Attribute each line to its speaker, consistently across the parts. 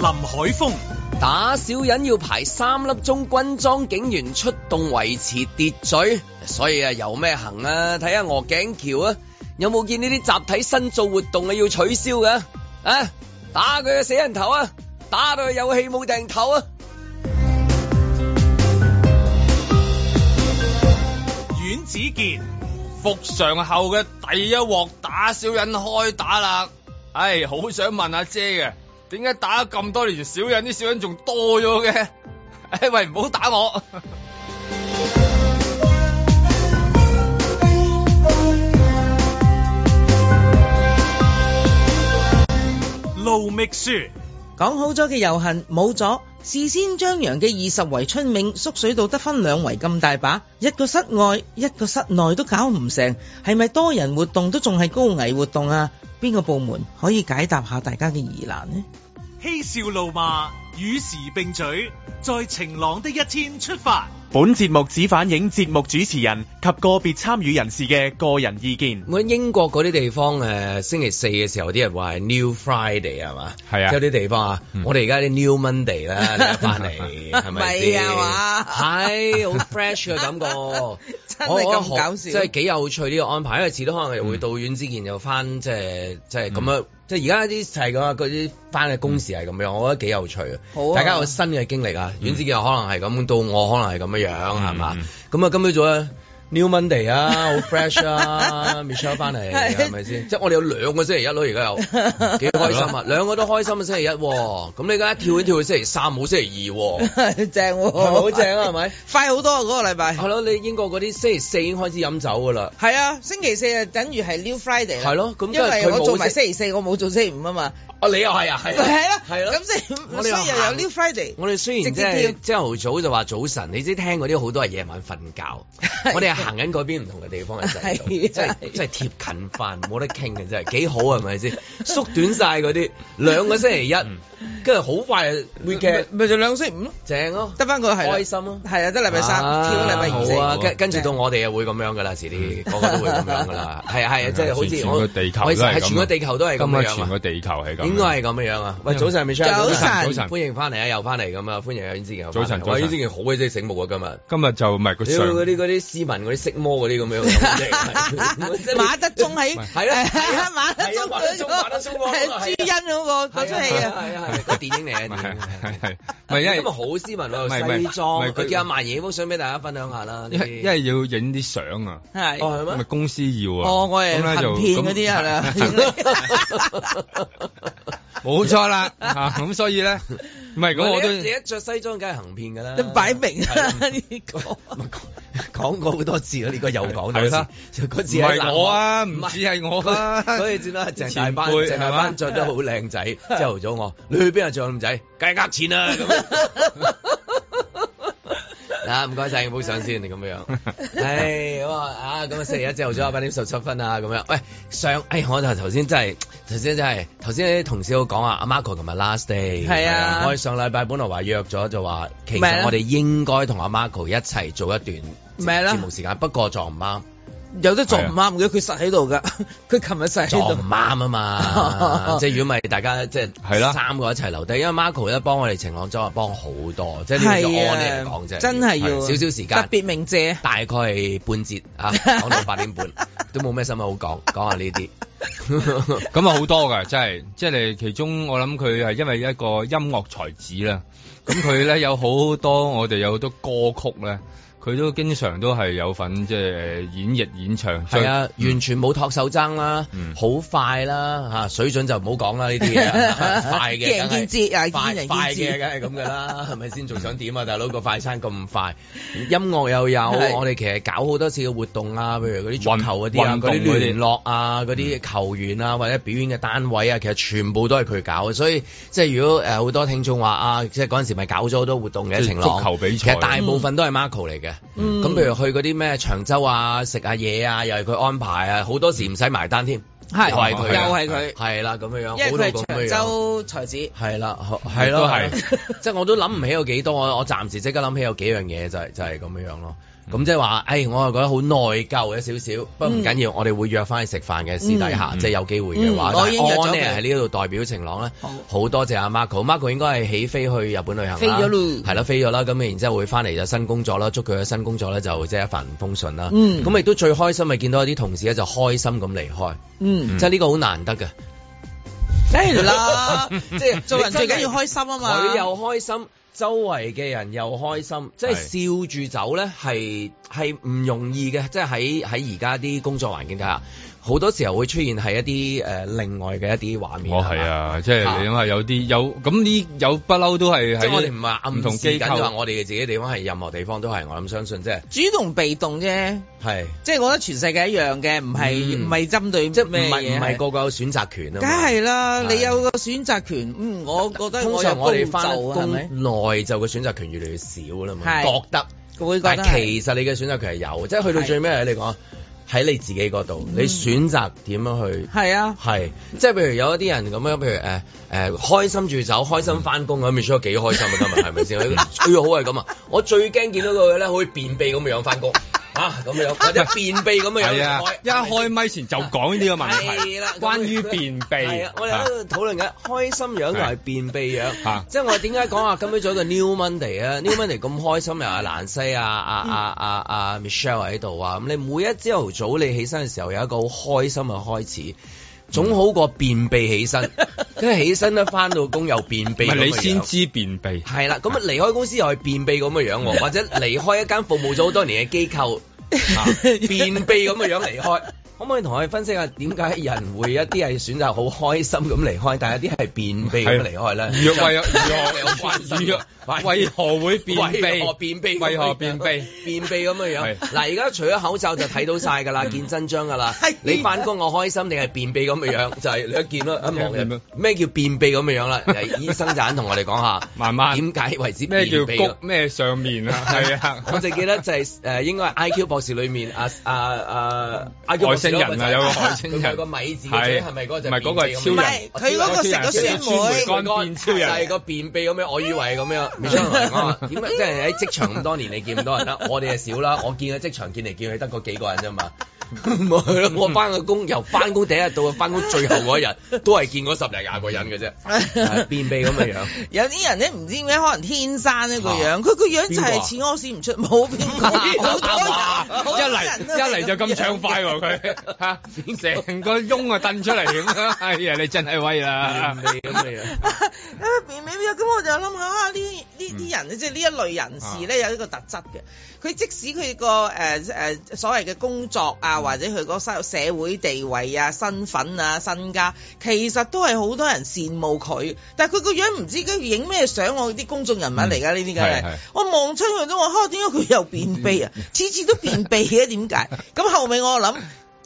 Speaker 1: 海風。
Speaker 2: 打小人要排三粒鐘，軍裝警員出動維持秩序，所以啊，有咩行啊？睇下鵝頸橋啊，有冇見呢啲集體新造活動啊要取消嘅？啊，打佢個死人頭啊，打到佢有氣冇定頭啊！
Speaker 1: 阮子健復常後嘅第一鑊打小人開打啦！唉，好想問阿姐嘅，點解打咗咁多年小人，啲小人仲多咗嘅？唉，喂，唔好打我！盧覓雪
Speaker 3: 講好咗嘅遊行冇咗，事先張揚嘅二十圍春茗縮水到得分兩圍咁大把，一個室外一個室內都搞唔成，係咪多人活動都仲係高危活動啊？邊個部門可以解答下大家嘅疑難呢？
Speaker 4: 嬉笑怒罵，與時並舉，在晴朗的一天出發。
Speaker 5: 本節目只反映節目主持人及個別參與人士嘅個人意見。
Speaker 2: 我覺得啊英國嗰啲地方誒、呃星期四嘅時候，啲人話係 New Friday 係嘛？
Speaker 5: 係啊
Speaker 2: 即係有啲地方啊，我哋而家啲 New Monday 啦，你又翻嚟 係咪先？
Speaker 3: 咪啊嘛
Speaker 2: 係好 fresh 嘅感 覺，我
Speaker 3: 真係
Speaker 2: 我覺得
Speaker 3: 咁
Speaker 2: 好
Speaker 3: 搞笑
Speaker 2: 即係幾有趣呢個安排，因為遲啲可能又會到遠之見又翻，即係即係咁
Speaker 5: 嗯
Speaker 2: 樣。即係而家啲就係咁啊，嗰啲翻嘅工時係咁樣，我覺得幾有趣啊！
Speaker 3: 好啊
Speaker 2: 大家有新嘅經歷啊，遠之見可能係咁，到我可能係咁樣樣係嘛
Speaker 5: 嗯？
Speaker 2: 咁啊，今朝早咧 New Monday 啊，好 fresh 啊，Michelle 翻嚟
Speaker 3: 係
Speaker 2: 係咪先？即係我哋有兩個星期一咯，而 家有幾開心啊！兩個都開心嘅星期一喎，咁你而家跳一跳去星期三，冇星期二喎，
Speaker 3: 正喎、
Speaker 2: 係咪哦 好正啊？係咪？
Speaker 3: 快好多啊嗰、個禮拜
Speaker 2: 係咯，你英國嗰啲星期四已經開始飲酒㗎啦。
Speaker 3: 係啊，星期四啊，等於係 New Friday 啦
Speaker 2: 係咯咁即係
Speaker 3: 因為
Speaker 2: 佢冇
Speaker 3: 我做埋
Speaker 2: 星
Speaker 3: 星期四，我冇做星期五啊嘛，
Speaker 2: 哦，你又係啊，係
Speaker 3: 係咯，
Speaker 2: 係咯
Speaker 3: 咁。星期五
Speaker 2: 我哋
Speaker 3: 所以
Speaker 2: 又
Speaker 3: 又
Speaker 2: 行
Speaker 3: 有 New Friday，
Speaker 2: 我哋雖然
Speaker 3: 直
Speaker 2: 即
Speaker 3: 接
Speaker 2: 係朝頭早就話早晨，你知聽嗰啲好多係夜晚瞓覺， 我哋係行緊嗰邊唔同嘅地方嘅制度，即
Speaker 3: 係啊
Speaker 2: 係即係貼近飯，冇得傾嘅真係幾好係咪先？ 縮短晒嗰啲兩個星期一，跟住好快就 weekend
Speaker 3: 咪咪就兩個星期五咯，
Speaker 2: 正咯，
Speaker 3: 得翻個係啦
Speaker 2: 開心咯
Speaker 3: 係啊，得禮拜三
Speaker 2: 啊
Speaker 3: 跳禮拜二嗯四
Speaker 2: 好啊，跟跟住到
Speaker 3: 係
Speaker 2: 我哋又會咁樣噶啦，遲啲個個都會咁樣噶 啦，係啊係啊，即係好似
Speaker 6: 全
Speaker 2: 我
Speaker 6: 個地球
Speaker 2: 我
Speaker 6: 都係咁啊
Speaker 2: 係全個地球都係咁
Speaker 6: 今日
Speaker 2: 樣
Speaker 6: 全
Speaker 2: 啊
Speaker 6: 個地球係咁，嗯
Speaker 2: 應該係咁樣樣啊！喂，早晨 Michelle，
Speaker 3: 早晨
Speaker 6: 早晨
Speaker 2: 歡迎翻嚟啊，又翻嚟咁啊，歡迎阿阮之健又翻嚟，
Speaker 6: 早晨早晨
Speaker 2: 哇阮之健好鬼真係醒目啊，今日。
Speaker 6: 今日就唔係個
Speaker 2: 屌嗰
Speaker 6: 上
Speaker 2: 啲嗰啲市民嗰啲色魔嗰啲咁樣，即係
Speaker 3: 馬德鐘喺
Speaker 2: 係啦係啊
Speaker 3: 馬德鐘
Speaker 2: 係啊馬德鐘馬德鐘嗰個係啊
Speaker 3: 係朱茵嗰個嗰出戲
Speaker 2: 係啊
Speaker 3: 啊，
Speaker 2: 係啊係啊個電影 嚟嘅電 影
Speaker 6: 係
Speaker 2: 嚟
Speaker 6: 係
Speaker 2: 嘅。
Speaker 6: 係， 唔係因為
Speaker 2: 今日好斯文
Speaker 6: 唔係
Speaker 2: 喎，
Speaker 6: 唔係
Speaker 2: 西
Speaker 6: 唔
Speaker 2: 裝，
Speaker 6: 係佢
Speaker 2: 佢叫阿曼影幅相俾大家分享下啦。呢
Speaker 6: 因
Speaker 2: 啲
Speaker 6: 為 因為要影啲相啊，
Speaker 3: 係。
Speaker 2: 哦
Speaker 6: 咁
Speaker 2: 係
Speaker 6: 咪
Speaker 2: 咩？
Speaker 6: 公司要啊，
Speaker 3: 哦，我係
Speaker 6: 咁咧就
Speaker 3: 行騙嗰啲係啊
Speaker 2: 咁
Speaker 3: 啦，
Speaker 6: 冇錯啦，啊咁所以咧，唔係咁我都
Speaker 2: 你一你一着西裝梗係行騙㗎啦，
Speaker 3: 你 擺明啊
Speaker 2: 係
Speaker 3: 啦
Speaker 2: 啦
Speaker 3: 呢個。
Speaker 2: 唔係講講過好多次啦，呢個又講多
Speaker 6: 係
Speaker 2: 次
Speaker 6: 啦，
Speaker 2: 嗰
Speaker 6: 唔
Speaker 2: 次喺
Speaker 6: 係我啊，
Speaker 2: 南
Speaker 6: 唔
Speaker 2: 韓
Speaker 6: 止係我啊，
Speaker 2: 所以見到鄭大班，
Speaker 6: 前輩
Speaker 2: 鄭大
Speaker 6: 係
Speaker 2: 班
Speaker 6: 嘛
Speaker 2: 着得好靚仔，朝頭早我，你去邊啊着咁仔？梗係呃錢啦 咁。啊，唔該晒，影幅相先，你咁樣。唉，咁啊，啊，咁啊，星期一朝頭早八點十七分啊，咁樣。喂，上，唉，我就頭先真係，頭先真係，頭先啲同事有講啊，阿 Marco 琴日 last day。
Speaker 3: 係啊
Speaker 2: 我哋上禮拜本來話約咗，就話其
Speaker 3: 咪
Speaker 2: 實
Speaker 3: 啦
Speaker 2: 我哋應該同阿 Marco 一齊做一段
Speaker 3: 咪啦
Speaker 2: 節目時間，不過撞唔啱。
Speaker 3: 有得撞唔啱嘅，佢實喺度㗎， 佢琴日實喺
Speaker 2: 撞
Speaker 3: 度
Speaker 2: 唔啱啊 嘛，即係如果唔係大家即係
Speaker 6: 係啦
Speaker 2: 三個一齊留低，因為 Marco 咧幫我哋晴朗周日幫好多，即係呢個
Speaker 3: 係啊
Speaker 2: 按你嚟講啫，
Speaker 3: 真係要
Speaker 2: 少少時
Speaker 3: 特
Speaker 2: 間，
Speaker 3: 別鳴謝。
Speaker 2: 大概係半節啊，講到八點半 都冇咩新聞好講，講下呢啲。
Speaker 6: 咁啊好多㗎，真係，即係你其中我諗佢係因為一個音樂才子啦，咁佢咧有好多我哋有好多歌曲咧，佢都經常都係有份即係呃演繹演唱，
Speaker 2: 係啊，完全冇托手踭啦
Speaker 6: 嗯，
Speaker 2: 好快啦嚇，水準就唔好講啦呢啲 嘢啊，快嘅
Speaker 3: 見仁見智啊
Speaker 2: 梗係快
Speaker 3: 見仁見智
Speaker 2: 快嘅梗係咁噶 啦，係咪先？仲想點啊，大佬個快餐咁快，音樂又有，
Speaker 3: 係
Speaker 2: 我哋其實搞好多次嘅活動啊，譬如嗰啲足球嗰啲啊，
Speaker 6: 運運
Speaker 2: 嗰
Speaker 6: 動
Speaker 2: 啲
Speaker 6: 嗰啲嗯
Speaker 2: 聯絡啊，嗰啲球員啊，或者表演嘅單位啊，其實全部都係佢搞嘅，所以即係如果誒好多聽眾話啊，即係嗰陣時咪搞咗好多活動嘅
Speaker 6: 即係
Speaker 2: 晴朗
Speaker 6: 足球比賽
Speaker 2: 其實大部分都係 Marco 嚟嘅。
Speaker 3: 嗯
Speaker 2: 咁譬如去嗰啲咩長洲啊，食下嘢啊，又係佢安排啊，好多時唔使埋單添，
Speaker 3: 係
Speaker 2: 又係佢啊，
Speaker 3: 又係佢
Speaker 2: 係啦咁樣樣，
Speaker 3: 嗯因
Speaker 2: 好
Speaker 3: 為佢
Speaker 2: 到咁樣
Speaker 3: 係長
Speaker 2: 樣。
Speaker 3: 洲才子，
Speaker 2: 係啦，
Speaker 3: 嗯
Speaker 2: 係
Speaker 6: 都
Speaker 2: 咯，
Speaker 6: 係
Speaker 2: 係，即係我都諗唔起有幾多，我我暫時即刻諗起有幾樣嘢就係就係咁樣樣咯。
Speaker 3: 嗯
Speaker 2: 咁即係話，誒，我係覺得好內疚嘅少少，不過唔緊要，我哋會約翻去食飯嘅私底下，
Speaker 6: 嗯
Speaker 2: 即係有機會嘅話。
Speaker 3: 嗯我已經約咗佢
Speaker 2: 但係 on air 喺呢度代表晴朗咧
Speaker 3: 好，
Speaker 2: 好多謝阿 Marco。Marco 應該係起飛去日本旅行啦，
Speaker 3: 飛咗嘞
Speaker 2: 係啦，飛咗啦。咁然之後會翻嚟就新工作啦，祝佢嘅新工作咧就即係一帆風順啦。
Speaker 3: 嗯
Speaker 2: 咁亦都最開心咪見到有啲同事咧就開心咁離開，
Speaker 3: 嗯，
Speaker 2: 即係呢個好難得嘅。
Speaker 3: 梗係
Speaker 2: 係
Speaker 3: 啦
Speaker 2: 啦，，即係
Speaker 3: 做人
Speaker 2: 你真係
Speaker 3: 最緊要開心啊嘛。
Speaker 2: 佢又開心，周圍嘅人又開心，即係笑住走咧，係係唔容易嘅。即係喺喺而家啲工作環境底下，好多時候會出現係一啲誒、呃另外嘅一啲畫面。
Speaker 6: 我係
Speaker 2: 嘛，
Speaker 6: 啊，即係你諗下有啲有咁呢有不嬲都係
Speaker 2: 即係我哋
Speaker 6: 喺
Speaker 2: 唔係暗
Speaker 6: 唔同
Speaker 2: 示
Speaker 6: 機
Speaker 2: 緊話，
Speaker 6: 構，
Speaker 2: 我哋嘅自己地方係任何地方都係。我諗相信即係
Speaker 3: 主動被動啫，
Speaker 2: 係
Speaker 3: 即係我覺得全世界一樣嘅，唔係
Speaker 2: 嗯
Speaker 3: 唔係針對
Speaker 2: 即係唔
Speaker 3: 咩
Speaker 2: 係
Speaker 3: 嘢
Speaker 2: 唔係個個有選擇權啊嘛？
Speaker 3: 梗係啦，
Speaker 2: 係
Speaker 3: 你有個選擇權。嗯，我覺得
Speaker 2: 通
Speaker 3: 我
Speaker 2: 常
Speaker 3: 有
Speaker 2: 我哋
Speaker 3: 高
Speaker 2: 翻
Speaker 3: 就係咪？
Speaker 2: 工啊內就嘅選擇權越嚟越少啦嘛，
Speaker 3: 係
Speaker 2: 覺得。
Speaker 3: 佢會覺
Speaker 2: 但
Speaker 3: 得
Speaker 2: 係
Speaker 3: 係
Speaker 2: 其實你嘅選擇權係有，即係嗯去到最尾係你講喺你自己嗰度，你選擇點樣去。
Speaker 3: 係啊，
Speaker 2: 係，即係譬如有一啲人咁樣，譬如誒誒、呃開心住走，開心翻工咁，Michelle 幾開心啊今日係 咪先？佢最好係咁啊！我最驚見到佢咧，好似便秘咁樣樣翻工啊，咁 樣或者便秘咁樣
Speaker 6: 係
Speaker 2: 樣
Speaker 6: 啊，一開咪前就講呢個問
Speaker 2: 係啦
Speaker 6: 題，關於便
Speaker 2: 係啊，我哋喺
Speaker 6: 秘。
Speaker 2: 度討論緊開心樣同埋便秘樣
Speaker 6: 啊，
Speaker 2: 即係我點解講話今朝早一個 New Monday 啊？New Monday 咁開心又阿蘭西啊啊啊啊啊 Michelle 喺度啊，咁你每一朝頭早你起身嘅時候有一個好開心嘅開始。總好過便秘起 身，跟住起身咧翻到工又便秘
Speaker 6: 唔
Speaker 2: 咁
Speaker 6: 係
Speaker 2: 嘅
Speaker 6: 你先
Speaker 2: 樣。
Speaker 6: 知便 秘，
Speaker 2: 係啦，咁啊離開公司又係便秘咁嘅樣 喎，或者離開一間服務咗好多年嘅機構， 啊便秘咁嘅樣離開。可唔可以同我哋分析下點解人會一啲係選擇好開心咁離開，但係一啲係便秘咁離開咧？
Speaker 6: 係若為
Speaker 2: 有
Speaker 6: 如
Speaker 2: 關
Speaker 6: 何
Speaker 2: 心
Speaker 6: 如何為何會便
Speaker 2: 為何便秘
Speaker 6: 秘？
Speaker 2: 咁樣？
Speaker 6: 為 何便秘？
Speaker 2: 便秘咁嘅樣
Speaker 6: 係。
Speaker 2: 嗱，而家除咗口罩就睇到晒 㗎啦，見真章㗎啦
Speaker 3: 係。
Speaker 2: 你翻工我開心定係便秘咁嘅 樣？就係你一見咯，一望人咩叫便秘咁嘅樣啦？嚟醫生就肯同我哋講下，
Speaker 6: 慢慢
Speaker 2: 點解為之
Speaker 6: 啊咩叫
Speaker 2: 便秘啦
Speaker 6: 谷咩 上面啊？係啊，
Speaker 2: 我就記得就係、誒、應該係 I.Q 博士裏面啊啊啊 IQ
Speaker 6: 外星人啊
Speaker 2: 博士
Speaker 6: 有個外星人
Speaker 2: 佢有個米字嘅嘴係咪嗰個就
Speaker 6: 係唔係嗰個係
Speaker 2: 便秘
Speaker 6: 超
Speaker 2: 咁樣
Speaker 3: 唔係佢嗰個
Speaker 6: 人
Speaker 3: 食咗
Speaker 6: 我知啊
Speaker 3: 酸
Speaker 6: 我知啊
Speaker 3: 梅
Speaker 6: 知。啊乾變超人
Speaker 2: 就係個便秘咁樣，我以為咁樣。你想同人講 啊點解？即係喺職場咁多年，你見咁多人啦，啊我哋係少啦。我見嘅職場見嚟見去得嗰幾個人啫嘛。 咪係咯，我翻個工由翻工第一日到翻工最後嗰一日，都係見嗰十零廿個人嘅啫，係便秘咁嘅樣。
Speaker 3: 有啲人咧唔知點解，可能天生呢個樣，佢個樣就
Speaker 6: 邊個
Speaker 3: 係
Speaker 6: 啊
Speaker 3: 似屙屎唔出，冇邊個啊 好多
Speaker 6: 一
Speaker 3: 人，啊
Speaker 6: 嚟一嚟就咁暢快 喎佢嚇，成個翁啊蹬出嚟咁啊！哎呀，你真係威 啦！
Speaker 2: 便秘咁嘅樣。
Speaker 3: 啊，便秘咁我就諗下啊，呢呢
Speaker 2: 嗯
Speaker 3: 啲人即係呢一類人士
Speaker 2: 啊
Speaker 3: 咧，有呢個特質嘅。佢即使佢個誒誒所謂嘅工作啊，
Speaker 2: 嗯
Speaker 3: 或者佢個社社會地位啊、身份啊、身家，其實都係好多人羨慕佢。但係佢個樣唔知跟住影咩相，我啲公眾人物嚟
Speaker 2: 嗯
Speaker 3: 㗎呢啲梗
Speaker 6: 係
Speaker 3: 係
Speaker 6: 係。
Speaker 3: 我望出去都話，嚇點解佢又便秘啊？
Speaker 2: 嗯
Speaker 3: 次次都便秘嘅點解？咁後尾我諗。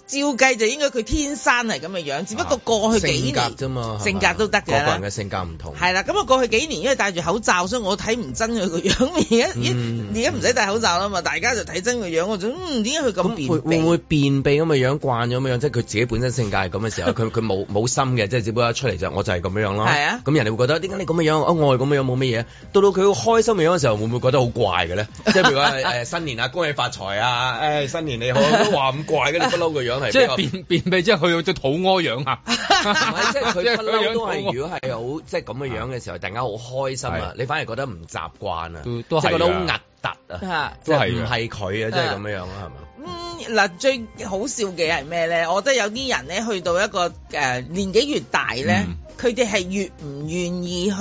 Speaker 3: 照計就應該佢天生係咁嘅樣，只不過過去幾
Speaker 2: 啊性
Speaker 3: 年
Speaker 2: 格啫嘛，係嘛
Speaker 3: 性格都得嘅
Speaker 2: 個個
Speaker 3: 啦
Speaker 2: 人嘅性格唔同。
Speaker 3: 係啦，咁我過去幾年因為戴住口罩，所以我睇唔真佢個樣。而家而
Speaker 2: 嗯
Speaker 3: 家而家唔使戴口罩啦嘛，大家就睇真個樣。我就嗯，點解佢咁
Speaker 2: 咁
Speaker 3: 便
Speaker 2: 會會唔
Speaker 3: 秘？
Speaker 2: 會便秘咁嘅樣慣咗咁嘅樣？即係佢自己本身性格係咁嘅時候，佢佢冇冇心嘅，即係只不過一出嚟就我就係咁樣樣咯。
Speaker 3: 係啊
Speaker 2: 咁人哋會覺得點解你咁嘅樣？啊，我係咁嘅樣冇乜嘢。到到佢開心嘅樣嘅時候，會唔會覺得好怪嘅 咧？即係譬如話誒新年啊，恭喜發財啊，誒新年你好，都話咁怪嘅，你不嬲個樣係
Speaker 6: 即
Speaker 2: 比較
Speaker 6: 係便便秘，即係去到隻肚屙樣啊！
Speaker 2: 唔係 即係佢不嬲都
Speaker 3: 啊
Speaker 2: 係，
Speaker 6: 即係佢樣肚屙
Speaker 2: 如果係好即係咁嘅樣嘅時候，突然間好開心啊
Speaker 6: 係，
Speaker 2: 你反而覺得唔習慣啊，
Speaker 6: 都都係
Speaker 2: 即係覺得好
Speaker 6: 㗎
Speaker 2: 核突啊。
Speaker 3: 嚇
Speaker 2: 即係
Speaker 6: 都係
Speaker 2: 唔
Speaker 6: 㗎
Speaker 2: 係佢啊，即係咁樣樣啦，係嘛？
Speaker 3: 嗯，嗱，最好笑嘅係咩咧？我覺得有啲人咧，去到一個誒、呃年紀越大咧
Speaker 6: 嗯，
Speaker 3: 佢哋係越唔願意去，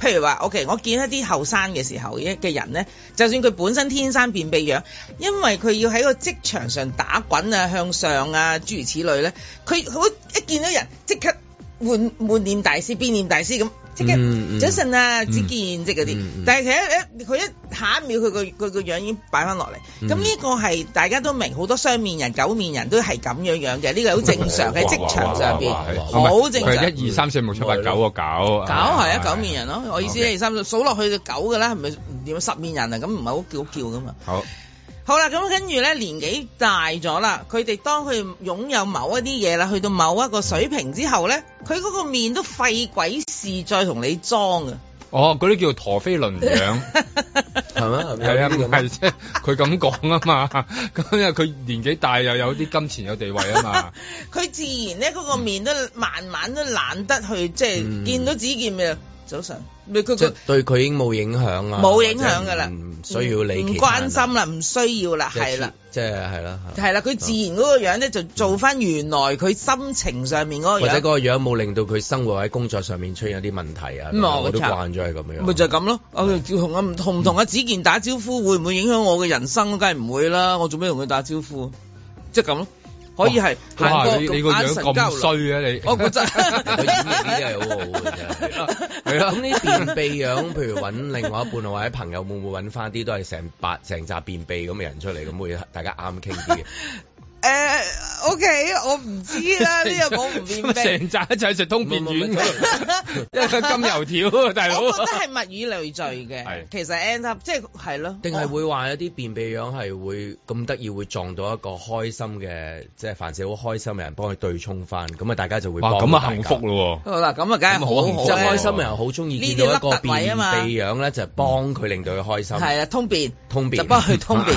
Speaker 3: 譬如話，OK，我見一啲後生嘅時候嘅嘅人咧，就算佢本身天生便秘樣，因為佢要喺個職場上打滾啊、向上啊諸如此類咧，
Speaker 2: 嗯
Speaker 3: 佢好一見到人即刻換換念大師、變念大師咁，即刻、
Speaker 2: 嗯嗯
Speaker 3: 早晨啊、之健即嗰啲，
Speaker 2: 嗯嗯
Speaker 3: 但係其實一呃佢一下一秒佢個佢個樣已經擺翻落嚟，咁呢、呢個係大家都明，好多雙面人、九面人都係咁樣樣嘅，呢個好正常嘅職場上邊，好正常。
Speaker 6: 佢一二三四五六七八九個九，
Speaker 3: 九係啊，九面人咯，我意思係三數落去就九噶啦，係咪唔點十面人啊？咁唔係好叫叫噶嘛。
Speaker 6: 好，
Speaker 3: 好啦，咁跟住咧年紀大咗啦，佢哋當佢擁有某一啲嘢啦，去到某一個水平之後咧，佢嗰個面都費鬼事再同你裝啊！
Speaker 6: 哦，嗰啲叫陀飛輪樣，
Speaker 2: 係係咪？係咪
Speaker 6: 係
Speaker 2: 有
Speaker 6: 啊，
Speaker 2: 呢啲
Speaker 6: 唔
Speaker 2: 咁
Speaker 6: 係啫，佢咁講啊嘛，咁因為佢年紀大又有啲金錢有地位啊嘛，
Speaker 3: 佢自然咧嗰個面都慢慢都懶得去，即
Speaker 2: 嗯
Speaker 3: 係見到子健咪早晨，咪佢
Speaker 2: 即
Speaker 3: 佢
Speaker 2: 係對佢已經冇影響啦，
Speaker 3: 冇影響㗎啦，嗯
Speaker 2: 唔需要理
Speaker 3: 唔
Speaker 2: 其他人啊
Speaker 3: 關心啦，唔需要啦，
Speaker 2: 即
Speaker 3: 係啦。，
Speaker 2: 即係啊係啦，係啦
Speaker 3: 係啦，啊佢自然嗰個樣咧就做翻原來佢心情上面嗰個
Speaker 2: 嗯或者
Speaker 3: 樣
Speaker 2: 嗰，個樣冇令到佢生活喺工作上面出現一啲問題啊，咁樣
Speaker 3: 嗯冇
Speaker 2: 我都
Speaker 3: 錯
Speaker 2: 慣咗係咁樣。嗯
Speaker 3: 咪就係咁咯。我同阿同唔同阿子健打招呼，會唔會影響我嘅人生？梗係唔會啦，我做咩同佢打招呼？即係咁咯，可以係行
Speaker 6: 哇！
Speaker 3: 過
Speaker 6: 你你個
Speaker 3: 眼
Speaker 6: 樣
Speaker 3: 神交
Speaker 6: 咁
Speaker 3: 流。
Speaker 6: 衰嘅你，
Speaker 3: 我覺得
Speaker 2: 佢演繹呢啲係好好嘅真係。啊
Speaker 6: 係
Speaker 2: 咁呢啲便秘
Speaker 3: 啊
Speaker 2: 樣，譬如揾另外一半或者朋友，會唔會揾翻啲都係成百成扎便秘咁嘅人出嚟，咁會大家啱傾啲嘅？
Speaker 3: 誒，OK，我唔知 啦，呢個我唔辨別。
Speaker 6: 成扎一齊食通便丸
Speaker 2: 冇冇
Speaker 6: 嗰度，一個金油條啊，大佬
Speaker 3: 我覺得係物以類聚嘅
Speaker 6: 係，
Speaker 3: 其實 end up 即係係咯，
Speaker 2: 定係會話一啲便秘樣係會咁得意，會撞到一個開心嘅，即係凡事好開心嘅人幫佢對沖翻，咁啊大家就會
Speaker 6: 哇！
Speaker 2: 幫到
Speaker 6: 咁啊
Speaker 2: 大
Speaker 6: 幸
Speaker 2: 家
Speaker 6: 福。咯
Speaker 3: 好啦，咁啊，梗係
Speaker 6: 咁
Speaker 3: 好
Speaker 6: 好幸福，
Speaker 3: 好
Speaker 2: 即係
Speaker 3: 啦
Speaker 2: 開心嘅人好中意見到一個便秘樣咧，就係幫佢令到佢開心。
Speaker 3: 係啊，通便
Speaker 2: 通便
Speaker 3: 就幫佢 通便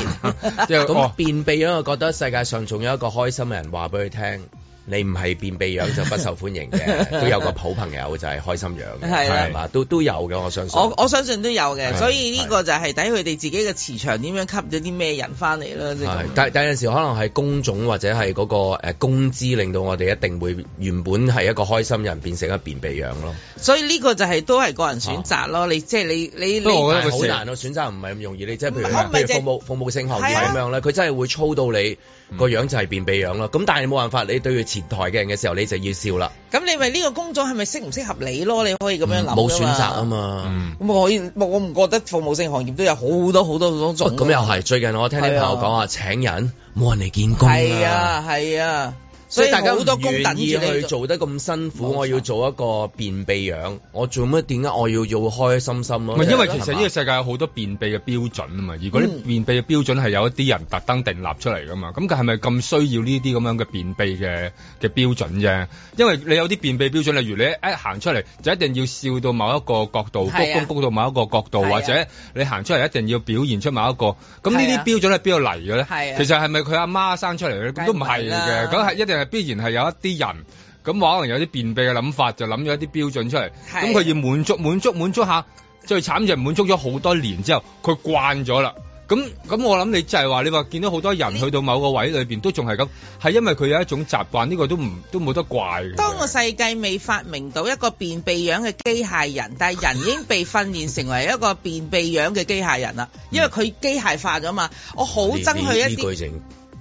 Speaker 6: 即係
Speaker 2: 咁
Speaker 6: 哦
Speaker 2: 便秘樣，我覺得世界上仲有一個開心嘅人話俾佢聽，你唔係便秘樣就不受歡迎 嘅，都有個好朋友就係開心樣嘅，
Speaker 3: 係啦啊
Speaker 2: 係嘛？都都有嘅，我相信。
Speaker 3: 我我相信都有嘅，
Speaker 2: 係
Speaker 3: 所以呢個就係睇佢哋自己嘅磁場點樣吸咗啲咩人翻嚟啦，即係
Speaker 2: 係
Speaker 3: 咁。
Speaker 2: 但但有陣時可能係工種或者係嗰個誒工資令到我哋一定會原本係一個開心人變成一個便秘樣咯。
Speaker 3: 所以呢個就係都係個人選擇咯，你即係你你
Speaker 6: 不過我
Speaker 3: 你
Speaker 6: 覺得佢
Speaker 2: 好
Speaker 6: 成
Speaker 2: 難咯，選擇唔係咁容易。你即係譬如
Speaker 3: 哦唔係我唔係
Speaker 2: 譬
Speaker 3: 淨
Speaker 2: 如服務服務性行業
Speaker 3: 係啊
Speaker 2: 咁樣咧，佢真係會操到你個樣就係便秘樣咯。咁但係冇辦法，你對住前台嘅人嘅時候，你就要笑啦。
Speaker 3: 咁你咪呢個工種係咪適唔適合你咯？你可以咁樣諗㗎嘛
Speaker 2: 冇選擇啊。嘛。
Speaker 6: 嗯，
Speaker 3: 咁我可以，我唔覺得服務性行業都有好多好多好多
Speaker 2: 喂
Speaker 3: 種㗎。
Speaker 2: 咁又係，最近我聽啲朋友講話請人冇人嚟見工
Speaker 3: 啊係。啊係啊，所
Speaker 2: 所
Speaker 3: 以
Speaker 2: 以大家
Speaker 3: 好
Speaker 2: 好
Speaker 3: 多
Speaker 2: 多
Speaker 3: 工
Speaker 2: 工
Speaker 3: 等
Speaker 2: 等
Speaker 3: 住
Speaker 2: 住
Speaker 3: 你
Speaker 2: 去
Speaker 3: 做。
Speaker 2: 做得咁辛苦，
Speaker 3: 冇錯
Speaker 2: 我要做一個便秘樣，我做乜？點解我要要開心心咯？
Speaker 6: 唔係因為
Speaker 2: 係
Speaker 6: 其
Speaker 2: 嘛
Speaker 6: 實呢個世界有好多便秘嘅標準啊嘛，而嗰
Speaker 3: 嗯
Speaker 6: 啲便秘嘅標準係有一啲人特登訂立出嚟噶嘛，咁佢係咪咁需要呢啲咁樣嘅便秘嘅嘅標準啫？因為你有啲便秘標準，例如你一行出嚟就一定要笑到某一個角度，鞠
Speaker 3: 係啊
Speaker 6: 躬鞠到某一個角度，
Speaker 3: 係啊
Speaker 6: 或者你行出嚟一定要表現出某一個，咁呢
Speaker 3: 係
Speaker 6: 啲
Speaker 3: 啊
Speaker 6: 標準係邊度嚟嘅咧？
Speaker 3: 係啊
Speaker 6: 其實係咪佢阿媽生出嚟嘅咧？咁都唔
Speaker 3: 梗係唔
Speaker 6: 係
Speaker 3: 係啦
Speaker 6: 嘅，咁係一定係必然係有一啲人。咁可能有啲便秘嘅諗法，就諗咗一啲標準出嚟，
Speaker 3: 係
Speaker 6: 咁佢要滿足滿足滿足下，最慘就係滿足咗好多年之後，佢慣咗啦。咁咁我諗你就係話你話見到好多人去到某個位裏邊都仲係咁，係因為佢有一種習慣，呢、個都唔都冇得怪嘅。
Speaker 3: 當個世界未發明到一個便秘樣嘅機械人，但係人已經被訓練成為一個便秘樣嘅機械人啦，因為佢機械化咗嘛。我好
Speaker 2: 呢
Speaker 3: 憎佢
Speaker 2: 嗯呢
Speaker 3: 一
Speaker 2: 呢句
Speaker 3: 啲，
Speaker 2: 成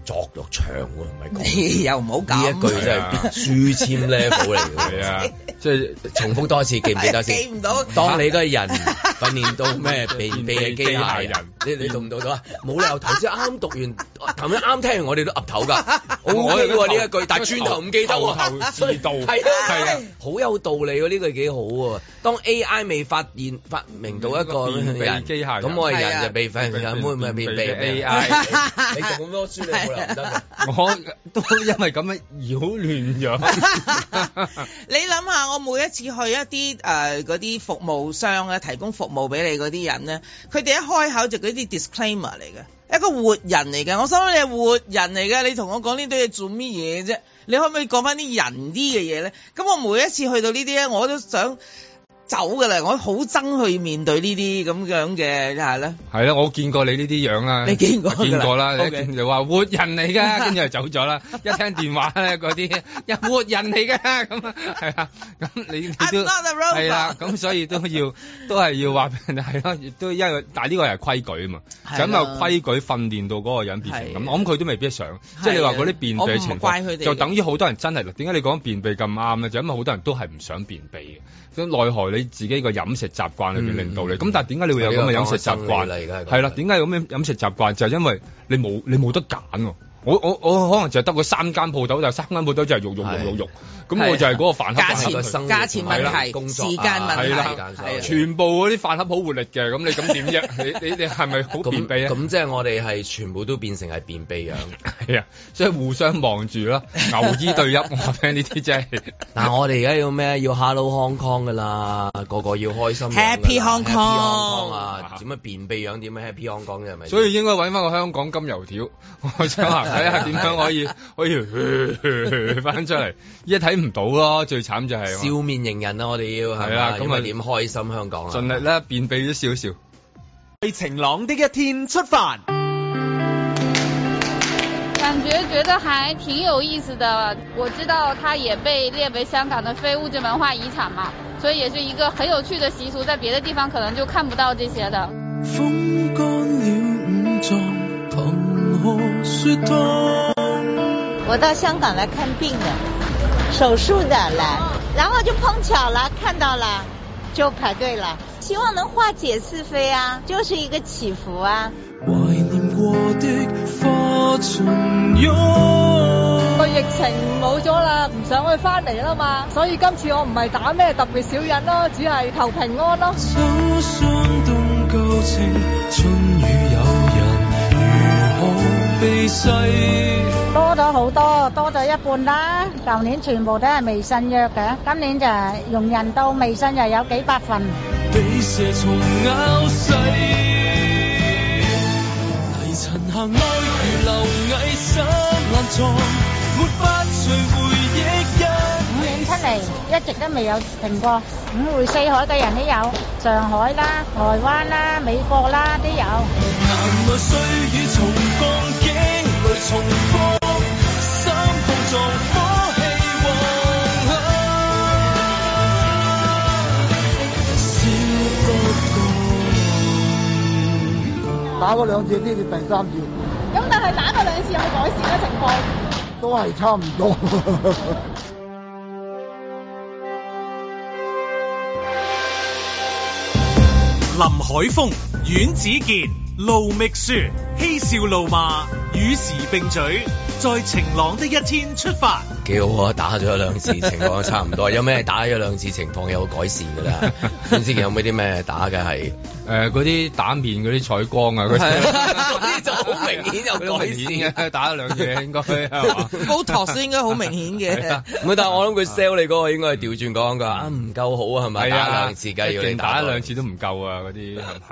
Speaker 2: 作落場喎，唔係講。
Speaker 3: 你 又唔好
Speaker 2: 呢
Speaker 3: 咁。
Speaker 2: 一句真係書籤 level 嚟
Speaker 6: 係
Speaker 2: 嘅
Speaker 6: 啊
Speaker 2: 喎，，
Speaker 6: 即係
Speaker 2: 重複多次記唔記得
Speaker 3: 記
Speaker 2: 先？
Speaker 3: 唔到。
Speaker 2: 當你個人訓練到咩便秘嘅機械人，你你讀唔讀到啊？冇理由頭先啱讀完，頭先啱聽完我哋都噏頭㗎，好
Speaker 6: 我哋個頭
Speaker 2: 喎呢一句，但係轉頭唔記得喎，
Speaker 6: 頭頭是道
Speaker 2: 係啊係啊，好有道理喎，呢句幾好喎。當 AI 未發現發明到一個
Speaker 6: 便秘
Speaker 2: 人
Speaker 6: 機械人
Speaker 2: 咁我哋
Speaker 3: 係啊
Speaker 2: 人就被發現會唔會便秘
Speaker 6: 便秘嘅
Speaker 2: 嘅
Speaker 6: AI
Speaker 2: 你讀咁多書你冇理由唔得㗎。
Speaker 6: 我都因為咁樣擾 亂咗。
Speaker 3: 你諗下，我每一次去一啲誒嗰啲服務商咧，提供服務俾你嗰啲人咧，佢哋一開口就嗰啲 disclaimer 嚟嘅，一個活人嚟嘅。我心諗你係活人嚟嘅，你同我講呢堆嘢做乜嘢啫？你可唔可以講翻啲人啲嘅嘢咧？咁我每一次去到呢啲咧，我都想走噶啦，我好憎去面對呢啲咁樣嘅係啦。
Speaker 6: 係啦，我見過你呢啲樣啦，
Speaker 3: 你見過
Speaker 6: 我見過啦，
Speaker 3: 㗎啦
Speaker 6: 你一
Speaker 3: OK
Speaker 6: 見就話活人 嚟㗎，跟住就走咗啦。一聽電話咧，嗰啲 又活人嚟㗎，咁啊係啊，咁你你
Speaker 3: I'm
Speaker 6: 都
Speaker 3: not a robot
Speaker 6: 係啊啦，咁所以都 要都係要話俾人係咯，亦都因為但係呢個係規矩啊嘛，
Speaker 3: 係
Speaker 6: 就
Speaker 3: 啦
Speaker 6: 咁 有規矩訓練到嗰個人變成
Speaker 3: 係啊
Speaker 6: 咁，我諗佢都未必想，即係你話嗰啲便
Speaker 3: 我唔
Speaker 6: 秘情
Speaker 3: 怪佢哋
Speaker 6: 況，
Speaker 3: 嘅
Speaker 6: 就等於好多人真係點解你講便秘咁啱咧？就因為好多人都係唔想便秘嘅，咁奈何你自己個飲食習慣裏邊
Speaker 2: 嗯
Speaker 6: 令到你，咁但係點解你會有咁嘅飲食習慣？
Speaker 2: 嚟㗎，
Speaker 6: 係啦，點解有咁樣飲食習慣就係因為你冇你冇得揀喎，我我我可能就係得嗰三間鋪頭，但係三間鋪頭就係肉肉肉肉肉，咁我
Speaker 2: 啊
Speaker 6: 就係嗰個飯盒
Speaker 3: 價
Speaker 6: 飯盒
Speaker 3: 錢
Speaker 6: 去
Speaker 2: 生活
Speaker 3: 價錢
Speaker 6: 係啦
Speaker 3: 問題、
Speaker 2: 工作啊
Speaker 3: 時間問題，
Speaker 6: 係啦
Speaker 2: 係啊
Speaker 6: 全部嗰啲飯盒好活力嘅，咁你咁 點啫？你你你係咪好便秘啊？
Speaker 2: 咁即係我哋係全部都變成係便秘樣，
Speaker 6: 係啊，所以互相望住啦，牛醫對泣，我聽呢啲真係。
Speaker 2: 但係我哋而家要咩？要 Hello Hong Kong 噶啦，個個要開心樣㗎啦
Speaker 3: Happy Hong
Speaker 2: Happy Kong 啊！
Speaker 6: Kong
Speaker 2: 點樣便秘樣？點樣 Happy Hong Kong 啫？係咪？
Speaker 6: 所以應該揾翻個香港金油條，我想行睇下點樣可 以可以 翻出嚟。依家睇唔到咯，最慘就係
Speaker 2: 笑面迎人啊！我哋要係
Speaker 6: 係
Speaker 2: 啦
Speaker 6: 啦，
Speaker 2: 咁
Speaker 6: 咁
Speaker 2: 咪
Speaker 6: 啊
Speaker 2: 點開心香港啊？
Speaker 6: 盡力啦，便秘咗少少。
Speaker 5: 在晴朗的一天出發。
Speaker 7: 感觉觉得还挺有意思的。我知道它也被列为香港的非物质文化遗产嘛，所以也是一个很有趣的习俗，在别的地方可能就看不到这些的。
Speaker 8: 风干了五脏，淌河雪汤。
Speaker 9: 我到香港来看病的，手术的来，然后就碰巧了，看到了，就排队了。希望能化解是非啊，就是一个祈福啊。
Speaker 8: 怀念过的花尽涌。
Speaker 7: 疫情冇咗啦，唔想去翻嚟啦嘛，所以今次我唔係打咩特別小人咯，只係求平安咯。
Speaker 8: 手霜凍舊情，春雨有人，如何避世？
Speaker 9: 多咗好多，多咗一半啦。舊年全部都係微信約嘅，今年就係容人到微信又有幾百份。
Speaker 8: 被蛇蟲咬死。泥塵下愛如流蟻深爛藏，沒法隨回憶一。
Speaker 9: 五年出嚟一直都未有停過，五湖四海嘅人都有，上海啦、台灣啦、美國啦都有。
Speaker 8: 男女歲月重降，幾淚重放，心碰撞火氣旺。燒不乾。
Speaker 10: 打過兩次，呢次第三次，
Speaker 7: 咁但係打過兩次有改善嘅情況。
Speaker 10: 都係差唔多。
Speaker 4: 林海峰、阮子健、盧覓雪，嬉笑怒罵，與時並舉，在晴朗的一天出發。
Speaker 2: 幾好啊！打咗兩次情況差唔多，有咩打咗兩次情況有改善㗎 啦？阮之前有冇啲咩打嘅係？
Speaker 6: 誒嗰啲打面嗰啲彩光啊， 嗰
Speaker 2: 係
Speaker 6: 啲
Speaker 2: 嗰啲就好明顯有改善
Speaker 6: 好明 顯嘅，打咗兩嘢應該係嘛？
Speaker 3: 高托斯應該好明顯
Speaker 6: 係
Speaker 3: 嘅
Speaker 6: 啊。
Speaker 2: 唔係，但係我諗佢 sell 你嗰個應該係調轉講㗎，啊唔夠好啊係咪？
Speaker 6: 係
Speaker 2: 打
Speaker 6: 啊，
Speaker 2: 兩次梗要你
Speaker 6: 一定打
Speaker 2: 多
Speaker 6: 一兩次都唔夠啊！嗰啲係嘛？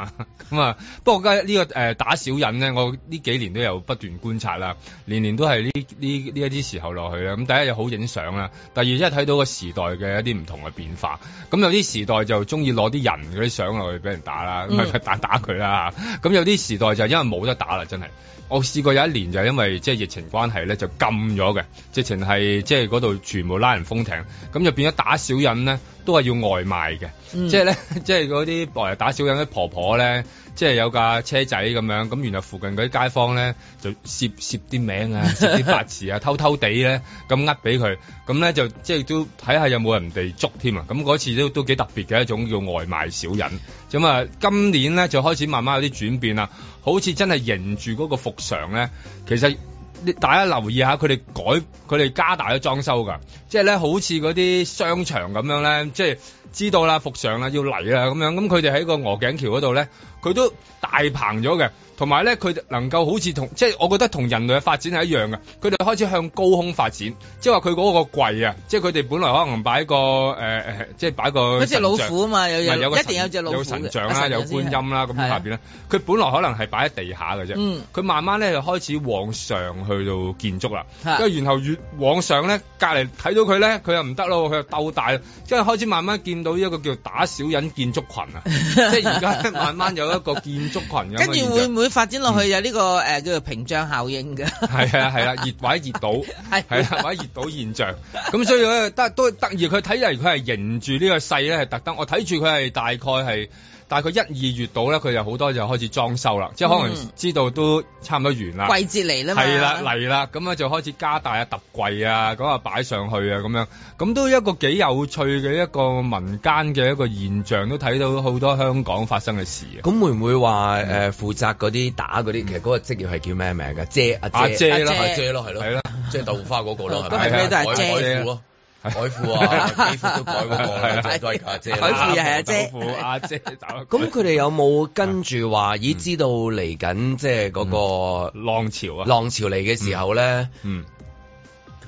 Speaker 6: 咁啊，不過而家呢個誒打小人咧，我呢幾年都有不斷觀察啦，年年都係呢呢呢一啲時候落去啦。咁第一又好影相啦，第二即係睇到個時代嘅一啲唔同嘅變化。咁有啲時代就中意攞啲人嗰啲相落去俾人打啦，
Speaker 3: 嗯
Speaker 6: 咪打打佢啦。咁有啲時代就因為冇得打啦，真係。我試過有一年就係因為即係疫情關係咧，就禁咗嘅，直情係即係嗰度全部拉人封艇，咁就變咗打小人咧，都係要外賣嘅，
Speaker 3: 嗯
Speaker 6: 即係咧， 即係嗰啲誒打小人啲婆婆咧，即係有架車仔咁樣，咁然後附近嗰啲街坊咧就攝攝啲名啊，攝啲八字啊，偷偷地咧咁呃俾佢，咁咧就即係都睇下有冇人哋捉添啊，咁嗰次都都幾特別嘅一種叫外賣小人，咁啊今年咧就開始慢慢有啲轉變啦。好似真係迎住嗰個復常咧，其實你大家留意下佢哋改佢哋加大咗裝修㗎，即係咧好似嗰啲商場咁樣咧，即係知道啦復常啦要嚟啦咁樣，咁佢哋喺個鵝頸橋嗰度咧，佢都大棚咗嘅。同埋咧，佢哋能夠好似同即係我覺得同人類嘅發展係一樣嘅，佢哋開始向高空發展，即係話佢嗰個櫃啊，即係佢哋本來可能擺個誒誒、呃即係擺個
Speaker 3: 嗰隻
Speaker 6: 神
Speaker 3: 老
Speaker 6: 像
Speaker 3: 虎啊嘛，有
Speaker 6: 唔係有個
Speaker 3: 有一定有隻老虎
Speaker 6: 有
Speaker 3: 嘅
Speaker 6: 神像
Speaker 3: 啊
Speaker 6: 啦，
Speaker 3: 神
Speaker 6: 有
Speaker 3: 像
Speaker 6: 觀
Speaker 3: 先係
Speaker 6: 音啦，咁
Speaker 3: 係啊
Speaker 6: 下邊咧，佢本來可能係擺喺地下嘅啫，
Speaker 3: 嗯
Speaker 6: 佢慢慢咧就開始往上去到建築啦，
Speaker 3: 係
Speaker 6: 跟住然後越往上咧，隔離睇到佢咧，佢又唔得咯，佢又鬥大，即係開始慢慢見到一個叫打小人建築群 啊，即係而家呢慢慢有一個建築群咁嘅
Speaker 3: 嗯跟住
Speaker 6: 現
Speaker 3: 會
Speaker 6: 象嗯
Speaker 3: 唔會發展落去有呢個誒叫做屏障效應嘅？
Speaker 6: 係啊係啦，熱或者熱島
Speaker 3: 係
Speaker 6: 係啦，啊或者熱島現象。咁所以咧得都得意，佢睇嚟佢係迎住呢個勢咧，係特登。我睇住佢係大概係大概一二月度咧，佢就好多就開始裝修啦，即係可
Speaker 3: 嗯
Speaker 6: 能知道都差唔多完啦。
Speaker 3: 季節嚟啦嘛，
Speaker 6: 係啦，嚟啦，咁咧就開始加大啊、揼櫃啊，咁啊擺上去啊，咁樣，咁都一個幾有趣嘅一個民間嘅一個現象，都睇到好多香港發生嘅事啊。
Speaker 2: 咁會唔會話誒負責嗰啲打嗰啲，其實嗰個職業係叫咩名啊㗎？姐阿
Speaker 6: 阿姐
Speaker 2: 咯，
Speaker 6: 啦
Speaker 2: 阿姐咯，係咯，
Speaker 6: 係啦，
Speaker 2: 即係豆腐花嗰個咯，
Speaker 3: 咁
Speaker 2: 咪啊
Speaker 3: 係咩都係
Speaker 2: 改
Speaker 3: 姐
Speaker 2: 改褲咯，改褲啊，肌膚都改嗰個啦，就都係阿姐啦。
Speaker 3: 改褲又係阿姐
Speaker 6: 啊豆腐阿姐打
Speaker 2: 咁佢哋有冇跟住話，咦？知道嚟緊即係嗰個
Speaker 6: 浪潮啊，
Speaker 2: 浪潮嚟嘅時候咧，
Speaker 6: 嗯，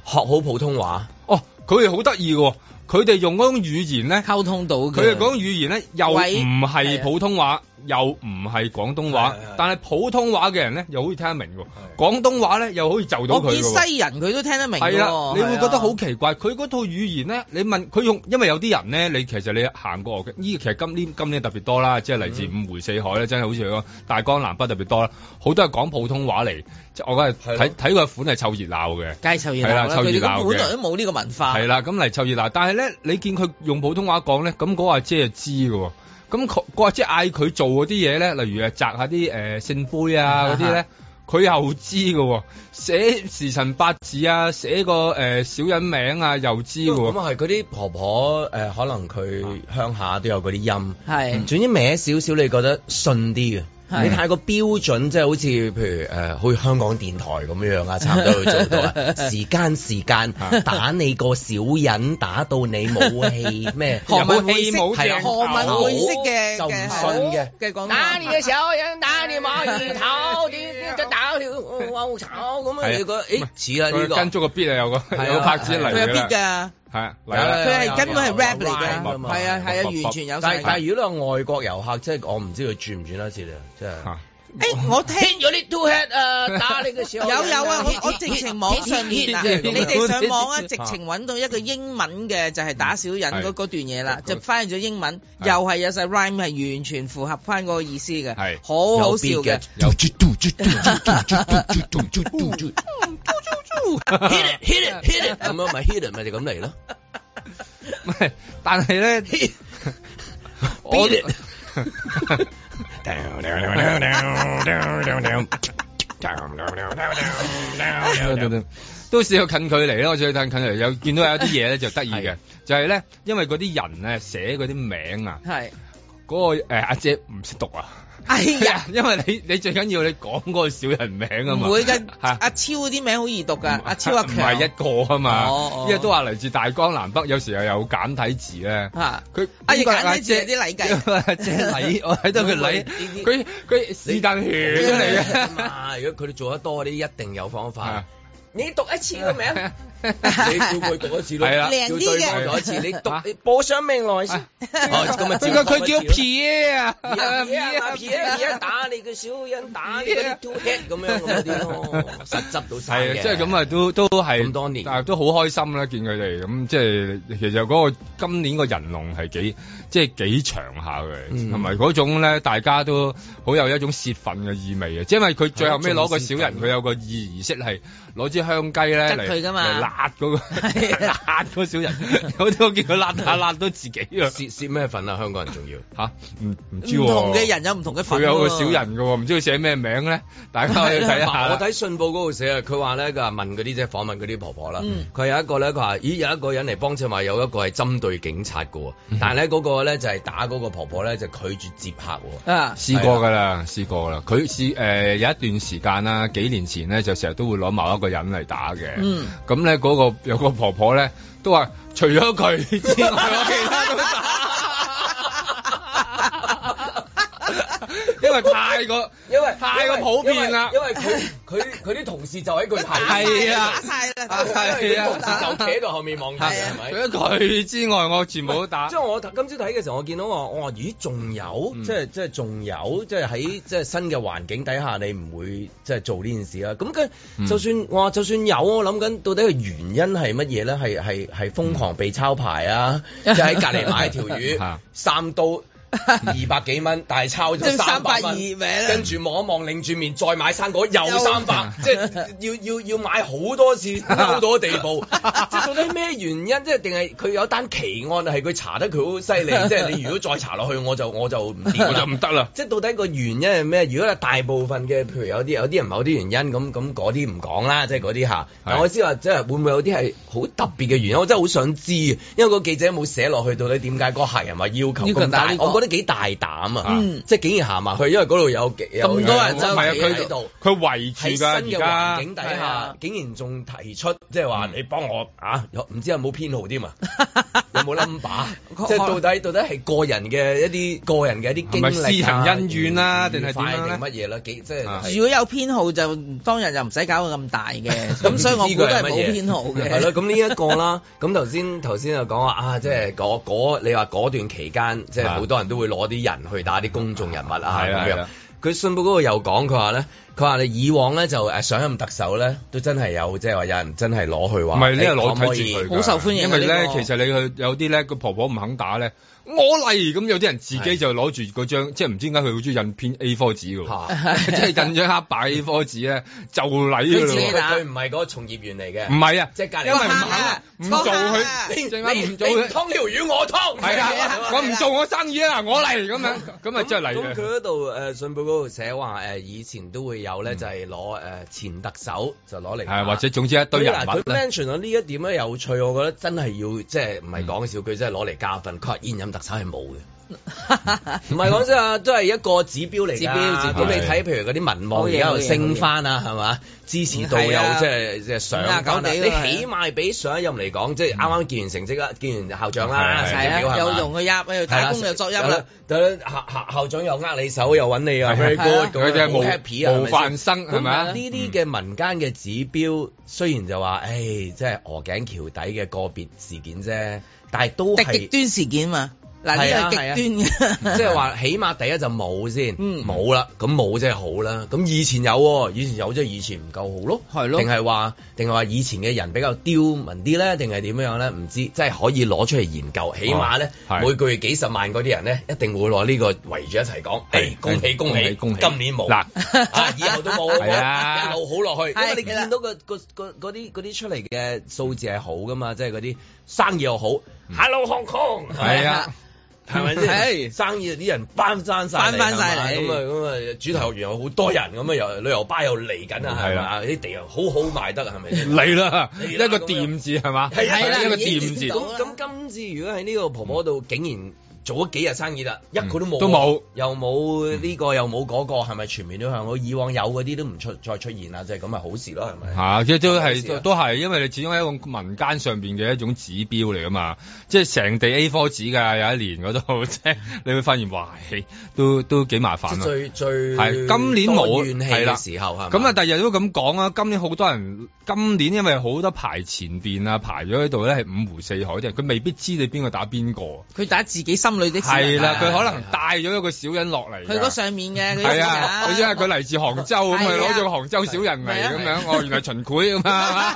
Speaker 2: 學好普通話，
Speaker 6: 哦，佢哋好得意嘅喎，佢哋用嗰種語言咧。
Speaker 3: 溝通到嘅。
Speaker 6: 佢哋講語言咧，又
Speaker 3: 嗯喂啊
Speaker 6: 唔
Speaker 3: 係啊
Speaker 6: 係普通話，又唔係廣東話
Speaker 3: 啊
Speaker 2: 係係係，
Speaker 6: 但係普通話嘅人咧，又好似聽得明喎；廣東話咧，又好似就到
Speaker 3: 我
Speaker 6: 佢
Speaker 3: 見
Speaker 6: 喎。
Speaker 3: 西人佢都聽得明㗎
Speaker 6: 係啦
Speaker 3: 喎，，
Speaker 6: 你會覺得
Speaker 3: 係啊
Speaker 6: 好奇怪，佢嗰套語言咧，你問佢用，因為有啲人咧，你其實你行過嘅，依其實今年今年特別多啦，即係嚟自
Speaker 3: 嗯
Speaker 6: 五湖四海咧，真係好似講大江南北特別多啦，好多係講普通話嚟，即係我嗰日睇睇個款係湊熱鬧嘅。
Speaker 3: 街湊熱
Speaker 6: 係
Speaker 3: 鬧
Speaker 6: 啦
Speaker 3: 啦，
Speaker 6: 湊
Speaker 3: 佢哋
Speaker 6: 熱鬧
Speaker 3: 咁
Speaker 6: 嘅
Speaker 3: 本來都冇呢個文化，
Speaker 6: 係啦，咁嚟湊熱鬧。但係咧，你見佢用普通話講咧，咁嗰個阿姐就知嘅喎。咁佢嗰個阿姐嗌佢做嗰啲嘢咧，例如誒摘下啲誒聖杯啊嗰啲咧，佢又知嘅喎。寫時辰八字啊，寫個誒、呃小人名啊，又知嘅
Speaker 2: 咁
Speaker 6: 喎。
Speaker 2: 啊係嗰啲婆婆誒，可能佢鄉下都有嗰啲音。
Speaker 6: 嗯
Speaker 3: 係
Speaker 2: 總之歪少少，你覺得順啲嘅。
Speaker 3: 係
Speaker 2: 你太過標準，即係好似譬如誒、呃好似香港電台咁樣 樣啊，差唔多去做到啊。時間時間，打你個小人，打到你冇氣 咩？
Speaker 3: 何文會識
Speaker 6: 有冇氣冇
Speaker 2: 係啦
Speaker 6: 正
Speaker 3: 何文會識嘅
Speaker 2: 就唔
Speaker 3: 嘅
Speaker 2: 信嘅。
Speaker 3: 嘅講
Speaker 2: 打
Speaker 3: 法
Speaker 2: 你嘅小人，打你馬兒頭，就打了我巢咁啊！
Speaker 6: 係
Speaker 2: 你覺得誒似啦呢
Speaker 6: 佢
Speaker 2: 個
Speaker 6: 跟足個 beat 啊，有個
Speaker 2: 係啊
Speaker 6: 有拍子嚟
Speaker 3: 佢有
Speaker 6: 㗎
Speaker 3: beat
Speaker 6: 啦，
Speaker 3: 㗎，
Speaker 6: 係啊嚟
Speaker 2: 有啦
Speaker 6: 啦。
Speaker 3: 佢係根本係
Speaker 2: 有
Speaker 3: rap 嚟
Speaker 2: 有
Speaker 3: 㗎，
Speaker 2: rhyme
Speaker 3: 係啊係啊，
Speaker 6: 咁啊
Speaker 3: 完全有
Speaker 2: 但
Speaker 3: 晒
Speaker 2: 係但係如果你話外國遊客，即係我唔知佢轉唔轉得切啊！真係。
Speaker 6: 嚇
Speaker 3: 誒，我聽
Speaker 2: Hit 咗啲 two head 誒打你嘅時
Speaker 3: 有
Speaker 2: 候，
Speaker 3: 有啊，
Speaker 2: hit-
Speaker 3: 我我直情網上面啊，
Speaker 2: hit- hit- hit-
Speaker 3: 你哋上網啊，
Speaker 6: hit-
Speaker 3: 直情揾到一個英文嘅就係打小人嗰
Speaker 6: 係
Speaker 3: 嗰段嘢啦，
Speaker 6: 嗰
Speaker 3: 就翻譯咗英文，又係有晒 rhyme 係完全符合翻嗰個意思嘅，
Speaker 6: 係
Speaker 3: 好好笑
Speaker 2: 有 beat
Speaker 3: 嘅
Speaker 2: 嘅。
Speaker 6: 有
Speaker 2: hit it hit it hit it 咁樣咪 hit it 咪就咁嚟咯。
Speaker 6: 唔係 但係咧， 我
Speaker 2: Beat it
Speaker 6: 都試過近距離啦，我最近近距離有見到有啲嘢咧就得意嘅，就係咧，因為嗰啲人咧寫嗰啲名啊，
Speaker 3: 係，
Speaker 6: 嗰、個、呃、阿姐唔識讀啊，
Speaker 3: 哎呀，
Speaker 6: 因為你你最緊要你講嗰個小人名啊嘛，
Speaker 3: 唔會 嘅，
Speaker 6: 嚇
Speaker 3: 阿超嗰啲名好易讀
Speaker 2: à?
Speaker 3: 㗎，
Speaker 6: 唔
Speaker 3: 阿 超阿
Speaker 6: 唔
Speaker 3: 強
Speaker 6: 係一個啊
Speaker 3: 哦哦
Speaker 6: 嘛，因為都話嚟自大江南北，有時又有簡體字咧。
Speaker 3: 嚇
Speaker 6: 佢
Speaker 3: 啊
Speaker 6: 呢個
Speaker 3: 簡體字有啲禮計
Speaker 6: 呢個阿姐禮，我睇到佢
Speaker 2: 呢
Speaker 6: 禮
Speaker 2: 啲，
Speaker 6: 佢佢是但血出嚟嘅
Speaker 2: 嘛，啊如果佢哋做得多嗰啲，一定有方法
Speaker 6: 啊。
Speaker 2: 你讀一次個名，你叫佢讀一次咯，
Speaker 6: 係啦
Speaker 2: 叫
Speaker 3: 靚啲
Speaker 2: 對
Speaker 3: 嘅
Speaker 2: 方讀一次，你讀
Speaker 6: 啊
Speaker 2: 你報上名來先。哦，咁啊，
Speaker 6: 佢叫佢叫 P 啊，
Speaker 2: P 啊打你個小人，打你嗰啲 two head 咁樣咁嗰啲咯，實執到晒
Speaker 6: 係啊，
Speaker 2: 嘅。
Speaker 6: 即係咁啊，都都係
Speaker 2: 咁多年
Speaker 6: 但係都好開心啦，見佢哋咁，即係其實嗰個今年個人龍係幾即係幾長下
Speaker 2: 嗯
Speaker 6: 嘅，同埋嗰種咧，大家都好有一種泄憤嘅意味嘅，啊即係因為佢最後尾攞個小
Speaker 2: 係啊仲泄
Speaker 6: 人，
Speaker 2: 憤
Speaker 6: 佢有個儀式係攞支香雞咧
Speaker 3: 拮嗯佢
Speaker 6: 嚟
Speaker 3: 㗎嘛啊
Speaker 6: 嚟辣嗰個 辣嗰個小人，有啲我見佢辣下辣到自 己啊
Speaker 2: 泄泄咩份啊？香港人仲要。
Speaker 6: 嚇，唔唔知
Speaker 3: 唔同嘅啊
Speaker 6: 喎，
Speaker 3: 人有唔同嘅份
Speaker 6: 佢
Speaker 3: 喎，
Speaker 6: 有個小人嘅喎，唔知佢寫咩名咧，大家可以 睇下
Speaker 2: 嗱，我
Speaker 6: 啦。
Speaker 2: 睇信報嗰度寫啊，佢話咧，佢話問嗰啲即係訪問嗰啲婆婆啦
Speaker 3: 嗯，
Speaker 2: 佢有一個咧，佢話咦有一個人嚟幫襯話有一個係針對警察嘅喎，
Speaker 6: 嗯
Speaker 2: 但係咧嗰個咧就係打嗰個婆婆咧就拒絕接客喎。
Speaker 3: 啊，
Speaker 6: 試過㗎啦，試過㗎啦。佢試誒、呃有一段時間啦，幾年前咧就成日都會攞某一個人嚟打嘅。
Speaker 3: 嗯
Speaker 6: 咁咧嗰個有個婆婆咧都話，除咗佢之外，我其他都打。因為太過，
Speaker 2: 因為
Speaker 6: 太過普遍啦
Speaker 2: 因為因為佢佢佢啲同事就喺佢排隊，
Speaker 6: 係啊
Speaker 3: 打晒啦，
Speaker 6: 啊
Speaker 2: 因為佢同事
Speaker 6: 係啊
Speaker 2: 就企喺度後面望住，
Speaker 3: 係啊
Speaker 2: 係咪
Speaker 6: 除？咗佢之外，我全部都打
Speaker 2: 即。係我今朝睇嘅時候，我見到我我話咦，仲有，
Speaker 6: 啊嗯
Speaker 2: 即係即係仲有，即係喺即係新嘅環境底下，你唔會即係做呢件事啦。啊咁跟
Speaker 6: 嗯
Speaker 2: 就算我話就算有，我諗緊到底個原因係乜嘢咧？
Speaker 6: 嗯
Speaker 2: 係係係瘋狂被抄牌啊！即係喺隔離買一條魚
Speaker 6: 嚇，
Speaker 2: 三刀二百幾蚊，但係抄咗
Speaker 3: 即係
Speaker 2: 三 百
Speaker 3: 320
Speaker 2: 蚊
Speaker 3: 咪，啦
Speaker 2: 跟住望一望，擰住面再買生果又
Speaker 3: 又
Speaker 2: 三百，即係要要要買好多次勾到嘅地步。即係到底咩原因？即係定係佢有單奇案係佢查得佢好犀利？即係你如果再查落去，我就我就唔掂啦
Speaker 6: 我就唔得啦。
Speaker 2: 即係到底個原因係咩？如果係大部分嘅，譬如有啲有啲人某啲原因咁咁嗰啲唔講啦，即係嗰啲嚇。但我知話即係會唔會有啲係好特別嘅原因？我真係好想知，啊因為個記者冇寫落去到底點解個客人話要求
Speaker 3: 要求
Speaker 2: 咁
Speaker 3: 打
Speaker 2: 大
Speaker 3: 呢，個
Speaker 2: 我覺得幾大膽啊！
Speaker 3: 嗯
Speaker 2: 即係竟然行埋去，因為嗰度有幾有
Speaker 3: 咁多
Speaker 6: 啊
Speaker 3: 人
Speaker 2: 有
Speaker 3: 周圍
Speaker 2: 有
Speaker 3: 喺
Speaker 2: 企喺度。
Speaker 6: 佢
Speaker 2: 喺
Speaker 6: 圍住
Speaker 2: 新嘅
Speaker 6: 㗎，
Speaker 2: 環
Speaker 6: 而
Speaker 2: 境
Speaker 6: 家嗯
Speaker 2: 底
Speaker 3: 係
Speaker 2: 下
Speaker 3: 啊，
Speaker 2: 竟然仲提出即係話你幫我啊，有唔知有冇編號添啊？ 有冇 number？即係到底到底係個人嘅一啲個人嘅一啲經歷啊
Speaker 6: 係咪私人恩怨啦定係點樣
Speaker 2: 愉
Speaker 6: 咧
Speaker 2: 快定乜嘢啦？幾即
Speaker 6: 啊
Speaker 2: 係
Speaker 3: 如果有編號就當然就唔使搞到咁大 嘅，咁所以我估都係冇編號 嘅。
Speaker 2: 係咯，咁呢一個啦，咁頭先頭先就講話啊，即係嗰嗰你話嗰段期間，即係好多人都會攞啲人去打啲公眾人物啊
Speaker 6: 啊係啦
Speaker 2: 咁
Speaker 6: 係
Speaker 2: 樣
Speaker 6: 啦。
Speaker 2: 佢信報嗰個又講，佢話咧，佢話你以往咧就誒上任特首咧，都真係有即係話有人真係攞去話，
Speaker 6: 唔係呢
Speaker 2: 誒
Speaker 6: 係攞
Speaker 2: 可唔可
Speaker 6: 睇
Speaker 2: 以
Speaker 6: 住佢㗎，
Speaker 3: 好受歡迎啊
Speaker 6: 因為咧
Speaker 3: 呢，個
Speaker 6: 其實你去有啲咧，個婆婆唔肯打咧，我嚟咁有啲人自己
Speaker 2: 係
Speaker 6: 就攞住嗰張，即係唔知點解佢好中意印片 A4 紙㗎喎，
Speaker 2: 嚇
Speaker 6: 即係印張黑白 A4 紙咧就嚟
Speaker 2: 佢
Speaker 6: 㗎
Speaker 2: 自
Speaker 6: 啦
Speaker 2: 己
Speaker 6: 喎。
Speaker 2: 佢唔係嗰個從業員嚟
Speaker 6: 唔
Speaker 2: 嘅，
Speaker 6: 係啊，
Speaker 2: 即係隔離
Speaker 6: 因為
Speaker 3: 個
Speaker 6: 唔
Speaker 3: 客啊
Speaker 6: 肯唔
Speaker 3: 個
Speaker 6: 做
Speaker 3: 客
Speaker 6: 佢
Speaker 3: 啊，
Speaker 2: 你你
Speaker 6: 正
Speaker 2: 你
Speaker 6: 啱唔
Speaker 2: 唔
Speaker 6: 做
Speaker 2: 湯
Speaker 6: 佢。
Speaker 2: 條魚我湯，
Speaker 6: 係
Speaker 3: 係啊
Speaker 6: 啊，我唔做我生意啊，我嚟咁樣，咁咪真係嚟
Speaker 2: 咁啊
Speaker 6: 嘅。
Speaker 2: 佢嗰度誒信報嗰度寫話誒以前都會有咧，就係攞誒前特首就攞嚟打
Speaker 6: 係啊或者總之一堆人
Speaker 2: 佢
Speaker 6: 物咧，
Speaker 2: mention 咗呢一點咧有趣，我覺得真係要即係唔係講笑，佢真係攞嚟教訓。佢話現任特首係冇嘅，唔係講真啊，都係一個指標嚟㗎。
Speaker 3: 指標指
Speaker 6: 標
Speaker 2: 咁你睇譬如嗰啲民望
Speaker 3: 好
Speaker 2: 而
Speaker 3: 嘢
Speaker 2: 家又升翻啊，係嘛？支持度又
Speaker 3: 係啊
Speaker 2: 即係即係上
Speaker 3: 五啊九
Speaker 2: 翻啦。
Speaker 3: 地
Speaker 2: 你
Speaker 3: 啦
Speaker 2: 起碼比上一任嚟講，即係啱啱見完成績啦，見完校長啦，
Speaker 6: 係
Speaker 2: 成
Speaker 3: 係
Speaker 2: 績表
Speaker 3: 啊，
Speaker 2: 係嘛
Speaker 3: 有用嘅入，又
Speaker 2: 係啦
Speaker 3: 打工又作
Speaker 2: 有
Speaker 3: 揖啦
Speaker 2: 啦。，有啦校校校長又握你手，又揾你啊
Speaker 6: 係啊
Speaker 2: ，very
Speaker 3: 係啊
Speaker 2: good，
Speaker 6: 佢
Speaker 2: 咁樣
Speaker 6: 哋
Speaker 2: 好
Speaker 6: 係模
Speaker 2: happy 啊，係
Speaker 6: 模
Speaker 2: 咪先
Speaker 6: 範生係咪啊？
Speaker 2: 呢啲嘅民間嘅指標，雖然就話，誒，即係鵝頸橋底嘅個別事件啫，但係都
Speaker 3: 極極
Speaker 2: 係
Speaker 3: 端事件嘛，嗱
Speaker 2: 係啊
Speaker 3: 呢個係極端嘅，
Speaker 2: 即係 話，起碼第一就冇先，
Speaker 3: 嗯
Speaker 2: 冇啦，咁冇即係好啦。咁以前有喎，以前有即係以前唔夠好
Speaker 6: 嗯
Speaker 2: 咯，
Speaker 3: 係咯
Speaker 2: 定係話，定係話以前嘅人比較刁民啲咧，定係點樣咧？唔知，即係可以攞出嚟研究，起碼咧
Speaker 6: 哦係
Speaker 2: 每個月幾十萬嗰啲人咧，一定會攞呢個圍住一齊講，誒，恭喜恭喜，
Speaker 6: 恭喜
Speaker 2: 今年冇
Speaker 6: 嗱，
Speaker 2: 啊！以後都冇，
Speaker 6: 係啊
Speaker 2: 一路好落去。因
Speaker 3: 係
Speaker 2: 為你見到個個個嗰啲嗰啲出嚟嘅數字係好噶嘛，即係嗰啲生意又好，Hello Hong Kong，
Speaker 6: 嗯係啊，
Speaker 2: 係 咪先？
Speaker 3: 係
Speaker 2: 生意啲人搬翻晒嚟，
Speaker 3: 搬返晒嚟
Speaker 2: 係嘛咁啊咁啊，主題樂園又好多人，咁啊又旅遊巴又嚟緊啊，係
Speaker 6: 係
Speaker 2: 咪
Speaker 6: 啦嗯
Speaker 2: 啊？啲地又好好賣得，啊係咪先？
Speaker 6: 嚟啦，
Speaker 2: 嚟
Speaker 6: 一
Speaker 2: 啦
Speaker 6: 個
Speaker 2: 咁樣
Speaker 6: 掂字係嘛？
Speaker 2: 係啊係啦
Speaker 6: 一個
Speaker 3: 已經
Speaker 6: 掂字
Speaker 3: 見。到
Speaker 2: 咁咁今次如果喺呢個婆婆度，竟然做咗幾日生意啦，一個都冇，
Speaker 6: 嗯都冇，
Speaker 2: 又冇呢個又冇嗰個，係咪全面都向好？以往有嗰啲都唔出再出現啦，啊即係咁咪好事咯，係咪？
Speaker 6: 嚇，即係都
Speaker 2: 有時啊
Speaker 6: 係都係，因為你始終係一個民間上邊嘅一種指標嚟噶嘛，即係成地 A 科紙㗎，有一年嗰度即係你會發現，哇，嘿都都幾麻
Speaker 2: 即
Speaker 6: 煩
Speaker 2: 係
Speaker 6: 啊！
Speaker 2: 最最
Speaker 6: 係今年冇
Speaker 2: 多怨氣
Speaker 6: 係啦
Speaker 2: 嘅時候係
Speaker 6: 咁啊，
Speaker 2: 咪
Speaker 6: 第日都咁講啊，今年好多人，今年因為好多排前邊啊，排咗喺度咧係五湖四海啫，佢未必知你邊個打邊個，
Speaker 3: 佢打自己心裏的小人
Speaker 6: 係啦，
Speaker 2: 啊
Speaker 6: 佢可能帶咗一個小人落嚟㗎，
Speaker 3: 佢嗰上面嘅佢
Speaker 6: 係啊，佢因為佢嚟自杭州咁，佢
Speaker 3: 係啊
Speaker 6: 攞咗個杭州小人嚟
Speaker 3: 係啊
Speaker 6: 咁樣，哦，原來秦檜 咁啊，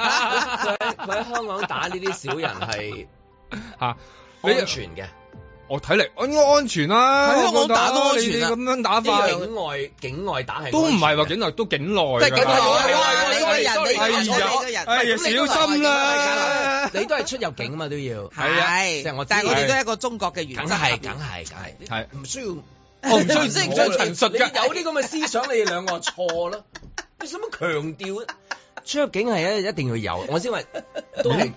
Speaker 2: 佢喺佢喺香港打呢啲小人係
Speaker 6: 嚇 你
Speaker 2: 安全嘅，
Speaker 6: 我睇嚟安安全
Speaker 3: 係
Speaker 6: 啦，
Speaker 3: 啊
Speaker 6: 我覺得
Speaker 3: 我打都安全啊
Speaker 6: 你你咁樣打法
Speaker 2: 啲境外境外打係
Speaker 6: 都唔係話
Speaker 2: 話
Speaker 6: 境內都境內㗎，
Speaker 3: 即係境內
Speaker 2: 係啊
Speaker 3: 哇！你個人你個人
Speaker 6: 哎呀
Speaker 3: 你啊個人，
Speaker 6: 哎呀
Speaker 3: 咁你都係
Speaker 6: 小心啦
Speaker 2: 你都係出入境嘛都要，
Speaker 6: 係啊
Speaker 3: 係，
Speaker 2: 即係我知
Speaker 3: 但係我哋都係一個中國嘅原
Speaker 2: 梗
Speaker 3: 則，
Speaker 2: 係梗係梗係，
Speaker 6: 係
Speaker 2: 唔需要。
Speaker 6: 我唔需 要
Speaker 3: 唔需要
Speaker 6: 唔需要陳述
Speaker 2: 你
Speaker 6: 㗎，
Speaker 2: 有呢咁嘅思想，你哋兩個錯啦。你使乜強調啊？出入境係一一定要有，我先話都係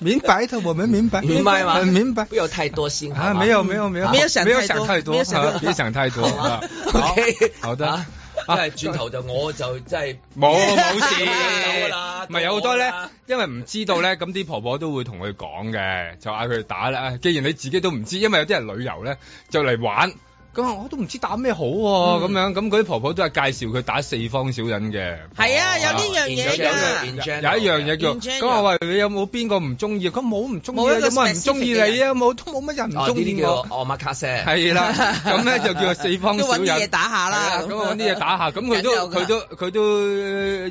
Speaker 6: 明白的，我們明白
Speaker 2: 明白嘛，
Speaker 6: 明白
Speaker 2: 不要太多先
Speaker 6: 啊，沒有沒有沒有，
Speaker 3: 沒有想
Speaker 6: 沒有
Speaker 3: 太
Speaker 6: 想
Speaker 3: 多
Speaker 6: 太多，
Speaker 3: 沒有想太
Speaker 6: 啊
Speaker 3: 多
Speaker 6: 別想太多 啊
Speaker 2: OK，
Speaker 6: 好好的
Speaker 2: 啊因為轉頭就我就 真係
Speaker 6: 冇冇
Speaker 2: 走
Speaker 6: 事
Speaker 2: 啦，
Speaker 6: 唔係有好多咧
Speaker 2: 到我啦，
Speaker 6: 因為唔知道咧，咁啲婆婆都會同佢講嘅，就嗌佢打啦。啊既然你自己都唔知，因為有啲人旅遊咧就嚟玩，咁啊我都唔知打咩好
Speaker 2: 嗯
Speaker 6: 喎，咁樣咁嗰啲婆婆都係介紹佢打四方小人嘅。
Speaker 3: 係
Speaker 6: 哦
Speaker 3: 啊，有呢樣嘢㗎。
Speaker 6: 有
Speaker 2: In
Speaker 6: 有
Speaker 2: general
Speaker 6: 一樣嘢叫
Speaker 3: In general
Speaker 6: 咁我話你有冇邊個唔中意？咁冇唔中意
Speaker 3: 冇
Speaker 6: 啊，
Speaker 3: 一
Speaker 6: 有
Speaker 3: 個
Speaker 6: 冇人唔中意你啊？冇都冇乜人唔
Speaker 2: 哦，呢
Speaker 6: 中
Speaker 2: 啲
Speaker 6: 意
Speaker 2: 叫
Speaker 6: 我。
Speaker 2: 我馬卡西。
Speaker 6: 係 啦，咁咧就叫四方
Speaker 3: 都
Speaker 6: 小
Speaker 3: 揾
Speaker 6: 人。
Speaker 3: 啲嘢打下
Speaker 6: 係啊
Speaker 3: 啦。啊
Speaker 6: 咁我揾啲嘢打下，咁 佢都佢都呃佢都一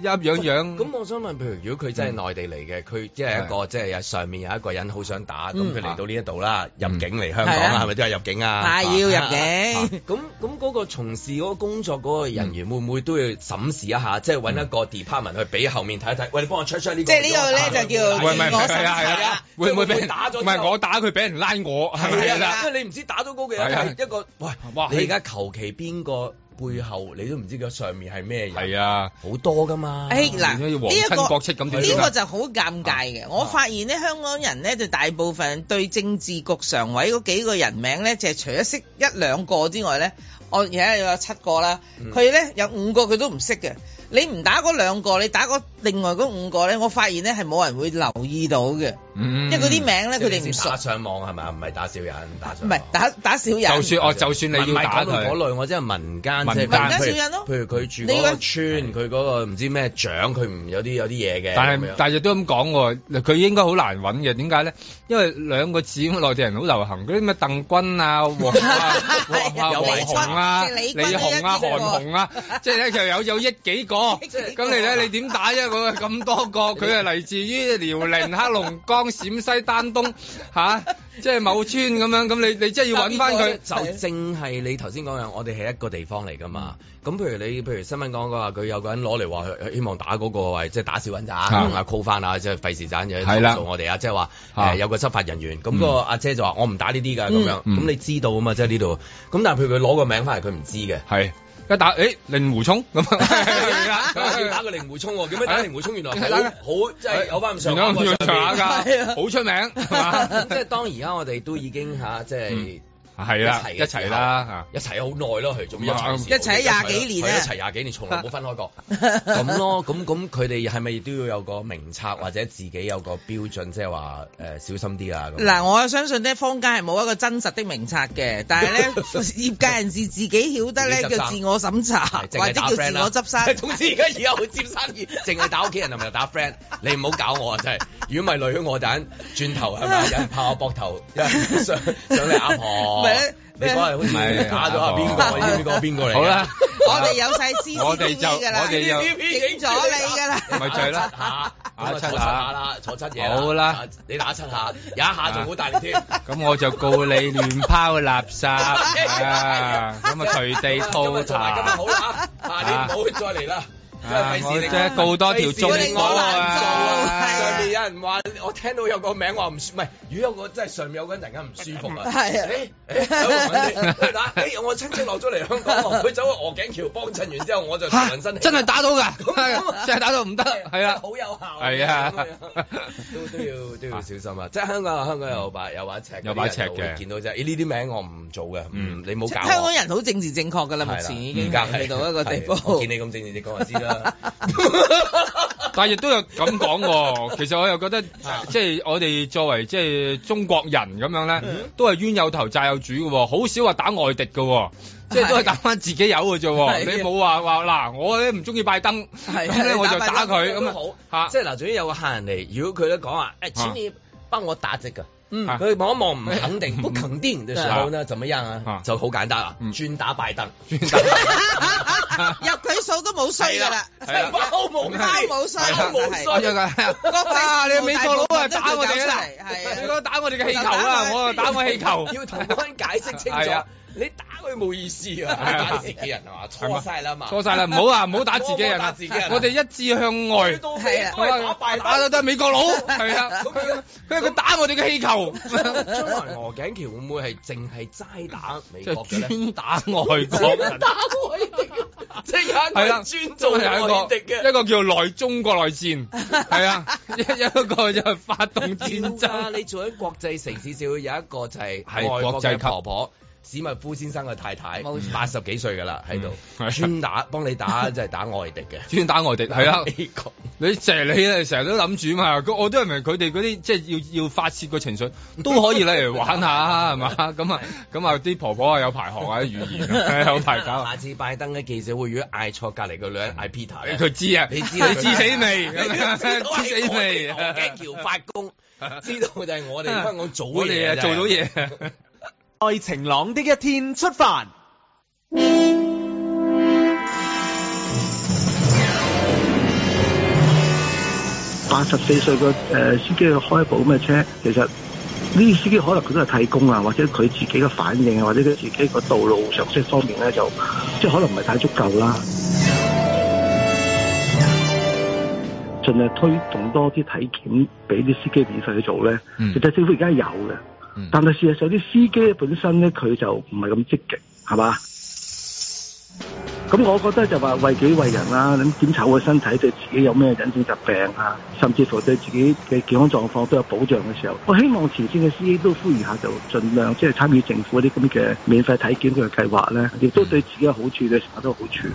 Speaker 6: 樣樣。
Speaker 3: 嗯
Speaker 2: 咁我想問，譬如如果佢真係內地嚟嘅，佢即係一個即係上面有一個人好想打，咁
Speaker 3: 嗯
Speaker 2: 佢嚟到呢一度啦，入境嚟香港
Speaker 3: 係啊
Speaker 2: 啦，係咪都係入境啊？
Speaker 3: 係要入境嗯
Speaker 2: 啊咁咁嗰個從事嗰個工作嗰個人員會唔會都要審視一下，即係揾一個 department 去俾後面睇一睇？喂，你幫我 check check 呢個。
Speaker 3: 即係呢個咧就叫
Speaker 2: 喂
Speaker 6: 喂，唔係，
Speaker 3: 我
Speaker 6: 係啊，
Speaker 3: 審查
Speaker 6: 係啊，
Speaker 2: 啦
Speaker 6: 會唔會俾
Speaker 2: 會
Speaker 6: 人
Speaker 2: 打咗
Speaker 6: 唔
Speaker 2: 之
Speaker 6: 係
Speaker 2: 後
Speaker 6: 我打佢，俾人拉我，係
Speaker 2: 係
Speaker 6: 啦
Speaker 2: 啦，。因為你唔知打到嗰個
Speaker 6: 係啊
Speaker 2: 人係一個喂，
Speaker 6: 哇
Speaker 2: 你而家求其邊個背後你都唔知佢上面係咩人，
Speaker 6: 係啊，
Speaker 2: 好多噶嘛。
Speaker 3: 誒嗱，
Speaker 6: 變咗
Speaker 3: 呢
Speaker 6: 要皇
Speaker 3: 一
Speaker 6: 親
Speaker 3: 個
Speaker 6: 國戚咁點
Speaker 3: 呢
Speaker 6: 算啊啊
Speaker 3: 個就好尷尬嘅。我發現咧，香港人咧就大部分對政治局常委嗰幾個人名咧，就係除咗識一兩個之外咧，我而家有七個啦，
Speaker 6: 嗯
Speaker 3: 佢咧有五個佢都唔識嘅。你唔打嗰兩個，你打嗰另外嗰五個咧，我發現咧係冇人會留意到嘅，因
Speaker 6: 嗯
Speaker 3: 為嗰啲名咧佢哋唔
Speaker 2: 即係
Speaker 3: 熟
Speaker 2: 打，上網係咪啊？唔係打小人，打上
Speaker 3: 唔係
Speaker 2: 網
Speaker 3: 打打少人。
Speaker 6: 就算哦，就算你
Speaker 2: 唔
Speaker 6: 要
Speaker 2: 係
Speaker 6: 打
Speaker 2: 講到嗰
Speaker 6: 佢，
Speaker 2: 類，我真係民間
Speaker 6: 民
Speaker 2: 即係譬如
Speaker 6: 間
Speaker 3: 民間小人咯
Speaker 2: 譬如佢住嗰個村，佢嗰個唔知咩獎，佢唔有啲有啲嘢嘅。
Speaker 6: 但
Speaker 2: 咁
Speaker 6: 係
Speaker 2: 樣
Speaker 6: 但係亦都咁講喎，嗱佢應該好難揾嘅，點解咧？因為兩個字咁內地人好流行，嗰啲咩鄧君啊、黃啊、黃啊、
Speaker 2: 有
Speaker 6: 黃
Speaker 2: 李
Speaker 6: 紅啊、
Speaker 3: 君
Speaker 6: 李
Speaker 3: 李君都
Speaker 6: 紅啊、
Speaker 3: 一個
Speaker 6: 韓紅啊，即係咧就有有億幾個，咁你咧你點打啫？佢咁多個，佢係嚟自於遼寧、黑龍江、陝西丹東吓，即係某村咁樣，咁你你即係要揾翻佢。
Speaker 2: 就正係你頭先講嘅，我哋係一個地方嚟㗎嘛。
Speaker 6: 嗯
Speaker 2: 咁譬如你，譬如新聞講過話，佢有個人攞嚟話，佢希望打嗰個位，即係打小人咋，
Speaker 6: 啊
Speaker 2: 咁啊 call 翻啊，即係費事盞嘢
Speaker 6: 係啦
Speaker 2: 投訴我哋啊，即係話
Speaker 6: 啊
Speaker 2: 誒有個執法人員，咁
Speaker 6: 嗯
Speaker 2: 個阿姐就話我唔打呢啲㗎，咁樣，
Speaker 6: 嗯
Speaker 2: 咁你知道啊嘛，即係呢度。咁但係譬如佢攞個名翻嚟，佢唔知嘅。
Speaker 6: 係一打誒令狐沖咁 啊，
Speaker 2: 要 打個令狐沖喎，點解打令狐沖？原來好好即係有翻咁上
Speaker 6: 原來
Speaker 2: 下
Speaker 6: 咁上下
Speaker 3: 係
Speaker 6: 㗎，
Speaker 3: 啊
Speaker 6: 好出名係嘛
Speaker 2: 即係當而家我哋都已經吓，即係
Speaker 6: 係啦，啊一齊啦
Speaker 2: 一齊好耐咯，佢仲一齊
Speaker 3: 一齊廿幾年啊
Speaker 2: 一齊廿幾年，從來冇分開過咁咯。咁咁佢哋係咪都要有個名冊或者自己有個標準，即係話誒小心啲啊？咁
Speaker 3: 嗱，我相信咧，坊間係冇一個真實的名冊嘅，但係 咧，業界人士自己曉得咧
Speaker 2: 自己執
Speaker 3: 叫
Speaker 2: 生
Speaker 3: 自我審查，
Speaker 2: 係淨
Speaker 3: 或
Speaker 2: 係打
Speaker 3: 者叫自
Speaker 2: friend 啦
Speaker 3: 我執 生。
Speaker 2: 總之而家而家好接生 意，淨係打屋企人係咪打 friend？你唔好搞我啊！真係，如果唔係累咗我，等陣轉頭 係咪有人拍我膊頭，有人上上嚟阿
Speaker 3: 唔
Speaker 2: 婆
Speaker 3: 係咧，
Speaker 2: 你嗰日好似打咗阿邊 個？邊個邊個
Speaker 6: 嚇，
Speaker 2: 嚟？啊
Speaker 6: 好啦，
Speaker 3: 我哋有晒 C C
Speaker 6: 我哋
Speaker 3: T
Speaker 6: 就
Speaker 3: V 噶啦，
Speaker 6: 我哋有
Speaker 3: 影咗你 噶啦。
Speaker 6: 咪就係啦，
Speaker 2: 打
Speaker 6: 打
Speaker 2: 七
Speaker 6: 七
Speaker 2: 下
Speaker 6: 下，
Speaker 2: 啦，啊坐七嘢
Speaker 6: 好啦，
Speaker 2: 你打七下，有一下仲好大力添。
Speaker 6: 咁我就告你亂拋垃 圾啊，咁啊隨地吐
Speaker 2: 今日做埋今日
Speaker 6: 痰
Speaker 2: 好。啦，啊你唔好再嚟啦。真
Speaker 6: 啊
Speaker 2: 係費
Speaker 6: 我
Speaker 2: 事你
Speaker 6: 即係告多條中
Speaker 2: 費事你
Speaker 6: 我
Speaker 2: 我
Speaker 6: 啊
Speaker 2: 難做啊！
Speaker 3: 係啊
Speaker 2: 上面有人話，我聽到有個名話唔舒，唔係，如果有個真係上面有個人突然間唔舒服啊，
Speaker 3: 係啊
Speaker 2: 誒誒走去揾你喂打誒我親戚落咗嚟香港喎，佢走去鵝頸橋幫襯完之後，我就
Speaker 6: 嚇
Speaker 2: 全身
Speaker 6: 真係打到㗎
Speaker 2: 咁啊，
Speaker 6: 真係打到唔得，係啊，
Speaker 2: 好有效啊，
Speaker 6: 係啊
Speaker 2: 咁樣都都要都要小心啊！即係香港香港有把有把尺，
Speaker 6: 有把尺嘅
Speaker 2: 啲人就會見到啫。咦呢啲名我唔做嘅，
Speaker 6: 嗯
Speaker 2: 唔你冇搞我。
Speaker 3: 香港人好政治正確噶啦，目前已經
Speaker 2: 係啦嗯而家係
Speaker 3: 去到一個地步
Speaker 2: 係。我見你咁正正，你講就知 啦。
Speaker 6: 但係亦都有咁 講喎，其實我又覺得
Speaker 2: 啊
Speaker 6: 即係我哋作為即係中國人咁樣咧，
Speaker 2: 嗯
Speaker 6: 都係冤有頭債有主嘅喎，好少話打外敵嘅喎，即係都係打翻自己友嘅啫
Speaker 3: 係
Speaker 6: 喎。你冇話話嗱，我咧唔中意拜登，
Speaker 3: 係
Speaker 6: 咁咧我就
Speaker 3: 你打拜
Speaker 6: 打
Speaker 3: 登
Speaker 6: 佢
Speaker 2: 都
Speaker 6: 咁啊
Speaker 2: 好，即
Speaker 6: 嚇。
Speaker 2: 係嗱，總之有個客人嚟，如果佢都講話，誒，請你幫我打隻㗎。
Speaker 3: 嗯
Speaker 6: 啊
Speaker 2: 佢望一望唔肯 定，不肯定嘅時候呢，怎麼樣啊
Speaker 6: 啊？
Speaker 2: 就好簡單啦，
Speaker 6: 嗯
Speaker 2: 專打拜 登，
Speaker 3: 入佢數都冇衰噶啦，
Speaker 6: 係啦
Speaker 2: 包冇
Speaker 3: 包冇衰，
Speaker 2: 包啊冇
Speaker 3: 係
Speaker 6: 我就係
Speaker 3: 國際
Speaker 6: 啊！你美國佬啊打我哋啦，
Speaker 3: 係啊
Speaker 6: 你講打我哋嘅氣球啦，我啊打我氣球。
Speaker 2: 要同嗰個人解釋清
Speaker 6: 係啊
Speaker 2: 楚，你打佢冇意思啊，
Speaker 6: 係啊
Speaker 2: 你打自己人係嘛？錯晒啦嘛，
Speaker 6: 錯晒啦，唔好啊，唔好打自己
Speaker 2: 唔好
Speaker 6: 人
Speaker 2: 打
Speaker 6: 啊
Speaker 2: 自己人啊！
Speaker 6: 我哋一致向外
Speaker 2: 去。到尾都係打啊
Speaker 6: 打
Speaker 2: 拜登
Speaker 6: 打。都係美 國佬，係啊，佢佢佢打我哋嘅氣球，
Speaker 2: 將來鵝頸橋會唔會係淨係齋打美
Speaker 6: 就
Speaker 2: 國嘅咧？
Speaker 6: 專打外國人。
Speaker 2: 打外敵，即係有一個
Speaker 6: 係啦，
Speaker 2: 人專做
Speaker 6: 有
Speaker 2: 外敵
Speaker 6: 一個
Speaker 2: 嘅
Speaker 6: 一。個叫內中國內戰，係啊， 一一個就係發動戰
Speaker 2: 要㗎
Speaker 6: 爭，
Speaker 2: 你做喺國際城市，就要有一個就係
Speaker 6: 係
Speaker 2: 外國
Speaker 6: 國際
Speaker 2: 嘅
Speaker 6: 級
Speaker 2: 婆婆。史密夫先生嘅太太，
Speaker 6: 嗯
Speaker 2: 八十幾歲㗎啦，喺度專打幫你打，即係打外敵嘅，
Speaker 6: 專打外敵嗯係啊
Speaker 2: 美國
Speaker 6: 你成日你啊，成日都諗住嘛，佢我都係明佢哋嗰啲即係要要發泄個情緒，都可以攞嚟玩下係嘛？咁啊咁啊，啲婆婆啊有排學啊啲語言啊 有排搞啊。
Speaker 2: 下次拜登嘅記者會，如果嗌錯隔離個女人嗌 Peter 咧
Speaker 6: 佢知啊
Speaker 2: 你 知啊
Speaker 6: 你知死未
Speaker 2: 你 道係
Speaker 6: 知死未
Speaker 2: 我哋何景橋發 功，知道就係我哋香港做
Speaker 5: 我哋啊
Speaker 2: 嘢，
Speaker 5: 做到嘢在晴朗的一天出發。
Speaker 11: 八十四歲個誒司機去開部咁嘅車，其實呢啲司機可能佢都係替工啊，或者佢自己嘅反應啊，或者佢自己個道路常識方面咧，就即係可能唔係太足夠啦。盡量推動多啲體檢俾啲司機免費去做咧，其實政府而家有嘅，但係事實上啲司機本身咧佢就唔係咁積極，係嘛？咁我覺得就話為己為人啦、咁檢查好個身體對自己有咩隱性疾病啊，甚至乎對自己嘅健康狀況都有保障嘅時候，我希望前線嘅司機都呼籲下，就盡量即係參與政府啲咁嘅免費體檢嘅計劃咧，亦都對自己有好處嘅時候都有好處。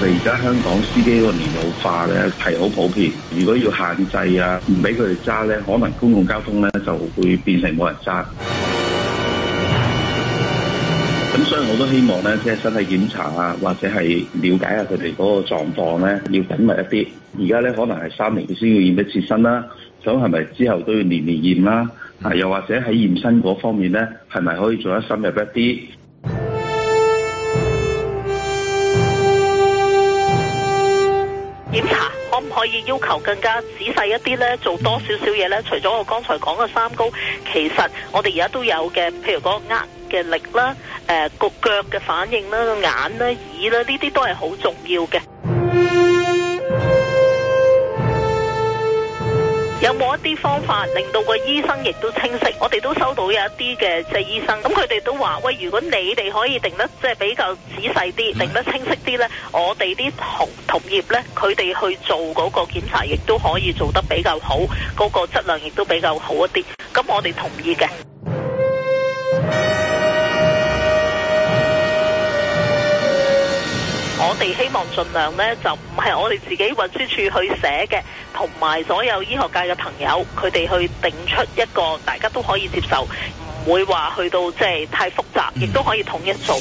Speaker 12: 佢而家香港司機嗰個年老化咧係好普遍，如果要限制啊，唔俾佢哋揸咧，可能公共交通咧就會變成冇人揸。咁所以我都希望咧，即係身體檢查啊，或者係了解下佢哋嗰個狀況咧，要緊密一啲。而家咧可能係三年先要驗一次身啦，咁係咪之後都要年年驗啦？啊，又或者喺驗身嗰方面咧，係咪可以做得深入一啲？
Speaker 13: 檢查可唔可以要求更加仔細一啲咧？做多少少嘢咧？除咗我剛才講嘅三高，其實我哋而家都有嘅，譬如嗰個握嘅力啦、誒個腳嘅反應啦、眼啦、耳啦，呢啲都係好重要嘅。有冇一啲方法令到個醫生亦都清晰？我哋都收到有一啲嘅即係醫生，咁佢哋都話：喂，如果你哋可以定得即係比較仔細啲，定得清晰啲呢，我哋啲同同業呢，佢哋去做嗰個檢查，亦都可以做得比較好，嗰、個質量亦都比較好一啲。咁我哋同意嘅。我哋希望盡量呢，就唔係我哋自己運輸處去寫嘅，同埋所有醫學界嘅朋友，佢哋去定出一個大家都可以接受，唔會話去到即係太複雜，亦都可以統一做。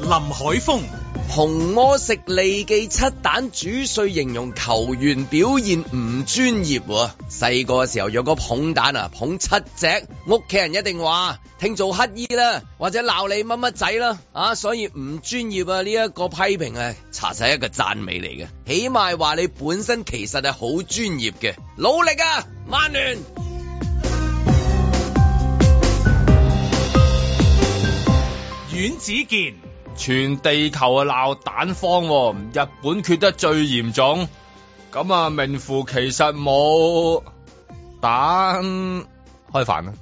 Speaker 2: 林海峰，紅魔食利記七蛋主帥形容球員表現唔專業喎。細個嘅時候若果捧蛋啊，捧七隻，屋企人一定話聽做乞衣啦，或者鬧你乜乜仔啦，啊，所以唔專業啊呢一個批評啊，查實係一個讚美嚟嘅，起碼話你本身其實係好專業嘅，努力啊，曼聯。
Speaker 1: 阮子健，全地球啊鬧蛋荒喎，日本缺得最嚴重，咁啊名副其實冇蛋開飯
Speaker 6: 啊
Speaker 1: 啦。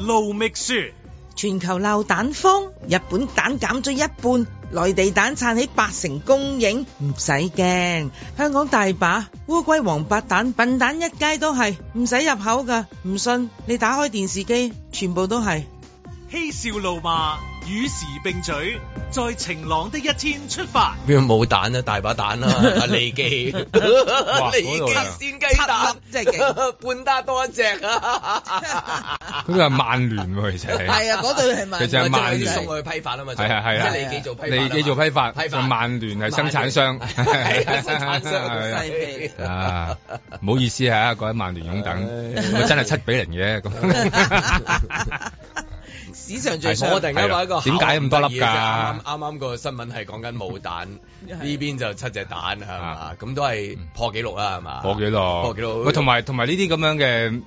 Speaker 4: 路觅書，
Speaker 3: 全球鬧蛋荒，日本蛋減咗一半，內地蛋撐起八成供應，唔使驚。香港大把烏龜、黃白蛋、笨蛋一街都係，唔使入口㗎。唔信你打開電視機，全部都係。
Speaker 4: 嬉笑怒罵，與時並舉，在晴朗的一天出發。
Speaker 2: 邊度冇蛋啊？大把蛋 啦、啊，阿利記，
Speaker 4: 哇
Speaker 2: 利
Speaker 4: 嗰度
Speaker 2: 記
Speaker 6: 啊
Speaker 4: 有
Speaker 2: 鮮雞蛋，真係勁， 半打多一 隻啊！
Speaker 6: 佢係曼聯喎，其實係
Speaker 2: 係啊嗰隊係曼聯
Speaker 6: 其實係曼聯
Speaker 2: 即係送去批發啊嘛
Speaker 6: 係啊係啊，
Speaker 2: 即係利記做批發啊嘛
Speaker 6: 利記做批發，
Speaker 2: 批發
Speaker 6: 就曼聯係生產 商，
Speaker 2: 係啊生產商
Speaker 6: 係啊
Speaker 2: 犀利
Speaker 6: 啊！唔好意思啊，各位曼聯擁等，我真係七比零嘅咁。
Speaker 2: 史上最
Speaker 6: 係啊
Speaker 2: 我突然間話一個
Speaker 6: 點解咁多粒
Speaker 2: 考唔得
Speaker 6: 㗎
Speaker 2: 意嘅啱啱啱啱個新聞係講緊冇蛋，呢邊就七隻蛋係嘛？咁都係破紀錄啦係嘛？
Speaker 6: 啊破紀錄，
Speaker 2: 破紀錄
Speaker 6: 喂，同埋同埋呢啲咁樣嘅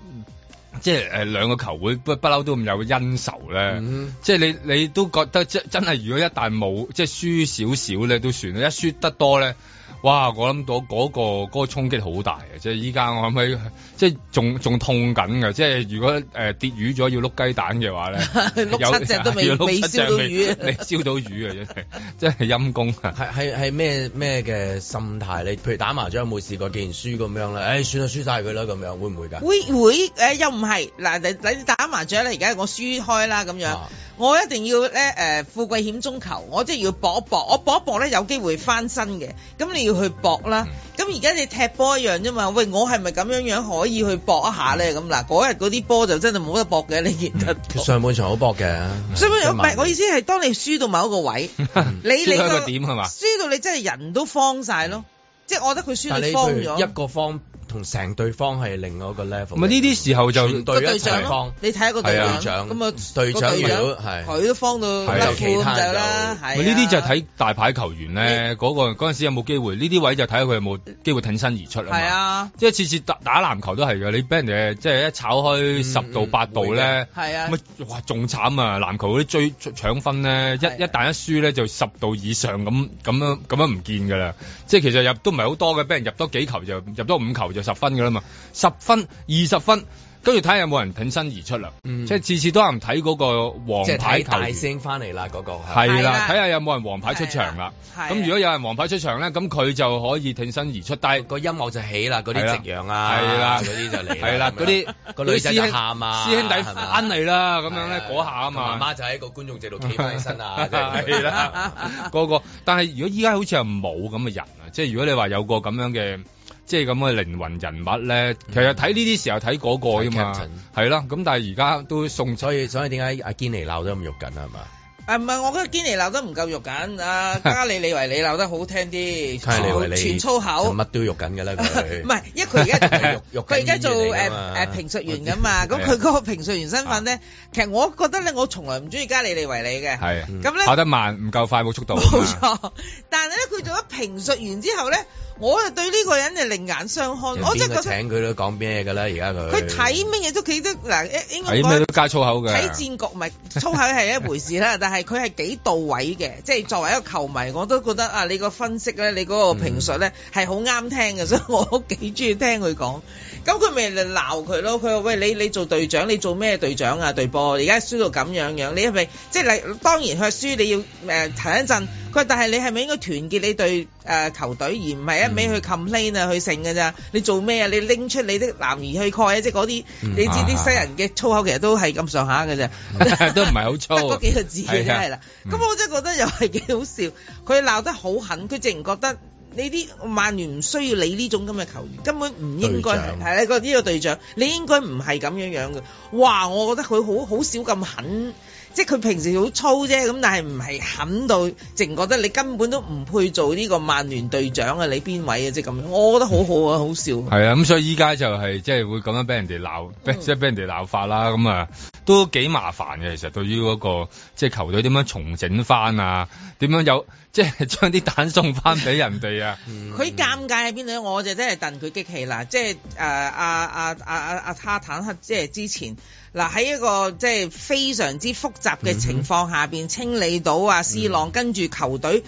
Speaker 6: 即係誒兩個球會不不嬲都咁有恩仇咧，
Speaker 2: 嗯
Speaker 6: 即係你你都覺得即真係如果一旦冇即係輸少少咧都算啦，一輸得多咧，哇！我諗到嗰、個嗰、個衝擊好大啊嘅，即係依家我諗起即係仲仲痛緊嘅，即係如果誒、呃跌魚咗要碌雞蛋嘅話咧，
Speaker 2: 碌七隻 都未
Speaker 6: 有要碌
Speaker 2: 未
Speaker 6: 七隻
Speaker 2: 燒到
Speaker 6: 未
Speaker 2: 魚
Speaker 6: 未燒到魚啊！真係 真係陰公啊！
Speaker 14: 係係咩咩嘅心態？你譬如打麻雀有冇試過？既然輸咁樣咧，唉，算啦，輸晒佢啦，咁樣會唔會㗎？
Speaker 3: 會會誒、呃又唔係嗱，你你打麻雀咧，而家我輸開啦咁樣，
Speaker 2: 啊
Speaker 14: 啊
Speaker 3: 我一定要咧誒、呃富貴險中求，我即係要搏一搏，我搏一搏咧有機會翻身嘅，咁你要去搏
Speaker 14: 嗯
Speaker 3: 啦。咁而家你踢波一樣啫嘛，喂，我係咪咁樣樣可以去搏一下咧？咁嗱，嗰日嗰啲波就真係冇得搏嘅，你見得到。
Speaker 14: 佢上半場好搏嘅，
Speaker 3: 所以我唔
Speaker 14: 今晚
Speaker 3: 係我意思係，當你輸到某一個位， 你你
Speaker 14: 輸到一
Speaker 3: 個
Speaker 14: 個點係嘛嗯
Speaker 3: 輸到你真係人都慌晒咯，即係我覺得佢輸
Speaker 14: 但你
Speaker 3: 到慌
Speaker 14: 譬如一
Speaker 3: 咗。
Speaker 14: 個方同成對方係另外一個 level。
Speaker 6: 唔係啊呢啲時候就
Speaker 14: 全
Speaker 3: 個
Speaker 14: 隊一
Speaker 3: 隊
Speaker 14: 齊
Speaker 3: 長咯
Speaker 14: 方，，
Speaker 3: 你睇下個隊
Speaker 14: 係
Speaker 3: 長
Speaker 14: 啊，
Speaker 3: 咁啊
Speaker 14: 隊
Speaker 3: 個
Speaker 14: 長
Speaker 3: 隊
Speaker 14: 如果係啊
Speaker 3: 佢都慌到
Speaker 6: 係
Speaker 3: 甩
Speaker 6: 就
Speaker 3: 褲
Speaker 6: 其
Speaker 3: 咁
Speaker 6: 他
Speaker 3: 就
Speaker 6: 人
Speaker 3: 啦，係
Speaker 6: 咪呢
Speaker 3: 啊
Speaker 6: 啲就係睇大牌球員咧，嗰、個嗰陣時有冇機會？呢啲位就睇下佢有冇機會挺身而出啊嘛。
Speaker 3: 係啊，
Speaker 6: 即係次次打打籃球都係嘅，你俾人哋即係一炒開十度八度咧，
Speaker 3: 係啊
Speaker 6: 咪哇仲慘啊！籃球嗰啲追搶分咧，一一旦一輸咧就十度以上咁咁樣咁樣唔見㗎啦。即係其實入都唔係好多嘅，俾人入多幾球就入多五球就十分㗎啦嘛，十分二十分。跟住睇下有冇人挺身而出啦，即係次次都有人睇嗰個黃
Speaker 14: 即係
Speaker 6: 牌
Speaker 14: 睇
Speaker 6: 球
Speaker 14: 大
Speaker 6: 員。
Speaker 14: 聲翻嚟啦，嗰個
Speaker 6: 係啦，睇下有冇人黃牌出場啦。
Speaker 14: 係啦
Speaker 6: 咁如果有人黃牌出場咧，咁佢就可以挺身而出。但係個音樂就起啦，嗰
Speaker 14: 啲夕陽啊
Speaker 6: 係啦，
Speaker 14: 嗰啲就嚟啦
Speaker 6: 係啦，
Speaker 14: 咁樣
Speaker 6: 嗰啲
Speaker 14: 個女仔
Speaker 6: 嗰啲師兄
Speaker 14: 就喊啊
Speaker 6: 師兄弟
Speaker 14: 係嘛
Speaker 6: 翻嚟啦，咁樣咧嗰下啊嘛。
Speaker 14: 媽媽就喺個觀眾席度企翻起身 啊，
Speaker 6: 係啦，個個。但係如果依家好似係冇咁嘅人啊，即係如果你話有個咁樣嘅。即係咁嘅靈魂人物咧，
Speaker 14: 嗯
Speaker 6: 其實睇呢啲時候睇嗰個啫嘛，係啦。咁但係而家都送，
Speaker 14: 所以所以點解阿堅尼鬧得咁肉緊啊？係嘛？
Speaker 3: 啊，唔係，我覺得堅尼鬧得唔夠肉 緊，啊加里利維你鬧得好聽啲，
Speaker 14: 卡利維利
Speaker 3: 全粗口，
Speaker 14: 乜都肉緊 㗎啦佢。
Speaker 3: 唔係，因為佢而家做
Speaker 14: 肉
Speaker 3: 佢而家做
Speaker 14: 緊演
Speaker 3: 誒
Speaker 14: 員嚟㗎嘛
Speaker 3: 誒評述員噶嘛，咁
Speaker 14: 係啊
Speaker 3: 佢嗰個評述員身份咧，其實我覺得咧，我從來唔中意加利利維利
Speaker 14: 啊
Speaker 3: 嘅，
Speaker 6: 係
Speaker 14: 嗯
Speaker 3: 咁咧
Speaker 6: 跑得慢，唔夠快，冇速度啊嘛。
Speaker 3: 冇錯， 但係咧佢做咗評述員之後咧，我就對呢個人就另眼相看，我
Speaker 14: 邊
Speaker 3: 真
Speaker 14: 個
Speaker 3: 係覺得
Speaker 14: 請佢都講咩㗎啦？而家佢
Speaker 3: 佢睇乜嘢都幾得嗱，應應該
Speaker 6: 睇咩
Speaker 3: 講
Speaker 6: 都加粗口嘅。
Speaker 3: 睇戰局唔係粗口係一回事 啦，但係佢係幾到位嘅，即係作為一個球迷，我都覺得啊，你個分析咧，你嗰個評述咧
Speaker 6: 嗯
Speaker 3: 係好啱聽嘅， 所以我都幾中意聽佢講。咁佢咪鬧佢咯？佢話：喂，你你做隊長，你做咩隊長啊？對波而家輸到咁樣樣，你係咪即係你當然佢輸你要誒、呃停一陣。佢話：但係你係咪應該團結你隊誒、呃球隊，而唔係一
Speaker 6: 嗯
Speaker 3: 味去 complain 啊，去勝㗎咋？你做咩啊？你拎出你的男兒去蓋啊！即係嗰啲
Speaker 6: 嗯
Speaker 3: 你知啲
Speaker 6: 啊
Speaker 3: 西人嘅粗口其實都係咁上下嘅啫。
Speaker 6: 都唔係好 粗，
Speaker 3: 得嗰幾個字嘅啫係啦。
Speaker 6: 係
Speaker 3: 咁
Speaker 6: 啊
Speaker 3: 我真係覺得又係幾好笑，佢鬧得好狠，佢直然覺得呢啲曼聯唔需要你呢種咁嘅球員，根本唔應該
Speaker 6: 隊
Speaker 3: 係
Speaker 6: 長
Speaker 3: 係啦個呢個隊長，你應該唔係咁樣樣嘅。哇！我覺得佢好好少咁狠。即係佢平時好粗啫，咁但係唔係狠到，直然覺得你根本都唔配做呢個曼聯隊長啊！你邊位啊？即係咁樣，我覺得好好啊，好笑。
Speaker 6: 係啊，咁所以依家就係即係會咁樣俾人哋鬧，俾
Speaker 3: 嗯
Speaker 6: 即係俾人哋鬧法啦。咁啊，都幾麻煩嘅。其實對於嗰、個即係球隊點樣重整翻啊，點樣有 即係將啲蛋送翻俾人哋啊。
Speaker 14: 嗯
Speaker 3: 佢尷尬喺邊度咧？我就真係戥佢激氣啦！即係誒呃啊阿阿阿阿阿哈啊坦克，即係之前嗱喺一個即係非常之複雜
Speaker 14: 嗯
Speaker 3: 嘅情況下邊清理到啊斯朗，跟住球隊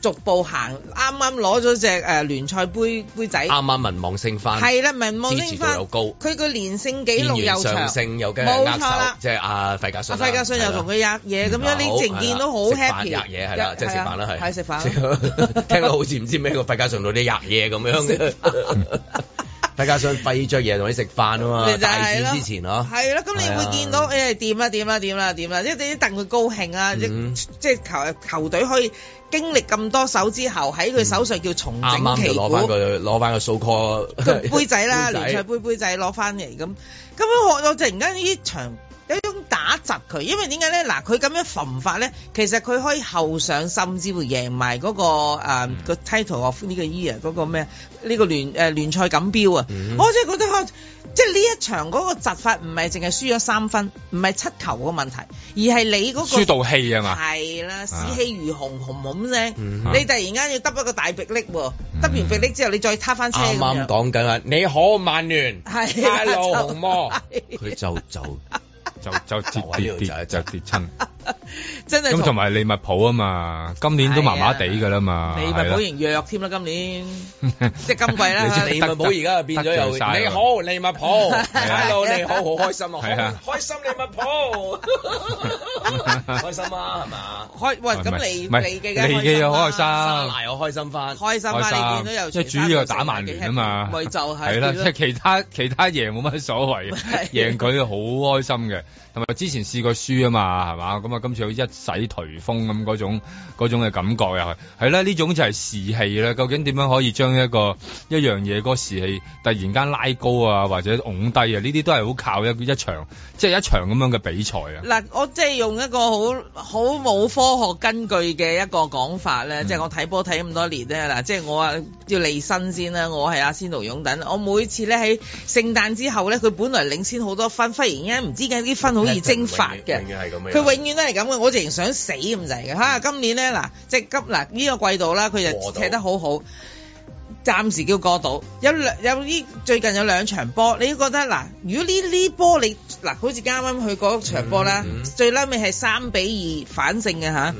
Speaker 3: 逐步行，啱啱攞咗只誒聯賽杯杯仔，
Speaker 14: 啱啱民望升翻，
Speaker 3: 係啦，民望
Speaker 14: 支持
Speaker 3: 升
Speaker 14: 度
Speaker 3: 翻
Speaker 14: 又高，
Speaker 3: 佢個連勝紀錄又
Speaker 14: 上
Speaker 3: 長，
Speaker 14: 升又跟住
Speaker 3: 冇
Speaker 14: 握
Speaker 3: 錯啦
Speaker 14: 手，。即係阿費格遜
Speaker 3: 阿
Speaker 14: 啦。
Speaker 3: 費格遜又同佢吔嘢咁樣，你成見到好
Speaker 14: 食飯
Speaker 3: happy，
Speaker 14: 吔嘢係啦，即係食飯啦係。
Speaker 3: 係食飯啦。
Speaker 14: 飯。 聽到好似唔知咩個費格遜到啲吔嘢 咁樣。費格遜費着嘢同你食飯啊嘛，
Speaker 3: 咪就
Speaker 14: 大
Speaker 3: 係咯
Speaker 14: 戰之前啊。
Speaker 3: 係啦，咁你會見到誒點啦點啦啊點啦點啦，即係你等佢高興啊！即
Speaker 14: 嗯
Speaker 3: 即係球球隊可以經歷咁多手之後，喺佢手上叫重
Speaker 14: 啱
Speaker 3: 整
Speaker 14: 啱
Speaker 3: 旗
Speaker 14: 就攞翻
Speaker 3: 鼓。
Speaker 14: 個攞翻個 so call
Speaker 3: 杯仔啦，聯賽杯杯仔攞翻嚟咁，咁樣我我突然間呢場一有一種打窒佢，因為點解咧？嗱，佢咁樣焚法咧，其實佢可以後上，甚至乎贏埋嗰、個誒、呃個 title of 呢個 year 嗰個咩呢、個聯誒、呃、聯賽錦標啊！
Speaker 15: 嗯
Speaker 3: 我真係覺得啊即係呢一場嗰個窒法唔係淨係輸咗三分，唔係七球嘅問題，而係你嗰、個
Speaker 6: 輸到氣啊嘛
Speaker 3: 係啦，士
Speaker 6: 啊
Speaker 3: 氣如虹，紅紅聲。
Speaker 2: 嗯
Speaker 3: 你突然間要揼一個大壁力喎，揼完壁力之後你再撻翻車
Speaker 2: 啱
Speaker 3: 咁
Speaker 2: 啱
Speaker 3: 樣。
Speaker 2: 講緊啊，你好曼 聯，
Speaker 3: 係啦
Speaker 2: 哈路紅魔，
Speaker 3: 就
Speaker 2: 佢就 就
Speaker 6: 就就 跌跌跌就跌親。
Speaker 3: 啊 真係
Speaker 6: 咁
Speaker 3: 同
Speaker 6: 同埋利物浦啊嘛，今年都麻麻地㗎啦嘛，
Speaker 3: 啊利物
Speaker 6: 係啦
Speaker 3: 浦仍弱添啦，今年即係今季 啦。
Speaker 2: 利物浦而家變咗又
Speaker 6: 得罪晒
Speaker 2: 你好利 物浦
Speaker 3: 係啊
Speaker 2: ，hello 你好，好開心啊，
Speaker 6: 係啊
Speaker 2: 開開心利 物浦，開心啊，係嘛？
Speaker 3: 開喂咁你
Speaker 6: 唔係
Speaker 3: 利記梗係
Speaker 6: 利記又開心，
Speaker 2: 沙拿又開心翻，
Speaker 3: 啊開心
Speaker 6: 開
Speaker 3: 啦，你見到
Speaker 6: 心，
Speaker 3: 有
Speaker 6: 即係
Speaker 3: 全
Speaker 6: 主
Speaker 3: 班
Speaker 6: 要
Speaker 3: 都
Speaker 6: 係打曼聯啊嘛，
Speaker 3: 咪就係
Speaker 6: 係啦，即係其他其他贏冇乜所謂，贏佢好開心嘅，同埋之前試過輸啊嘛，係嘛，咁啊今次好似一洗頹風咁嗰種嗰種嘅感覺又係，係啦，呢種就係士氣啦，究竟點樣可以將一個一樣嘢嗰個士氣突然間拉高啊，或者拱低啊，呢啲都係好靠一一場即係一場咁樣嘅比賽啊。
Speaker 3: 嗱，我即係用一個好好冇科學根據嘅一個講法
Speaker 6: 嗯
Speaker 3: 咧，即係我睇波睇咁多年咧，嗱，即係我啊要利申先啦，我係阿仙奴擁趸，我每次咧喺聖誕之後咧，佢本來領先好多分，忽然間唔知點解啲分好易蒸發嘅。
Speaker 2: 永遠係咁樣。
Speaker 3: 佢永遠都係咁嘅，我直情想死咁滯嘅嚇。今年咧嗱，即係今嗱呢個季度啦，佢就
Speaker 2: 過渡
Speaker 3: 踢得好好，暫時叫過渡。有兩有呢最近有兩場波，你都覺得嗱，如果呢呢波你嗱，好似啱啱佢嗰場波啦，
Speaker 15: 嗯嗯
Speaker 3: 最拉尾係三比二反勝嘅
Speaker 2: 嗯
Speaker 3: 嚇，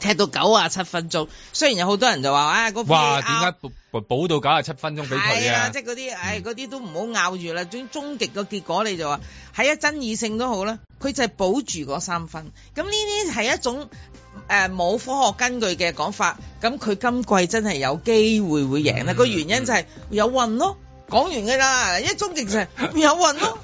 Speaker 3: 踢到九啊七分鐘。雖然有好多人就話啊，嗰 PAR
Speaker 6: 哇！點解補補到九十七分鐘俾
Speaker 3: 係
Speaker 6: 佢
Speaker 3: 啊，
Speaker 6: 啊
Speaker 3: 即？係嗰啲，唉，嗰啲都唔好拗住啦。總終極個結果你就話係啊，爭議性都好啦，佢就係保住嗰三分。咁呢啲係一種誒冇、科學根據嘅講法。咁佢今季真係有機會會贏
Speaker 6: 嗯
Speaker 3: 啦。個、原因就係有運咯。講完㗎啦，一終極就 係有運咯。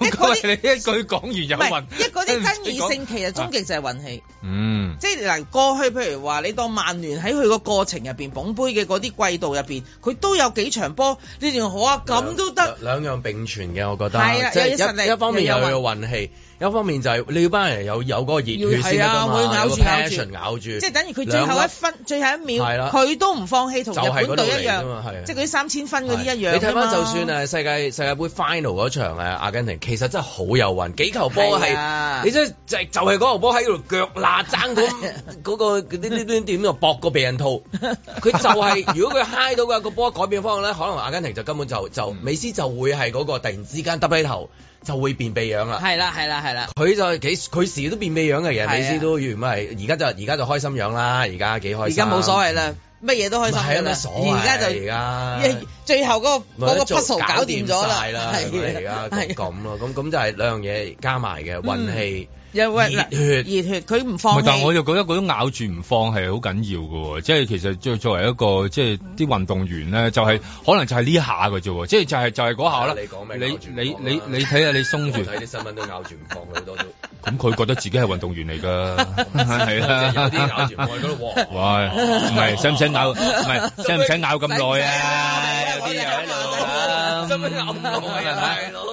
Speaker 6: 咁佢係你一句講完有
Speaker 3: 唔係
Speaker 6: 運，
Speaker 3: 一嗰啲爭
Speaker 6: 你講
Speaker 3: 議性，其實終極就係運氣。
Speaker 6: 嗯，
Speaker 3: 即係嗱，過去譬如話你當曼聯喺佢個過程入邊捧杯嘅嗰啲季度入邊，佢都有幾場波，你仲好啊，咁都得。
Speaker 2: 兩樣並存嘅，我覺
Speaker 3: 係啊
Speaker 2: 得，即
Speaker 3: 有實
Speaker 2: 係
Speaker 3: 力
Speaker 2: 一一方面又
Speaker 3: 又
Speaker 2: 有
Speaker 3: 有
Speaker 2: 運氣，一方面就係你要班人有有嗰個熱血先得㗎嘛，
Speaker 3: 係啊會咬住
Speaker 2: 有個 passion 咬住，
Speaker 3: 即係等於佢最後一分、最後一秒，
Speaker 2: 係啦
Speaker 3: 佢都唔放棄同
Speaker 2: 就係
Speaker 3: 日
Speaker 2: 嗰
Speaker 3: 本
Speaker 2: 度
Speaker 3: 隊
Speaker 2: 嚟
Speaker 3: 一
Speaker 2: 㗎嘛係啊
Speaker 3: 樣，即係嗰啲三千分嗰啲一樣。啊
Speaker 2: 你睇翻就算，啊誒世界世界盃 final 嗰場誒阿根廷，其實真係好有運，幾球波
Speaker 3: 係啊
Speaker 2: 係你真係就係就係嗰球波喺度腳罅爭咁嗰個呢呢呢點就搏個避孕套，佢就係如果佢嗨到嘅個波改變方向咧，可能阿根廷就根本就就美斯就會係嗰個突然之間耷低頭就會變鼻樣啦。
Speaker 3: 係啦係啦係啦，
Speaker 2: 佢就幾佢時都變鼻樣嘅，其
Speaker 3: 係
Speaker 2: 實
Speaker 3: 啊
Speaker 2: 美斯都原本係而家就而家就開心樣啦，而家幾開
Speaker 3: 而
Speaker 2: 心。
Speaker 3: 家冇所謂啦，乜嘢都開心
Speaker 2: 係啊
Speaker 3: 㗎啦
Speaker 2: 冇所謂
Speaker 3: 而家
Speaker 2: 而
Speaker 3: 就
Speaker 2: 家
Speaker 3: 最後嗰個嗰個 puzzle 搞掂咗啦，
Speaker 2: 係啦，係咪
Speaker 3: 係啊
Speaker 2: 而家咁咁咯，咁咁就係兩樣嘢加埋嘅運氣。
Speaker 3: 又喂嗱
Speaker 2: 熱血
Speaker 3: 熱血，佢唔
Speaker 6: 唔係
Speaker 3: 放
Speaker 6: 但係我
Speaker 3: 棄。
Speaker 6: 就覺得嗰種咬住唔放係好緊要嘅喎，即係其實作作為一個即係啲運動員咧，就係、可能就係呢下嘅啫喎，即係就係就係嗰下啦。
Speaker 2: 你講咩咬住
Speaker 6: 你你
Speaker 2: 唔放啦
Speaker 6: 你你睇下你鬆住，
Speaker 2: 睇啲新聞 都咬住唔放 好多都。
Speaker 6: 咁佢覺得自己係運動員 嚟㗎，係啦。
Speaker 2: 有啲咬住唔放喺嗰度喎
Speaker 6: 哇唔係使唔使咬？唔係使唔使咬 咁耐啊？有啲人喺度啦。
Speaker 2: 咬唔到啊！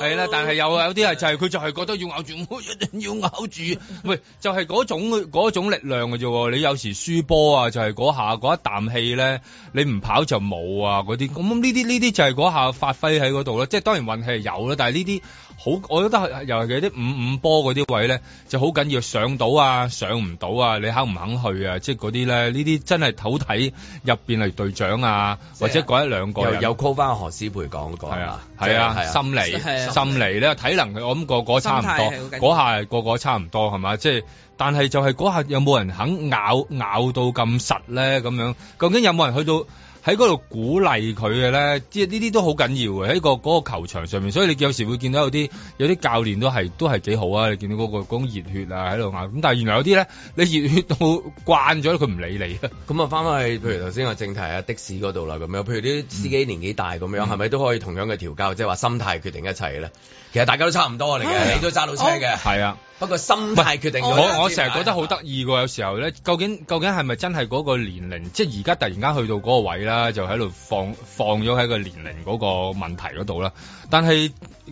Speaker 6: 係啦，但係有啊，有啲係就係佢就係覺得要咬住，我一定要咬住。喂，就係嗰種嗰種力量嘅啫喎。你有時輸波啊，就係嗰下嗰一啖氣咧，你唔跑就冇啊嗰啲。咁呢啲呢啲就係嗰下發揮喺嗰度啦。即係當然運氣係有啦，但係呢啲好，我覺得係尤其係啲五五波嗰啲位咧，就好緊要上到啊，上唔到啊，你肯唔肯去啊？即係嗰啲咧，呢啲真係好睇入邊嚟隊長啊，或者嗰一兩個
Speaker 2: 又
Speaker 6: 人啊
Speaker 2: 又 call 翻何詩蓓講講係啊
Speaker 6: 係啊，心理心理咧，體能我諗個個差唔
Speaker 2: 心態係好緊要
Speaker 6: 多，嗰下個個差唔多係嘛？即係，但係就係嗰下有冇人肯咬咬到咁實咧？咁樣究竟有冇人去到喺嗰度鼓勵佢嘅咧？即係呢啲都好緊要嘅喺個嗰個球場上面，所以你有時會見到有啲有啲教練都係都係幾好啊！你見到嗰個嗰種熱血啊喺度咬，咁但係原來有啲咧，你熱血到慣咗佢唔理你啊！
Speaker 2: 咁啊，翻返去譬如頭先個正題啊，的士嗰度啦，咁樣，譬如啲司機年紀大咁
Speaker 6: 嗯
Speaker 2: 樣，係咪都可以同樣嘅調教，即係話心態決定一切咧？其實大家都差唔多嚟嘅，你都揸到車嘅，
Speaker 6: 係啊。
Speaker 2: 不過心態決定咗
Speaker 6: 啊我我成日覺
Speaker 2: 啊
Speaker 6: 得好得意喎，有時候咧，究竟究竟係咪真係嗰個年齡？即係而家突然間去到嗰個位啦，就喺度放放咗喺個年齡嗰個問題嗰度啦。但係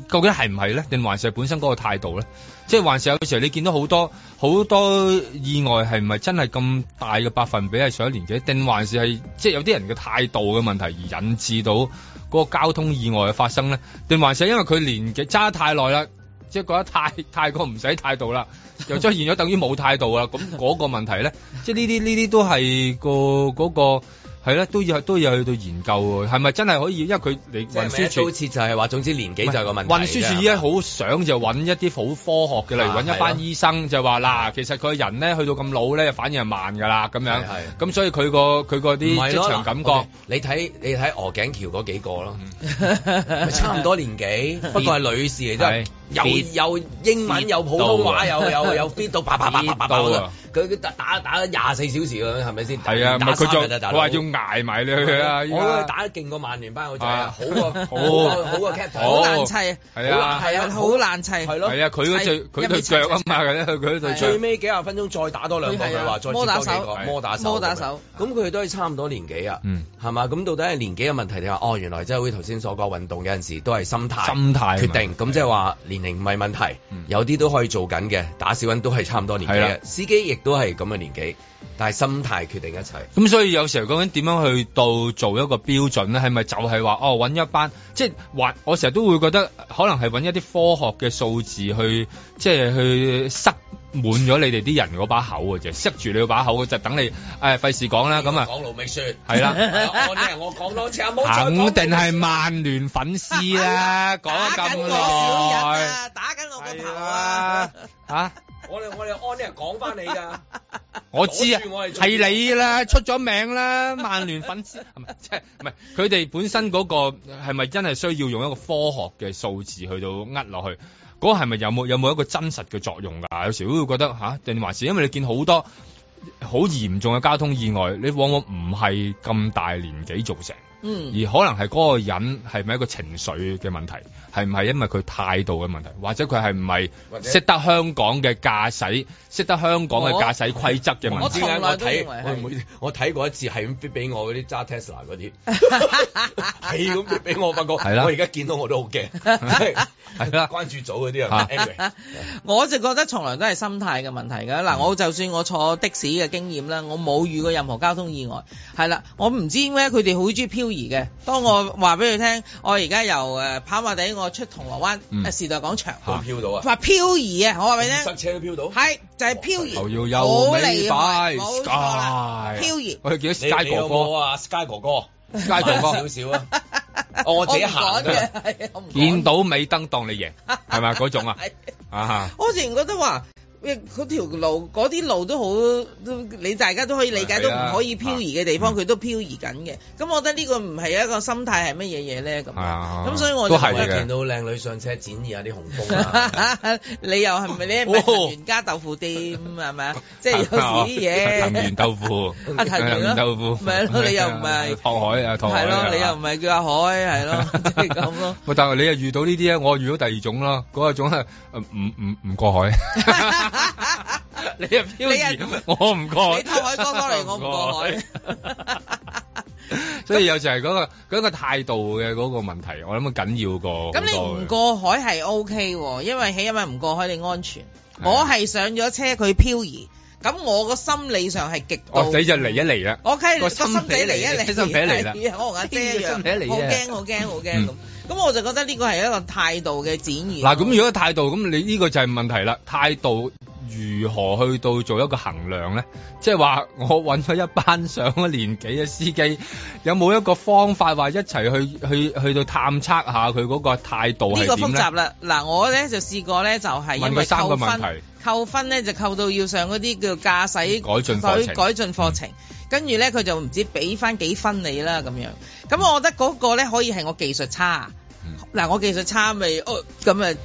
Speaker 6: 究竟係唔係咧？定還是係本身嗰個態度咧？即係還是有時候你見到好多好多意外係唔係真係咁大嘅百分比係上咗年紀？定還是係即係有啲人嘅態度嘅問題而引致到嗰個交通意外嘅發生咧？定還是係因為佢年紀揸得太耐啦？即係覺得太太過唔使態 度啦，又出現咗等於冇態度啦。咁嗰個問題咧，即係呢啲呢啲都係個嗰、個係咧，都要都要去到研究喎。係咪真係可以？因為佢你
Speaker 2: 係咪
Speaker 6: 運輸
Speaker 2: 一刀切
Speaker 6: 署
Speaker 2: 就係話，總之年紀就係個問題啫。
Speaker 6: 運輸署依家好想就揾一啲好科學嘅，例如
Speaker 2: 啊
Speaker 6: 揾一
Speaker 2: 係
Speaker 6: 班
Speaker 2: 咯
Speaker 6: 醫生就話嗱，其實佢人咧去到咁老咧，反應係慢㗎啦咁樣。咁所以佢個佢個
Speaker 2: 唔
Speaker 6: 啲
Speaker 2: 係
Speaker 6: 職
Speaker 2: 咯
Speaker 6: 場感
Speaker 2: 嗱，OK，
Speaker 6: 覺。
Speaker 2: 你睇你睇鵝頸橋嗰幾個咯，
Speaker 6: 嗯
Speaker 2: 咪差唔多年 紀，不過係女士嚟啫
Speaker 6: 係，
Speaker 2: 有
Speaker 6: fit
Speaker 2: 有英文，有普通話，
Speaker 6: 到
Speaker 2: 有
Speaker 6: 啊
Speaker 2: 有有 fit 到叭叭叭叭叭叭
Speaker 6: fit 到
Speaker 2: 嘅
Speaker 6: 啊，
Speaker 2: 佢佢打打打廿四小時咁樣係咪先？
Speaker 6: 係啊，唔
Speaker 2: 打
Speaker 6: 係佢
Speaker 2: 三日
Speaker 6: 就
Speaker 2: 啊大
Speaker 6: 佢
Speaker 2: 佬
Speaker 6: 話要捱埋你去啊！依家
Speaker 2: 我覺得佢打得勁過曼聯班個仔啊，好過好
Speaker 6: 好
Speaker 2: 過好過 captain，
Speaker 6: 好
Speaker 3: 難砌啊
Speaker 6: 哦係啊
Speaker 3: 係啊，好難砌，係
Speaker 6: 係啊，佢嗰對佢對腳啊嘛，佢佢對
Speaker 2: 最
Speaker 6: 腳。
Speaker 2: 尾幾廿分鐘再打多兩個，
Speaker 3: 佢係啊
Speaker 2: 佢話再接
Speaker 3: 摩
Speaker 2: 多
Speaker 3: 打
Speaker 2: 幾
Speaker 3: 手
Speaker 2: 個摩打手，
Speaker 3: 摩打手。
Speaker 2: 咁佢都係差唔多年紀啊，
Speaker 6: 嗯
Speaker 2: 係嘛？咁到底係年紀嘅問題定話哦？原來真係好似頭先所講，運動有陣時都係心態
Speaker 6: 心態
Speaker 2: 決定。咁即係話年齡唔係問題，有啲都可以做緊嘅，打小人都係差唔多年紀
Speaker 6: 嗯係啦
Speaker 2: 嘅，司機亦都係咁嘅年紀，但係心態決定一切。
Speaker 6: 咁所以有時候究竟點樣去到做一個標準咧？係咪就係話哦揾一班即係或我成日都會覺得可能係揾一啲科學嘅數字去即係去塞滿咗你哋啲人嗰把口嘅啫，塞住你嗰把口就等你誒費事講啦咁啊。
Speaker 2: 講盧美 雪
Speaker 6: 係啦
Speaker 2: 我聽我講多次啊，冇再
Speaker 6: 肯
Speaker 2: 講
Speaker 6: 定係曼聯粉絲啦，講咗咁耐，
Speaker 3: 啊打緊我
Speaker 2: 個
Speaker 3: 頭
Speaker 6: 啊！嚇，
Speaker 2: 我哋我哋安呢講翻你 㗎，
Speaker 6: 我知啊
Speaker 2: 阻住我，哋做
Speaker 6: 係你啦，出咗名啦，曼聯粉絲 係咪即係唔係佢哋本身嗰個係咪真係需要用一個科學嘅數字去到呃落去？嗰個係咪有冇有冇一個真實嘅作用㗎？有時都會覺得吓，定還是因為你見好多好嚴重嘅交通意外，你往往唔係咁大年紀造成。
Speaker 3: 嗯
Speaker 6: 而可能係嗰個人係咪一個情緒嘅問題，係唔係因為佢態度嘅問題，或者佢係唔係
Speaker 2: 或者
Speaker 6: 識得香港嘅駕駛，識得香港嘅駕駛規則嘅
Speaker 2: 我
Speaker 6: 問題？
Speaker 2: 從來都
Speaker 6: 睇
Speaker 2: 認為係我睇我睇過一次係咁逼俾我嗰啲揸 Tesla 嗰啲，係咁逼俾我，發覺
Speaker 6: 係啦
Speaker 2: 我而家見到我都好 驚， 係
Speaker 6: 啦，
Speaker 2: 關注組嗰啲啊，anyway，
Speaker 3: 我就覺得從來都係心態嘅問題㗎。
Speaker 6: 嗯
Speaker 3: 嗱，我就算我坐的士嘅經驗啦，我冇遇過任何交通意外。係啦，我唔知點解佢哋好中意漂移嘅。當我話俾佢聽，我而家由誒跑馬地我出銅鑼灣、
Speaker 2: 嗯
Speaker 3: 誒時代廣場，
Speaker 2: 好飄到啊，
Speaker 3: 話漂移啊！我話俾你
Speaker 2: 塞
Speaker 3: 聽，
Speaker 2: 車都飄到，
Speaker 3: 係就係漂移，
Speaker 6: 又要
Speaker 3: 好
Speaker 6: 有尾
Speaker 3: 厲
Speaker 6: 擺
Speaker 3: 害，啊冇錯啦，
Speaker 6: Sky，
Speaker 3: 漂移。
Speaker 6: 我哋見
Speaker 2: 你
Speaker 6: 到 Sky
Speaker 2: 你有
Speaker 6: 哥
Speaker 2: 冇
Speaker 6: 哥
Speaker 2: 啊，Sky 哥哥
Speaker 6: Sky 哥哥
Speaker 2: 慢少少啊，哦我自己行
Speaker 3: 我唔趕
Speaker 2: 嘅
Speaker 3: 嘅，係啊我唔趕
Speaker 6: 見到尾燈當你贏，係咪嗰種啊？啊！
Speaker 3: 我自然覺得話。喂嗰條路，嗰啲路都好，都你大家都可以理解，
Speaker 6: 係
Speaker 3: 都
Speaker 6: 啊
Speaker 3: 唔可以漂移嘅地方，佢都漂移緊嘅。咁我覺得呢個唔係一個心態係乜嘢嘢咧咁。
Speaker 6: 啊
Speaker 3: 咁所以我
Speaker 6: 都
Speaker 3: 就
Speaker 6: 係
Speaker 2: 我一見
Speaker 6: 嘅。
Speaker 2: 到靚女上車展現下啲紅風啊。
Speaker 3: 你又係咪你
Speaker 6: 哦
Speaker 3: 係咪藤原家豆腐店係咪 啊？即係有時啲嘢
Speaker 6: 藤原豆腐，
Speaker 3: 啊藤原咯
Speaker 6: 豆腐，
Speaker 3: 咪係咯你又唔 係
Speaker 6: 拓海啊，拓海
Speaker 3: 係
Speaker 6: 啊
Speaker 3: 咯，你又唔係叫阿海係咯， 即係咁咯。
Speaker 6: 喂，但係你又遇到呢啲咧，我遇到第二種啦，嗰一種係呃唔唔唔 過海，你又漂移
Speaker 3: 你又，
Speaker 6: 我唔過海，
Speaker 3: 你拓海哥哥嚟我唔過 海
Speaker 6: 所以有時係嗰個嗰個態度嘅嗰個問題，我諗緊要過
Speaker 3: 咁你唔過海係 O K 喎，因為起碼唔過海你安全。
Speaker 6: 啊
Speaker 3: 我係上咗車佢漂移，咁我個心理上係極
Speaker 6: 我
Speaker 3: 度。
Speaker 6: 你哦就嚟一嚟啦，
Speaker 3: 我梗係
Speaker 6: 個
Speaker 3: 個
Speaker 6: 心
Speaker 3: 心
Speaker 6: 俾
Speaker 3: 底嚟啊
Speaker 6: 你
Speaker 3: 一嚟，
Speaker 6: 個心俾 你啦
Speaker 3: 係啊我同阿姐一
Speaker 6: 個
Speaker 3: 樣，
Speaker 6: 心啊俾你啫
Speaker 3: 好驚好驚好驚咁。咁我就覺得呢個係一個態度嘅展現。
Speaker 6: 嗱，咁如果態度，咁你呢個就係問題啦。態度如何去到做一個衡量咧？即係話我揾咗一班上咗年紀嘅司機，有冇一個方法話一齊去去去到探測下佢嗰個態度
Speaker 3: 呢
Speaker 6: 係
Speaker 3: 個
Speaker 6: 點
Speaker 3: 複雜
Speaker 6: 咧？
Speaker 3: 啦。嗱，我咧就試過咧，就係因
Speaker 6: 問佢
Speaker 3: 為
Speaker 6: 三個
Speaker 3: 扣
Speaker 6: 問
Speaker 3: 分
Speaker 6: 題，
Speaker 3: 扣分咧就扣到要上嗰啲叫駕駛
Speaker 6: 改進課程嗯
Speaker 3: 改進課程。跟住咧，佢就唔知俾翻幾分你啦咁樣。咁我覺得嗰個咧可以係我技術差。嗱，我技術差咪哦咁啊，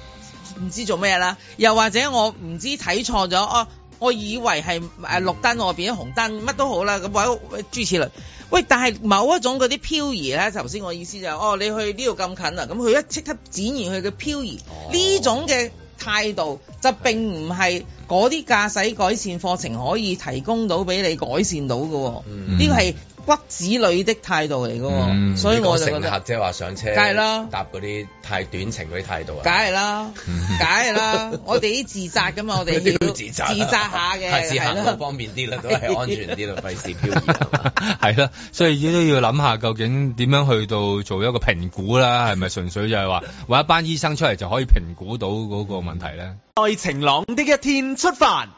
Speaker 3: 唔知做咩啦。又或者我唔知睇錯咗哦。我以為係誒綠燈，我變咗紅燈，乜都好啦，咁或者諸此類。喂，但係某一種嗰啲漂移咧，頭
Speaker 2: 哦
Speaker 3: 先我意思就係、哦，你去呢度咁近啊，咁佢一即刻展現佢嘅漂移呢、種嘅態度，就並唔係嗰啲駕駛改善課程可以提供到俾你改善到嘅喎。
Speaker 2: 嗯
Speaker 3: 呢個係骨子裏的態度嚟嘅喎， 所以我就覺
Speaker 2: 呢個乘
Speaker 3: 得
Speaker 2: 客，即係話上車，
Speaker 3: 梗係啦
Speaker 2: 搭嗰啲太短程嗰啲態度
Speaker 3: 梗
Speaker 2: 啊，
Speaker 3: 係啦，梗係啦，我哋啲自責㗎嘛，我哋
Speaker 2: 你都
Speaker 3: 要
Speaker 2: 要自責啊，
Speaker 3: 下嘅，
Speaker 2: 下次
Speaker 3: 係
Speaker 2: 行
Speaker 3: 啦
Speaker 2: 路方便啲啦，都係安全啲啦，費事漂移。 啊
Speaker 6: 係啦，所以都要諗下究竟點樣去到做一個評估啦，係咪純粹就係話揾一班醫生出嚟就可以評估到嗰個問題咧？
Speaker 16: 在晴朗的一天出發。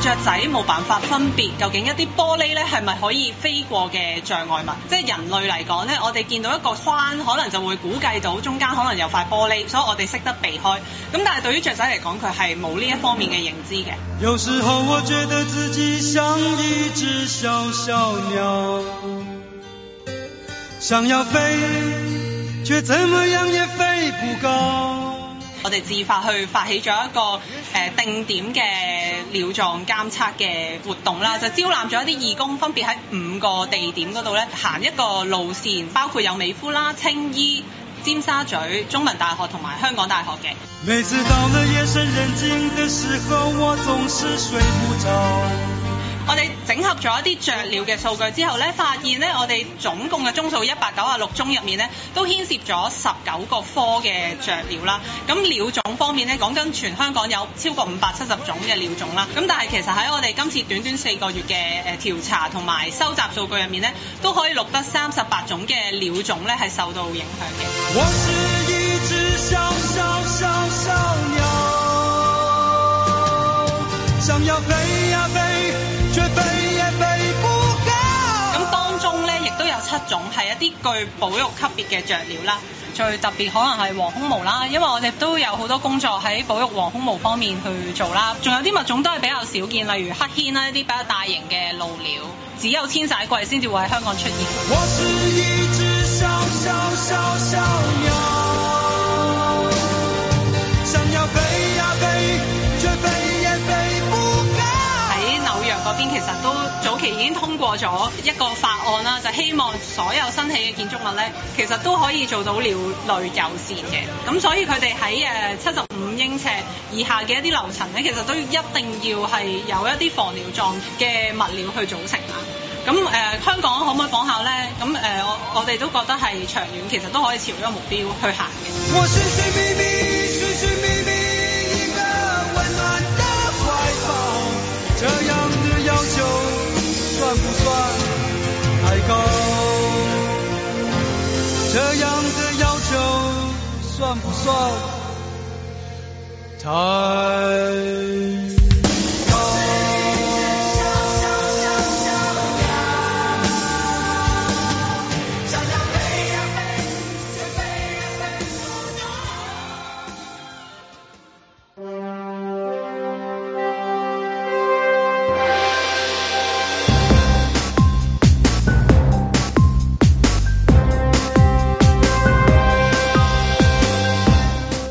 Speaker 17: 雀仔冇辦法分別究竟一啲玻璃咧係咪可以飛過嘅障礙物，即係人類嚟講咧，我哋見到一個框，可能就會估計到中間可能有塊玻璃，所以我哋識得避開。咁但係對於雀仔嚟講，佢係冇呢一方面嘅認知嘅。
Speaker 8: 有时候我觉得自己像一只小小鸟，想要飞，却怎么样也飞不高。
Speaker 17: 我哋自發去發起咗一個誒、呃定點嘅鳥狀監測嘅活動啦，就招攬咗一啲義工，分別喺五個地點嗰度咧行一個路線，包括有美孚啦、青衣、尖沙咀、中文大學同埋香港大學嘅。
Speaker 8: 每次到了夜深人静的时候，我总是睡不着。
Speaker 17: 我哋整合咗一啲雀鳥嘅數據之後咧，發現咧我哋總共嘅宗數一百九啊六宗入面咧，都牽涉咗十九個科嘅雀鳥啦。咁鳥種方面咧，講緊全香港有超過五百七十種嘅鳥種啦。咁但係其實喺我哋今次短短四個月嘅誒呃調查同埋收集數據入面咧，都可以錄得三十八種嘅鳥種咧係受到影響嘅。
Speaker 8: 我是一只小小小小鸟，想要飞呀飞，却飞也飞不高。
Speaker 17: 咁當中咧，亦都有七種係一啲具保育級別嘅雀鳥啦。最特別可能係黃胸鵐啦，因為我哋都有好多工作喺保育黃胸鵐方面去做啦。仲有啲物種都係比較少見，例如黑牽啦，一啲比較大型嘅鷺鳥，只有遷徙季先至會喺香港出現。
Speaker 8: 我是一只小小小小鸟，想要飞呀飞，却飞也飞不高。
Speaker 17: 喺紐約嗰邊其實都早期已經通過咗一個法案啦，就希望所有新起嘅建築物咧，其實都可以做到鳥類友善嘅。咁所以佢哋喺誒七十五英尺以下嘅一啲樓層咧，其實都一定要係有一啲防鳥狀嘅物料去組成啦。咁誒、呃香港可唔可以仿效咧？咁誒、呃我我哋都覺得係長遠，其實都可以朝呢個目標去行嘅。
Speaker 8: 我寻寻觅觅，寻寻觅觅一个温暖的怀抱，这样的要求算不算太高？这样的要求算不算太？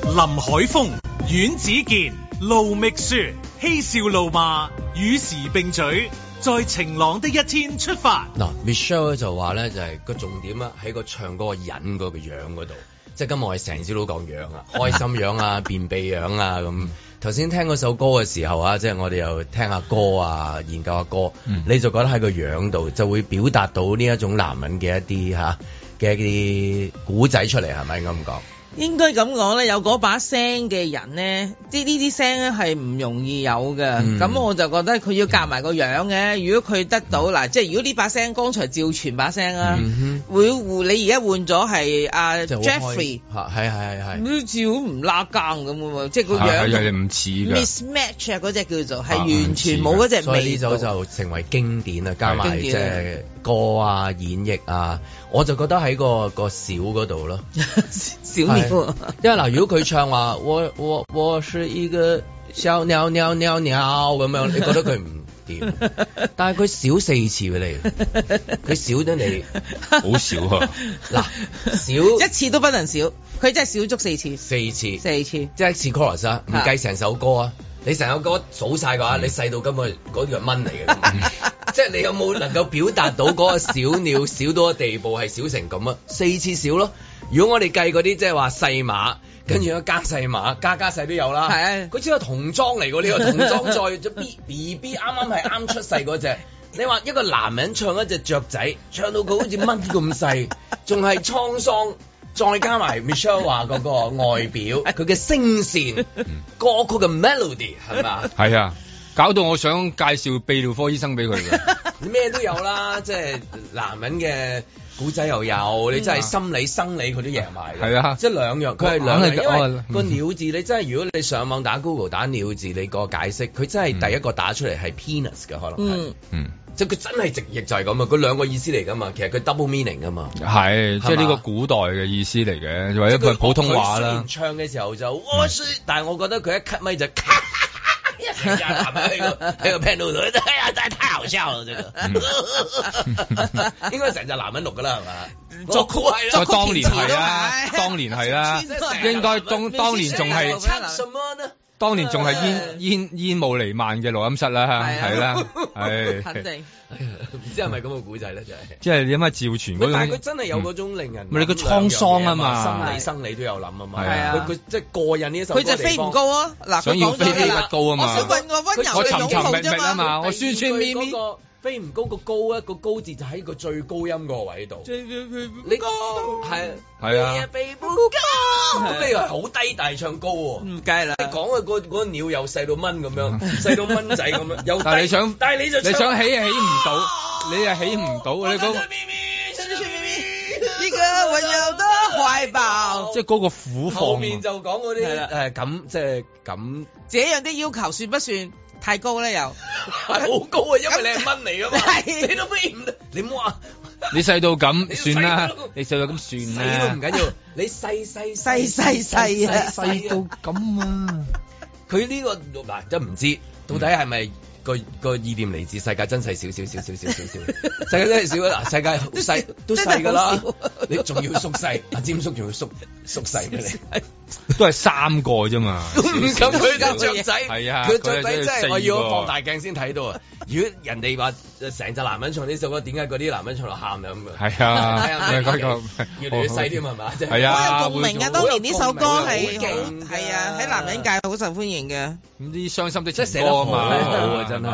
Speaker 16: 林海峰、阮子健、盧覓雪，嬉笑怒罵，與時並舉，在晴朗的一天出發。
Speaker 2: 嗱，Michelle 咧就話咧就係個重點啊，喺個唱歌嘅人嗰個樣嗰度，即係今日我哋成朝都講樣啊，開心樣啊，便秘樣啊咁。頭先聽嗰首歌嘅時候啊，即係我哋又聽下歌啊，研究下歌，你就覺得喺個樣度就會表達到呢一種男人嘅一啲嚇嘅一啲古仔出嚟，係咪應該咁講？
Speaker 3: 應該咁講咧，有嗰把聲嘅人咧，即係呢啲聲咧係唔容易有嘅。
Speaker 2: 嗯
Speaker 3: 咁、我就覺得佢要夾埋個樣嘅。如果佢得到嗱，即係如果呢把聲，剛才趙傳把聲啊，
Speaker 2: 嗯
Speaker 3: 會換你而家換咗係阿
Speaker 2: 就好開
Speaker 3: Jeffrey，
Speaker 2: 嗯嚇係係係
Speaker 3: 好似好唔拉更咁嘅喎，即係個
Speaker 6: 啊係係係
Speaker 3: 樣
Speaker 6: 唔似㗎。
Speaker 3: mismatch 啊嗰只叫做係
Speaker 2: 啊
Speaker 3: 完全冇嗰隻
Speaker 2: 所以
Speaker 3: 味
Speaker 2: 呢
Speaker 3: 道
Speaker 2: 首。 就成為經典啊，加埋
Speaker 3: 經
Speaker 2: 即係
Speaker 3: 典
Speaker 2: 歌啊、演繹啊，我就覺得喺個個小嗰度咯，
Speaker 3: 小
Speaker 2: 鳥啊，因為嗱，如果佢唱話 我我我是一個小鳥鳥鳥鳥咁樣，你覺得佢唔掂？但係佢少四次俾你，佢少得你
Speaker 6: 好少啊！
Speaker 2: 嗱，少
Speaker 3: 一次都不能少，佢真係少足四次。
Speaker 2: 四次，
Speaker 3: 四次，即
Speaker 2: 係一次 chorus 啊，唔計成首歌啊。你成首歌數晒嘅話，你細到根本嗰條係蚊嚟嘅根本，即係你有冇能夠表達到嗰個小鳥少到嘅地步係少成咁啊？四次少咯。如果我哋計嗰啲即係話細馬，跟住有加細碼，加加細都有啦。
Speaker 18: 係
Speaker 2: 啊，佢只有童裝嚟㗎，呢個童裝再 B B B 啱啱係啱出世嗰只。你話一個男人唱一隻雀仔，唱到佢好似蚊咁細，仲係滄桑。再加埋 Michelle 話嗰個外 表，佢嘅聲線、
Speaker 6: 嗯
Speaker 2: 歌曲嘅 melody 係 嘛？
Speaker 6: 係啊，搞到我想介紹泌尿科醫生俾佢 㗎。
Speaker 2: 你咩都有啦，即係男人嘅古仔又有，你真係心理生理佢都贏埋嘅。
Speaker 6: 係啊
Speaker 2: 即係兩樣，佢係兩樣，
Speaker 6: 硬係
Speaker 2: 因為
Speaker 6: 嗯
Speaker 2: 個鳥字你真係如果你上網打 Google 打鳥字，你個解釋佢真係第一個打出嚟係 penis 嘅可能係，
Speaker 3: 嗯
Speaker 6: 嗯，
Speaker 2: 即係佢真係直譯就係咁啊，佢兩個意思嚟㗎嘛，其實佢 double meaning 㗎嘛。
Speaker 6: 係，即係呢
Speaker 2: 係嘛
Speaker 6: 個古代嘅意思嚟嘅，或者佢普通話
Speaker 2: 佢雖
Speaker 6: 啦嗯
Speaker 2: 然。唱嘅時候就我說，但係我覺得佢一 cut 咪就咔一成日男人喺個 喺個 panel 度，哎呀真係太好笑啦！這個 應該成隻男人錄㗎啦，係嘛？
Speaker 6: 嗯作
Speaker 2: 曲係啦，
Speaker 6: 我當年係啊，當年係啦， 應該當當年仲係。 當年仲係煙煙煙霧瀰漫嘅錄音室啦，
Speaker 3: 啊
Speaker 6: 啊係啦， 係，
Speaker 2: 啊肯定唔知係咪咁嘅古仔咧，就係。
Speaker 6: 即係你諗下趙傳
Speaker 2: 喂但
Speaker 6: 嗰
Speaker 2: 係佢
Speaker 6: 種，嗯
Speaker 2: 真係有嗰種令人
Speaker 6: 唔係你個滄桑啊嘛
Speaker 2: 心理生理都有諗啊嘛，
Speaker 6: 係啊
Speaker 2: 佢佢即係過癮呢一首歌
Speaker 3: 佢
Speaker 2: 嘅地
Speaker 3: 就
Speaker 2: 方，
Speaker 3: 飛唔高啊！嗱，
Speaker 6: 想
Speaker 3: 佢
Speaker 6: 要
Speaker 3: 講
Speaker 6: 飛
Speaker 3: 咗
Speaker 6: 飛
Speaker 3: 㗎
Speaker 6: 不
Speaker 3: 啦
Speaker 6: 高啊嘛，
Speaker 3: 我想問我温柔
Speaker 6: 我
Speaker 3: 嘅
Speaker 6: 尋
Speaker 3: 擁
Speaker 6: 尋
Speaker 3: 抱
Speaker 6: 覓
Speaker 3: 啫
Speaker 6: 覓啊
Speaker 3: 嘛。
Speaker 6: 嘛，我酸酸咪咪，
Speaker 2: 嗰個飛唔高個高一個高字就喺個最高音個位度，你高係
Speaker 6: 係啊，
Speaker 2: 飛唔高，咁你係好低大唱高喎，唔計啦。你講嘅嗰嗰個鳥又細到蚊咁樣，細到蚊仔咁樣，又
Speaker 6: 但係你
Speaker 2: 低
Speaker 6: 想，
Speaker 2: 但係你就
Speaker 6: 你想起啊起唔到，你又起唔到，你嗰
Speaker 3: 呢個温柔的懷抱，
Speaker 6: 即係嗰個苦
Speaker 2: 後
Speaker 6: 況
Speaker 2: 面
Speaker 6: 啊。
Speaker 2: 就講嗰
Speaker 3: 係啦
Speaker 2: 啲誒咁即係咁
Speaker 3: 這樣的要求算不算太高咧？又
Speaker 2: 係好高啊，因為你係蚊 嚟㗎嘛，你都飛唔到，你唔好話。
Speaker 6: 你細到咁算啦，你細到咁算
Speaker 2: 細都
Speaker 6: 啦，
Speaker 2: 唔緊要，你細細
Speaker 3: 細細細啊
Speaker 2: 細
Speaker 6: 到咁啊！
Speaker 2: 佢呢個嗱真唔知到底係咪個個意念嚟自世界真細少少少少少少少，世界真係少 啊！嗱，世界好細都細㗎啦，你仲要縮 細，阿詹叔仲要縮縮細俾 你。
Speaker 6: 都係三個啫嘛。
Speaker 2: 咁佢隻雀仔，
Speaker 6: 係啊，
Speaker 2: 佢雀仔
Speaker 6: 佢係
Speaker 2: 真
Speaker 6: 四
Speaker 2: 係
Speaker 6: 個
Speaker 2: 我要放大鏡先睇到啊！如果人哋話呃成隻男人唱呢首歌，點解嗰啲男人唱到喊啊咁啊？
Speaker 6: 係 啊
Speaker 2: 係啊，
Speaker 6: 係嗰個
Speaker 2: 越嚟越細添 係嘛？即
Speaker 6: 係啊
Speaker 3: 好有共鳴啊！當年呢首歌
Speaker 2: 好有
Speaker 3: 係好
Speaker 2: 共鳴㗎
Speaker 3: 係啊，喺男人界好受歡迎嘅。
Speaker 6: 咁啲傷心的
Speaker 2: 即係寫
Speaker 6: 情
Speaker 2: 得
Speaker 6: 歌
Speaker 2: 好
Speaker 6: 啊嘛，
Speaker 2: 啊，真
Speaker 3: 係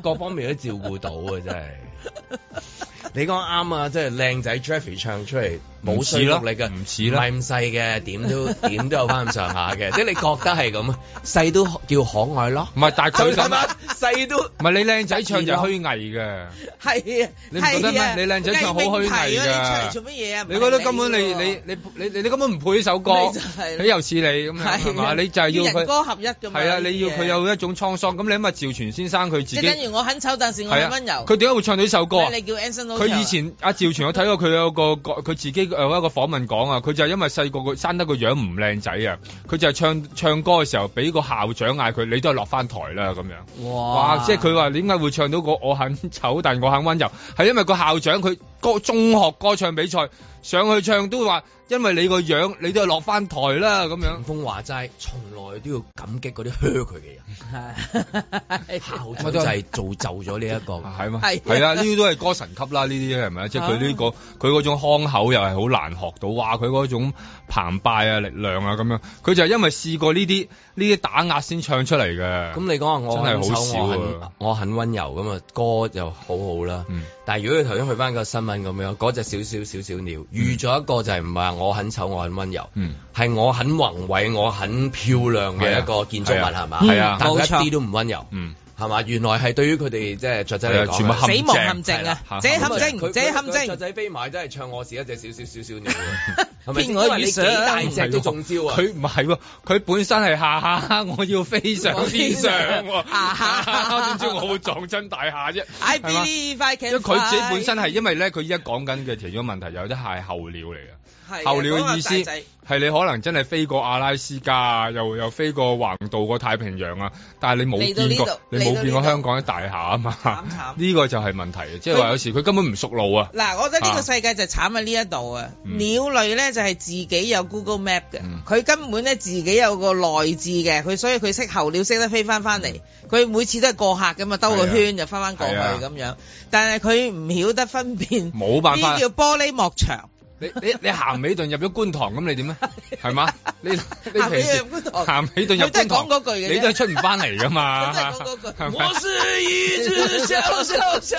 Speaker 2: 係，各方面都照顧到啊，真係。 你講啱啊，即係靚仔 Jeffrey 唱出嚟冇說服力嘅，
Speaker 6: 唔似啦
Speaker 2: 唔係咁細嘅，點都 點都有翻咁上下嘅，即係你覺得係咁啊，細都叫可愛咯。
Speaker 6: 唔係，但係佢
Speaker 2: 係咪
Speaker 6: 咁
Speaker 2: 啊，細都
Speaker 6: 唔係你靚仔唱就虛偽嘅，
Speaker 3: 係啊，
Speaker 6: 你唔覺得咩
Speaker 3: 係啊
Speaker 6: 你靚仔唱好虛偽㗎
Speaker 3: 藝名牌啊你出嚟做乜嘢啊？
Speaker 6: 你覺得根本你你你你你你根本唔配呢首歌，
Speaker 3: 咪就係咯
Speaker 6: 你又似你咁樣係嘛？你就係要
Speaker 3: 人歌
Speaker 6: 佢
Speaker 3: 合一㗎嘛。
Speaker 6: 係啊，
Speaker 3: 呢啲
Speaker 6: 你要
Speaker 3: 嘢
Speaker 6: 佢。有一種滄桑。咁你諗下趙傳先生佢自
Speaker 3: 即
Speaker 6: 己
Speaker 3: 係等於我很醜，但是我
Speaker 6: 係
Speaker 3: 很
Speaker 6: 啊
Speaker 3: 温柔。
Speaker 6: 佢點解會唱到呢首歌啊
Speaker 3: 咩你叫 Anson Lo
Speaker 6: 佢以前阿趙傳，我睇過佢有個佢自己呃有一個訪問講啊，佢就係因為細個佢生得個樣唔靚仔啊，佢就係唱唱歌嘅時候俾個校長嗌佢，你都係落翻台啦咁樣。
Speaker 3: 哇
Speaker 6: 哇！即 係佢話點解會唱到個我很醜，但我很温柔，係因為個校長佢歌中學歌唱比賽上去唱都話，因為你個樣，你都係落翻台啦咁樣。
Speaker 2: 風話齋，從來都要感激嗰啲靴佢嘅人。校長就係造就咗呢一個，
Speaker 6: 係嘛？
Speaker 2: 係
Speaker 6: 係啊，呢啲都係歌神級啦，呢啲係咪即係佢呢個佢嗰種腔口又係好難學到，哇！佢嗰種澎湃啊、力量啊咁樣，佢就係因為試過呢啲呢啲打壓先唱出嚟嘅。
Speaker 2: 咁你講話我
Speaker 6: 真
Speaker 2: 很
Speaker 6: 係好
Speaker 2: 醜，我
Speaker 6: 少
Speaker 2: 很
Speaker 6: 啊
Speaker 2: 我很温柔咁啊，歌就好好啦。
Speaker 6: 嗯
Speaker 2: 但係如果你頭先去翻個新聞咁樣，嗰隻少少少少鳥遇咗一個就係唔係話我很醜，我很温柔，
Speaker 6: 嗯
Speaker 2: 係我很宏偉，我很漂亮嘅一個建築物
Speaker 6: 係啊
Speaker 2: 係嘛？
Speaker 6: 係啊
Speaker 2: 但佢
Speaker 6: 冇錯
Speaker 2: 一啲都唔温柔，
Speaker 6: 嗯
Speaker 2: 係嘛？原來係對於佢哋即係雀仔嚟
Speaker 6: 係
Speaker 2: 講
Speaker 6: 啊，全部陷阱
Speaker 3: 死亡陷阱啊
Speaker 6: 係啦
Speaker 3: 這陷阱
Speaker 2: 佢
Speaker 3: 這陷阱
Speaker 2: 佢雀仔飛埋真係唱我是一隻少少少少鳥啊， 係咪先？
Speaker 3: 偏
Speaker 2: 因
Speaker 3: 我
Speaker 2: 為
Speaker 3: 與
Speaker 2: 你幾
Speaker 3: 上
Speaker 2: 大隻都中招啊！
Speaker 6: 嗯佢唔係喎，佢本身係下下，我要飛上天上喎。
Speaker 3: 下下
Speaker 6: 點知 我會撞真大廈啫？
Speaker 3: I
Speaker 6: 係嘛
Speaker 3: believe I
Speaker 6: 因
Speaker 3: can
Speaker 6: 為佢自己本身
Speaker 3: fly
Speaker 6: 係因為咧，佢依家講緊嘅其中一個問題有啲係候鳥嚟啊嘅。
Speaker 3: 係
Speaker 6: 候鳥嘅意思
Speaker 3: 嗰個啊大仔
Speaker 6: 係你可能真係飛過阿拉斯加啊，又又飛過橫渡過太平洋啊，但係你冇
Speaker 3: 嚟到呢
Speaker 6: 見過
Speaker 3: 度，
Speaker 6: 你
Speaker 3: 嚟到
Speaker 6: 冇見過
Speaker 3: 呢度
Speaker 6: 香港啲大廈啊嘛
Speaker 3: 慘慘，
Speaker 6: 呢個就係問題，即係話有時佢根本唔熟路啊。
Speaker 3: 嗱，我覺得呢個世界就慘喺呢一度啊！
Speaker 6: 嗯
Speaker 3: 鳥類咧就係自己有 Google Map 嘅，佢、根本咧自己有個內置嘅，佢所以佢識候鳥識得飛翻翻嚟，佢每次都係過客咁啊，兜個圈就翻翻過去
Speaker 6: 嗯係啊
Speaker 3: 咁樣。但係佢唔曉得分辨，
Speaker 6: 冇辦法
Speaker 3: 呢叫玻璃幕牆。
Speaker 6: 你你你咸美頓入咗觀塘咁，你 點咧？係嘛？你你
Speaker 3: 鹹
Speaker 6: 平
Speaker 3: 美
Speaker 6: 時
Speaker 3: 頓入觀塘
Speaker 6: 咸美頓入
Speaker 3: 佢都係
Speaker 6: 觀塘
Speaker 3: 講嗰句嘅啫
Speaker 6: 你都係出唔翻嚟噶 嘛？
Speaker 3: 真係講 嗰句
Speaker 6: 係咪
Speaker 3: 我是一隻小小小小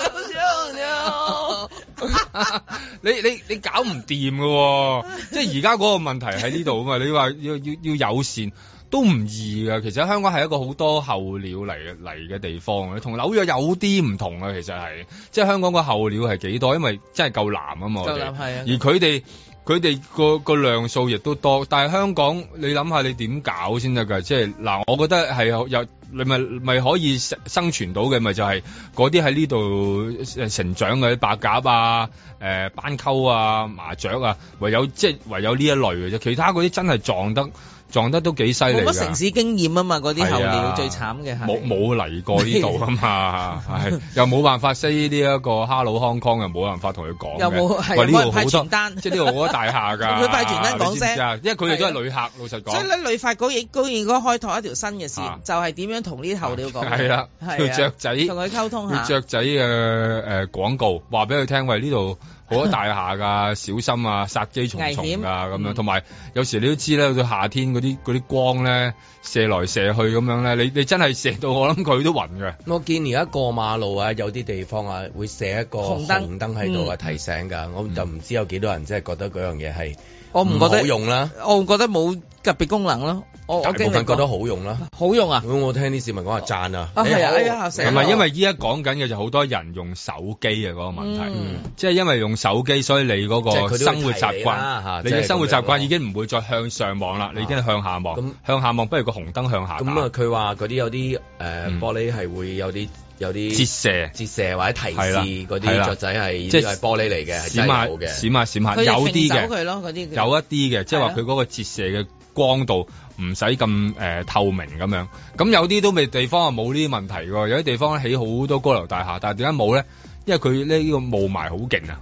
Speaker 3: 鳥。
Speaker 6: 你你你搞唔掂㗎喎，即係而家嗰個問題喺呢度啊嘛！你話要要要友善都唔易㗎，其實香港係一個好多候鳥嚟嘅嚟嘅地方啊同紐約有啲唔同啊，其實係即係香港個候鳥係幾多，因為真係夠南啊嘛，我哋
Speaker 3: 夠南係啊
Speaker 6: 而佢哋。佢哋個個量數亦都多，但係香港你諗下你點搞先得㗎？即係嗱，我覺得係有有你咪咪可以生生存到嘅，咪就係嗰啲喺呢度呃成長嘅白鴿啊、誒、斑鳩啊、麻雀啊，唯有即係唯有呢一類嘅啫，其他嗰啲真係撞得撞得都幾犀利
Speaker 3: 冇乜
Speaker 6: 㗎。
Speaker 3: 城市經驗啊嘛，嗰啲候
Speaker 6: 係啊
Speaker 3: 鳥最慘嘅係
Speaker 6: 冇冇嚟過呢度 啊嘛，係又冇辦法 say 呢一個 Hello Hong Kong 又冇辦法同佢講嘅，
Speaker 3: 又冇係
Speaker 6: 喂
Speaker 3: 冇
Speaker 6: 呢度
Speaker 3: 人派
Speaker 6: 好多
Speaker 3: 傳單
Speaker 6: 即係呢度好多大廈 㗎，
Speaker 3: 佢派傳單講聲
Speaker 6: 你知唔知啊，因為佢哋都係旅客，老實
Speaker 3: 所以
Speaker 6: 講。啊
Speaker 3: 咧，旅發局亦都應該開拓一條新嘅線，就係點樣同呢啲候鳥講。
Speaker 6: 係啊啦，
Speaker 3: 係啊
Speaker 6: 要雀仔，
Speaker 3: 同佢溝通下
Speaker 6: 要。雀仔嘅誒廣告，話俾佢聽，喂呢度好多大 廈㗎，小心啊，殺機重重
Speaker 3: 危
Speaker 6: 㗎
Speaker 3: 險嗯
Speaker 6: 咁樣，同埋有時你都知咧，到夏天嗰啲嗰啲光咧射來射去咁樣咧，你你真係射到我諗佢都暈嘅。
Speaker 2: 我見而家過馬路啊，有啲地方啊會寫一個紅
Speaker 6: 紅燈
Speaker 2: 燈喺度啊，
Speaker 3: 嗯
Speaker 2: 提醒㗎。我就唔知有幾多人真係覺得嗰樣嘢係
Speaker 3: 我唔覺得
Speaker 2: 好用啦。
Speaker 3: 我覺得冇特別功能咯。我
Speaker 2: 大
Speaker 3: 哦我
Speaker 2: 部
Speaker 3: 經歷
Speaker 2: 分覺
Speaker 3: 過
Speaker 2: 得好用啦，
Speaker 3: 好用啊！
Speaker 2: 我聽啲市民講話讚啊，
Speaker 3: 啊
Speaker 2: 你
Speaker 3: 係啊
Speaker 2: 好
Speaker 3: 哎呀成日
Speaker 6: 同埋因為依家講緊嘅就好多人用手機啊嘅嗰個問題，
Speaker 3: 嗯
Speaker 6: 即係因為用手機，所以你嗰
Speaker 2: 即係佢都
Speaker 6: 個
Speaker 2: 會
Speaker 6: 生活
Speaker 2: 提
Speaker 6: 習
Speaker 2: 你啦嚇
Speaker 6: 慣，你
Speaker 2: 即係
Speaker 6: 嘅
Speaker 2: 咁
Speaker 6: 生活習慣
Speaker 2: 樣啊
Speaker 6: 已經唔會再向上望啦，你已經係向下望，向下望不如個紅燈向下打。
Speaker 2: 咁啊，佢話嗰啲有啲誒、呃玻璃係會有啲有啲
Speaker 6: 嗯折射、
Speaker 2: 折射或者提
Speaker 6: 係
Speaker 2: 示
Speaker 6: 啦
Speaker 2: 嗰
Speaker 6: 係
Speaker 2: 啲
Speaker 6: 啦
Speaker 2: 雀仔係
Speaker 6: 即
Speaker 2: 即
Speaker 6: 係
Speaker 2: 係玻璃嚟嘅，係
Speaker 6: 閃
Speaker 2: 真係
Speaker 6: 下
Speaker 2: 有嘅，
Speaker 6: 閃下閃下，
Speaker 3: 佢
Speaker 6: 有
Speaker 3: 哋
Speaker 6: 啲
Speaker 3: 揈走
Speaker 6: 嘅，
Speaker 3: 佢咯，嗰啲叫
Speaker 6: 有一啲嘅，即係話
Speaker 3: 係啊
Speaker 6: 佢嗰個折射嘅光度唔使咁誒透明咁樣。咁有啲都未地方啊冇呢啲問題喎，有啲地方起好多高樓大廈，但係點解冇咧？因為佢呢個霧霾好 勁啊，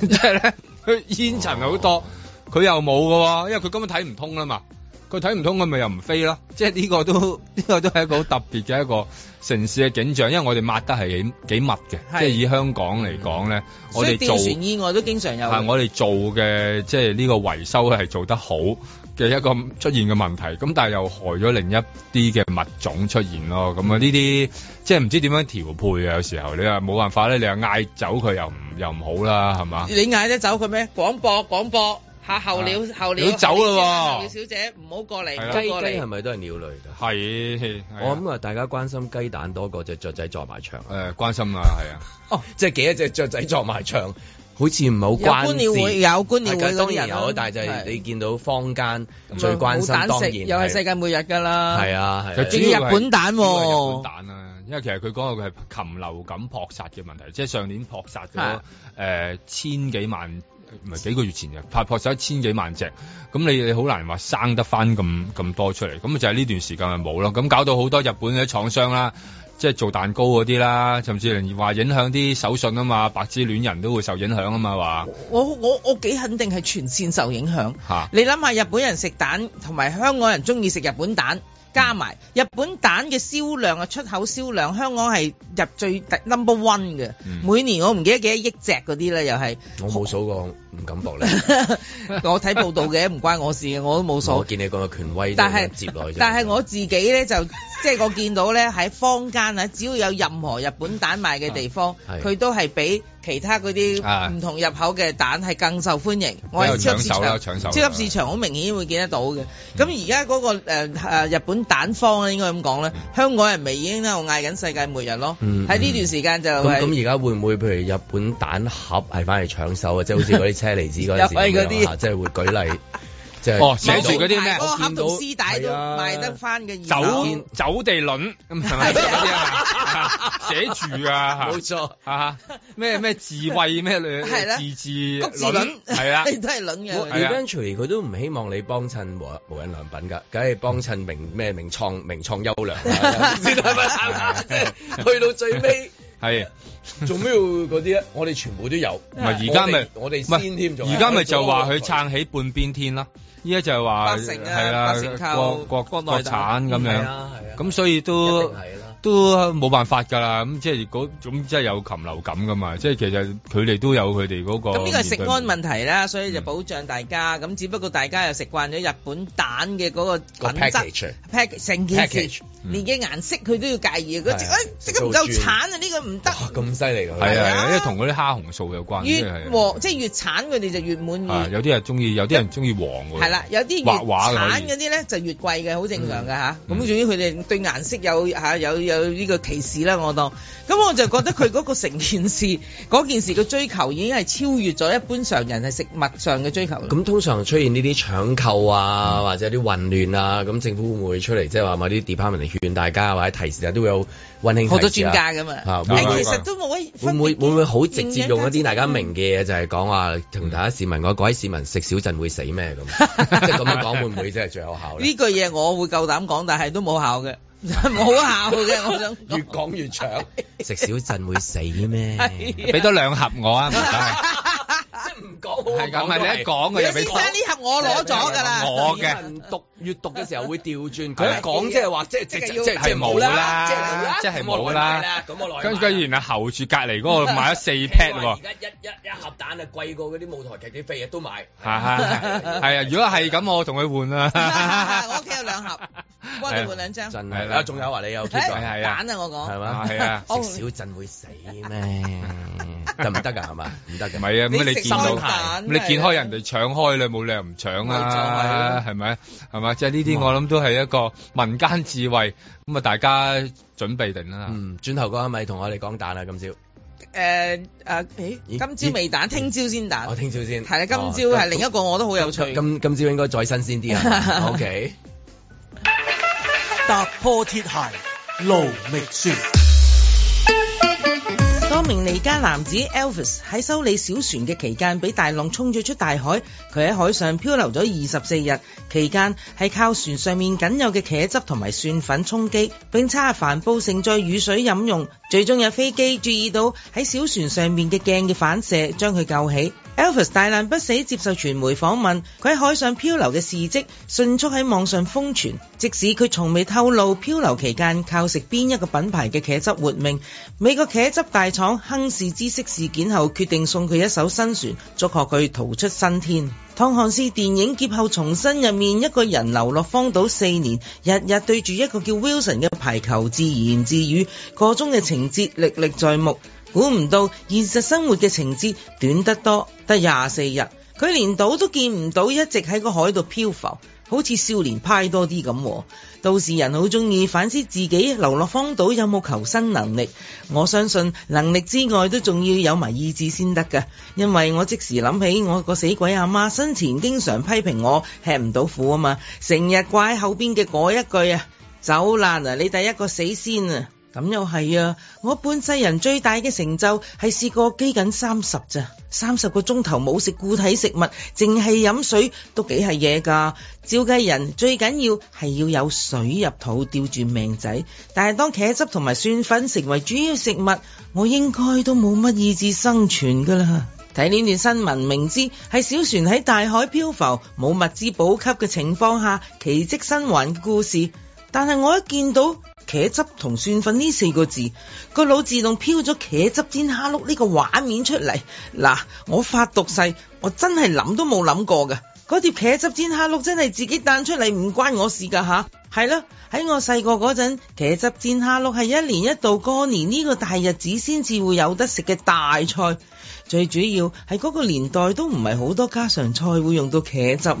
Speaker 6: 即係咧佢煙塵好多，佢又冇嘅喎，因為佢根本睇唔通啦啊嘛。佢睇唔通，佢咪又唔飛咯。即係呢個都 呢、個都係一個好特別嘅一個城市嘅景象，因為我哋抹得係幾幾密嘅，即係以香港嚟講咧，我
Speaker 3: 所以
Speaker 6: 哋做
Speaker 3: 吊船意外都經常有
Speaker 6: 係
Speaker 3: 嘅。
Speaker 6: 我哋做嘅，即係呢個維修係做得好嘅一個出現嘅問題，咁但係又害咗另一啲嘅物種出現咯。咁啊，呢啲即係唔知點樣調配啊。有時候你話冇辦法咧，你又嗌走佢又唔又唔好啦，係嘛？
Speaker 3: 你嗌得走佢咩？廣播廣播下候鳥候鳥
Speaker 6: 你都走啦喎
Speaker 3: 候鳥小姐唔好過嚟，
Speaker 2: 雞
Speaker 3: 唔好
Speaker 2: 雞
Speaker 3: 過
Speaker 2: 係
Speaker 3: 嚟。
Speaker 2: 咪都係鳥類㗎？
Speaker 6: 係，
Speaker 2: 我諗啊，大家關心雞蛋多過隻雀仔撞埋牆。
Speaker 6: 誒，關心啊，係啊。
Speaker 2: 哦，即係幾多隻雀仔撞埋牆，好似唔係好
Speaker 3: 有
Speaker 2: 關
Speaker 3: 觀鳥會
Speaker 2: 事
Speaker 3: 有觀鳥
Speaker 2: 係
Speaker 3: 會
Speaker 2: 㗎
Speaker 3: 嗰
Speaker 2: 當
Speaker 3: 啲
Speaker 2: 然
Speaker 3: 人啦
Speaker 2: 有，但係就係
Speaker 3: 係啊
Speaker 2: 你見到坊間
Speaker 3: 咁啊
Speaker 2: 最關心，
Speaker 3: 冇蛋
Speaker 2: 當
Speaker 3: 食
Speaker 2: 然
Speaker 3: 又係世界末日㗎啦。
Speaker 2: 係啊係啊
Speaker 6: 佢
Speaker 3: 仲要日本蛋
Speaker 6: 主要係
Speaker 3: 喎
Speaker 6: 日本蛋啊，因為其實佢講到佢係禽流感撲殺嘅問題，即係上年撲殺
Speaker 3: 係
Speaker 6: 咗誒千幾萬，唔係幾個月前嘅，拍撲殺咗千幾萬隻，咁你你好難話生得翻咁咁多出嚟，咁就係呢段時間咪冇咯，咁搞到好多日本嘅廠商啦。即係做蛋糕嗰啲啦，甚至連話影響啲手信啊嘛，白紙戀人都會受影響啊嘛，話
Speaker 3: 我我我幾肯定係全線受影響。
Speaker 6: 嚇
Speaker 3: 你諗下，日本人食蛋同埋香港人中意食日本蛋，加埋日本蛋嘅銷量啊，出口銷量香港係入最 number one 嘅，每年我唔記得幾多億隻嗰啲咧，又係
Speaker 2: 我冇數過，唔敢搏咧。
Speaker 3: 我睇報道嘅，唔關我事嘅，我都冇數
Speaker 2: 我。見你個權威都
Speaker 3: 但
Speaker 2: 咁接落去
Speaker 3: 係
Speaker 2: 啫，
Speaker 3: 但係我自己咧就 即係我見到咧喺坊間啊，只要有任何日本蛋賣嘅地方
Speaker 6: 啊，係
Speaker 3: 佢都係比其他嗰
Speaker 6: 啊
Speaker 3: 啲唔同入口嘅蛋係更受歡迎。我喺超級市
Speaker 6: 搶手啦
Speaker 3: 場，
Speaker 6: 搶手啦嗯
Speaker 3: 超級市場好明顯會見得到嘅。咁而家嗰個誒誒日本蛋方咧，應該咁講
Speaker 6: 嗯
Speaker 3: 咧，香港人咪已經喺度嗌緊世界末日咯。
Speaker 2: 嗯
Speaker 3: 喺呢段時間就
Speaker 2: 咁
Speaker 3: 係
Speaker 2: 咁而家會唔會譬如日本蛋盒係翻嚟搶手啊？即係好似嗰啲車厘子嗰陣時咁
Speaker 3: 又係嗰
Speaker 2: 樣
Speaker 3: 啲
Speaker 2: 啊即係會舉例，即係
Speaker 6: 哦寫住嗰啲咩
Speaker 3: 嗰個盒同絲帶都
Speaker 2: 係啊
Speaker 3: 賣得翻嘅
Speaker 6: 走
Speaker 3: 現樓
Speaker 6: 走地輪咁係 咪嗰啲啊？寫住啊，
Speaker 2: 冇錯
Speaker 6: 啊， 咩咩智慧咩類
Speaker 3: 係啦
Speaker 6: 自治
Speaker 3: 谷字輪，
Speaker 6: 係 啦
Speaker 3: 都係輪嘅。
Speaker 6: 係啊
Speaker 2: eventually 佢都唔希望你幫襯無無印良品㗎，梗係幫襯 名咩名創名創優良啊，先係咪啱啊 即係去到最尾。
Speaker 6: 係。
Speaker 2: 做咩要嗰啲啊？我哋全部都有，
Speaker 6: 唔係而家咪
Speaker 2: 我哋
Speaker 6: 唔
Speaker 2: 我哋
Speaker 6: 係
Speaker 2: 先添咗。
Speaker 6: 而家咪就話佢撐起半邊天啦。依家就係話
Speaker 2: 八成啊
Speaker 6: 係
Speaker 2: 八成
Speaker 6: 啦，
Speaker 2: 靠
Speaker 6: 國國
Speaker 2: 國
Speaker 6: 國
Speaker 2: 內
Speaker 6: 國產咁
Speaker 2: 嗯係
Speaker 6: 樣
Speaker 2: 啊係啊，
Speaker 6: 咁所以都
Speaker 2: 一定係啦
Speaker 6: 都冇辦法㗎啦。咁即係嗰種即係有禽流感㗎嘛。即係其實佢哋都有佢哋嗰個。
Speaker 3: 咁呢個係食安問題啦，所
Speaker 6: 嗯
Speaker 3: 以就保障大家。咁只不過大家又食慣咗日本蛋嘅嗰個品質
Speaker 2: 啊
Speaker 14: package
Speaker 3: package 成件
Speaker 14: package，
Speaker 3: 事，連嘅顏色佢都要介意。佢
Speaker 6: 嗯係啊
Speaker 3: 誒食得唔夠橙啊，呢個唔得。
Speaker 14: 咁犀利㗎
Speaker 6: 係啊，係啊因為同嗰啲蝦紅素有關。即
Speaker 3: 越
Speaker 6: 係
Speaker 3: 黃即係越橙，佢哋就越滿
Speaker 6: 啊，
Speaker 3: 意。
Speaker 6: 有啲人中意，有啲人中意黃喎。
Speaker 3: 係啦，有啲越
Speaker 6: 畫畫啊嘅可以
Speaker 3: 橙
Speaker 6: 嗯
Speaker 3: 嗰啲咧就越貴嘅，好正常㗎吓。咁總之佢哋對顏色有嚇有有呢個歧視啦，我當。咁我就覺得佢嗰個成件事嗰件事嘅追求已經係超越咗一般常人係食物上嘅追求啦。
Speaker 14: 咁通常出現呢啲搶購啊，或者啲混亂啊，咁政府會唔會出嚟即係話某啲 department 嚟勸大家或者提示啊，都會有温馨提示啊
Speaker 3: 好多專家㗎嘛
Speaker 14: 啊，會唔
Speaker 3: 誒
Speaker 14: 會
Speaker 3: 其實都冇乜
Speaker 14: 會
Speaker 3: 分
Speaker 14: 唔會
Speaker 3: 別。
Speaker 14: 會唔會好直接用一啲大家明嘅嘢，就係講話同大家市民講，各位市民食少陣會死咩咁？即係咁樣講會唔會真係最有效咧？
Speaker 3: 呢句嘢我會夠膽講，但係都冇效嘅，冇效嘅。我想
Speaker 14: 越講越長，食少陣會死咩？
Speaker 3: 係啊
Speaker 6: 俾多兩盒我啊，唔該
Speaker 14: 唔講好
Speaker 6: 係咁係你一講佢就俾
Speaker 14: 先
Speaker 6: 多
Speaker 3: 生呢盒
Speaker 14: 啊
Speaker 3: 我攞咗㗎啦
Speaker 6: 我嘅
Speaker 14: 市民讀閱讀嘅時候會調轉，佢一講即係話即係即係即
Speaker 6: 即
Speaker 14: 係
Speaker 6: 係冇啦，即係冇啦。
Speaker 14: 咁我來買
Speaker 6: 跟住然後候住隔離嗰 個買咗四 pad 喎
Speaker 14: 而。家一一一盒蛋啊，貴過嗰啲舞台劇啲飛啊，都買。
Speaker 6: 係係係啊！如果係咁，我同佢換啊啦。
Speaker 3: 我屋企有兩盒，幫你換兩張。
Speaker 14: 真
Speaker 6: 係
Speaker 14: 係啊
Speaker 6: 啦
Speaker 14: 啦，仲有話你有 keep
Speaker 6: 係係
Speaker 3: 蛋啊！我講
Speaker 14: 係嘛？哦
Speaker 6: 係啊
Speaker 3: 我
Speaker 14: 食少陣會死咩？ 得唔得㗎？係嘛？唔得㗎。
Speaker 6: 唔係啊，咁
Speaker 14: 你
Speaker 6: 你
Speaker 14: 食
Speaker 6: 見到
Speaker 14: 生蛋
Speaker 6: 咁你見開人哋搶開你冇理由唔搶啊，係咪？係咪？即係呢啲我諗都係一個民間智慧，咁啊大家準備定啦。
Speaker 14: 嗯，轉頭嗰係咪同我哋講蛋啊？今朝
Speaker 3: 誒誒，誒今朝未蛋，聽朝先蛋
Speaker 14: 我。聽朝先。
Speaker 3: 啊
Speaker 14: 哦
Speaker 3: 係啦，今朝係另一個我都好有趣。
Speaker 14: 今今朝應該再新鮮啲啊。O K。
Speaker 4: 踏破鐵鞋路未雪。
Speaker 3: 多名尼加男子 Elvis 喺修理小船嘅期間，俾大浪沖咗出大海。佢喺海上漂流咗二十四日，期間係靠船上面僅有嘅茄汁同埋蒜粉充飢，並差帆布盛載雨水飲用。最終有飛機注意到喺小船上面嘅鏡嘅反射，將佢救起。Elvis 大難不死，接受傳媒訪問，佢喺海上漂流嘅事蹟迅速喺網上瘋傳。即使佢從未透露漂流期間靠食邊一個品牌嘅茄汁活命，美國茄汁大廠亨氏知識事件後，決定送佢一艘新船，祝賀佢逃出生天。湯漢斯電影《劫後重生》入面，一個人流落荒島四年，日日對住一個叫 Wilson 嘅排球自言自語，個中嘅情節歷歷在目。估唔到現實生活嘅情節短得多，得廿四日，佢連島都見唔到，一直喺個海度漂浮，好似少年派多啲咁喎。都市人好中意反思自己流落荒島有冇求生能力，我相信能力之外都仲要有埋意志先得㗎。因為我即時諗起我個死鬼阿媽生前經常批評我吃唔到苦啊嘛，成日掛喺後邊嘅嗰一句啊。走爛啊！你第一個死先啊！咁又係啊！我半世人最大嘅成就係試過飢緊三十咋，三十個鐘頭冇食固體食物，淨係飲水都幾係嘢㗎。照計人最緊要係要有水入肚吊住命仔，但係當茄汁同埋蒜粉成為主要食物，我應該都冇乜意志生存㗎啦。睇呢段新聞，明知係小船喺大海漂浮，冇物資補給嘅情況下，奇蹟生還嘅故事。但係我一見到茄汁同蒜粉呢四個字，個腦自動飄咗茄汁煎蝦碌呢個畫面出嚟。嗱，我發毒誓，我真係諗都冇諗過嘅。嗰碟茄汁煎蝦碌真係自己彈出嚟，唔關我事㗎吓。係啦，喺我細個嗰陣，茄汁煎蝦碌係一年一度過年呢個大日子先至會有得食嘅大菜。最主要係嗰個年代都唔係好多家常菜會用到茄汁啊，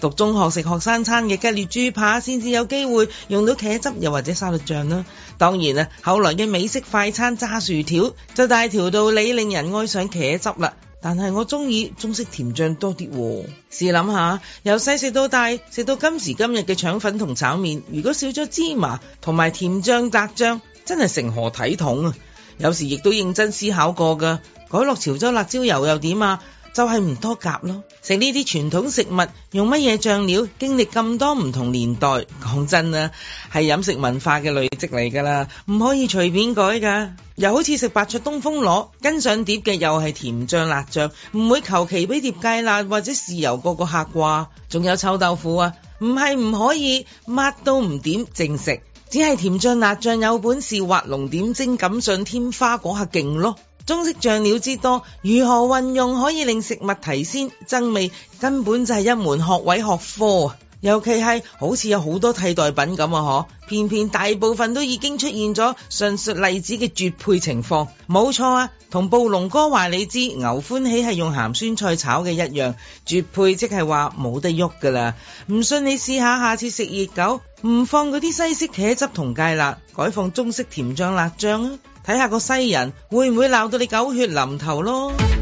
Speaker 3: 讀中學食學生餐嘅吉列豬扒先至有機會用到茄汁，又或者沙律醬啦。當然啊，後來嘅美式快餐炸薯條就大條道理令人愛上茄汁啦。但係我中意中式甜醬多啲喎。試諗下，由細食到大，食到今時今日嘅腸粉同炒麵，如果少咗芝麻同埋甜醬辣醬，真係成何體統啊！有時亦都認真思考過㗎，改落潮州辣椒油又點啊？就係唔多夾咯。食呢啲傳統食物，用乜嘢醬料，經歷咁多唔同年代，講真啊，係飲食文化嘅累積嚟㗎啦，唔可以隨便改㗎。又好似食白灼東風螺，跟上碟嘅又係甜醬辣醬，唔會求其俾碟芥辣或者豉油個個客啩。仲有臭豆腐啊，唔係唔可以，抹到唔點正食。只係甜醬辣醬有本事畫龍點睛錦上添花嗰下勁咯。中式醬料之多，如何運用可以令食物提鮮增味，根本就係一門學位學科啊！尤其係好似有好多替代品咁啊，嗬！偏偏大部分都已經出現咗上述例子嘅絕配情況。冇錯啊，同暴龍哥話你知牛歡喜係用鹹酸菜炒嘅一樣，絕配即係話冇得喐噶啦。唔信你試下，下次食熱狗唔放嗰啲西式茄汁同芥辣，改放中式甜醬辣醬啊！睇下個西人會唔會鬧到你狗血淋頭咯〜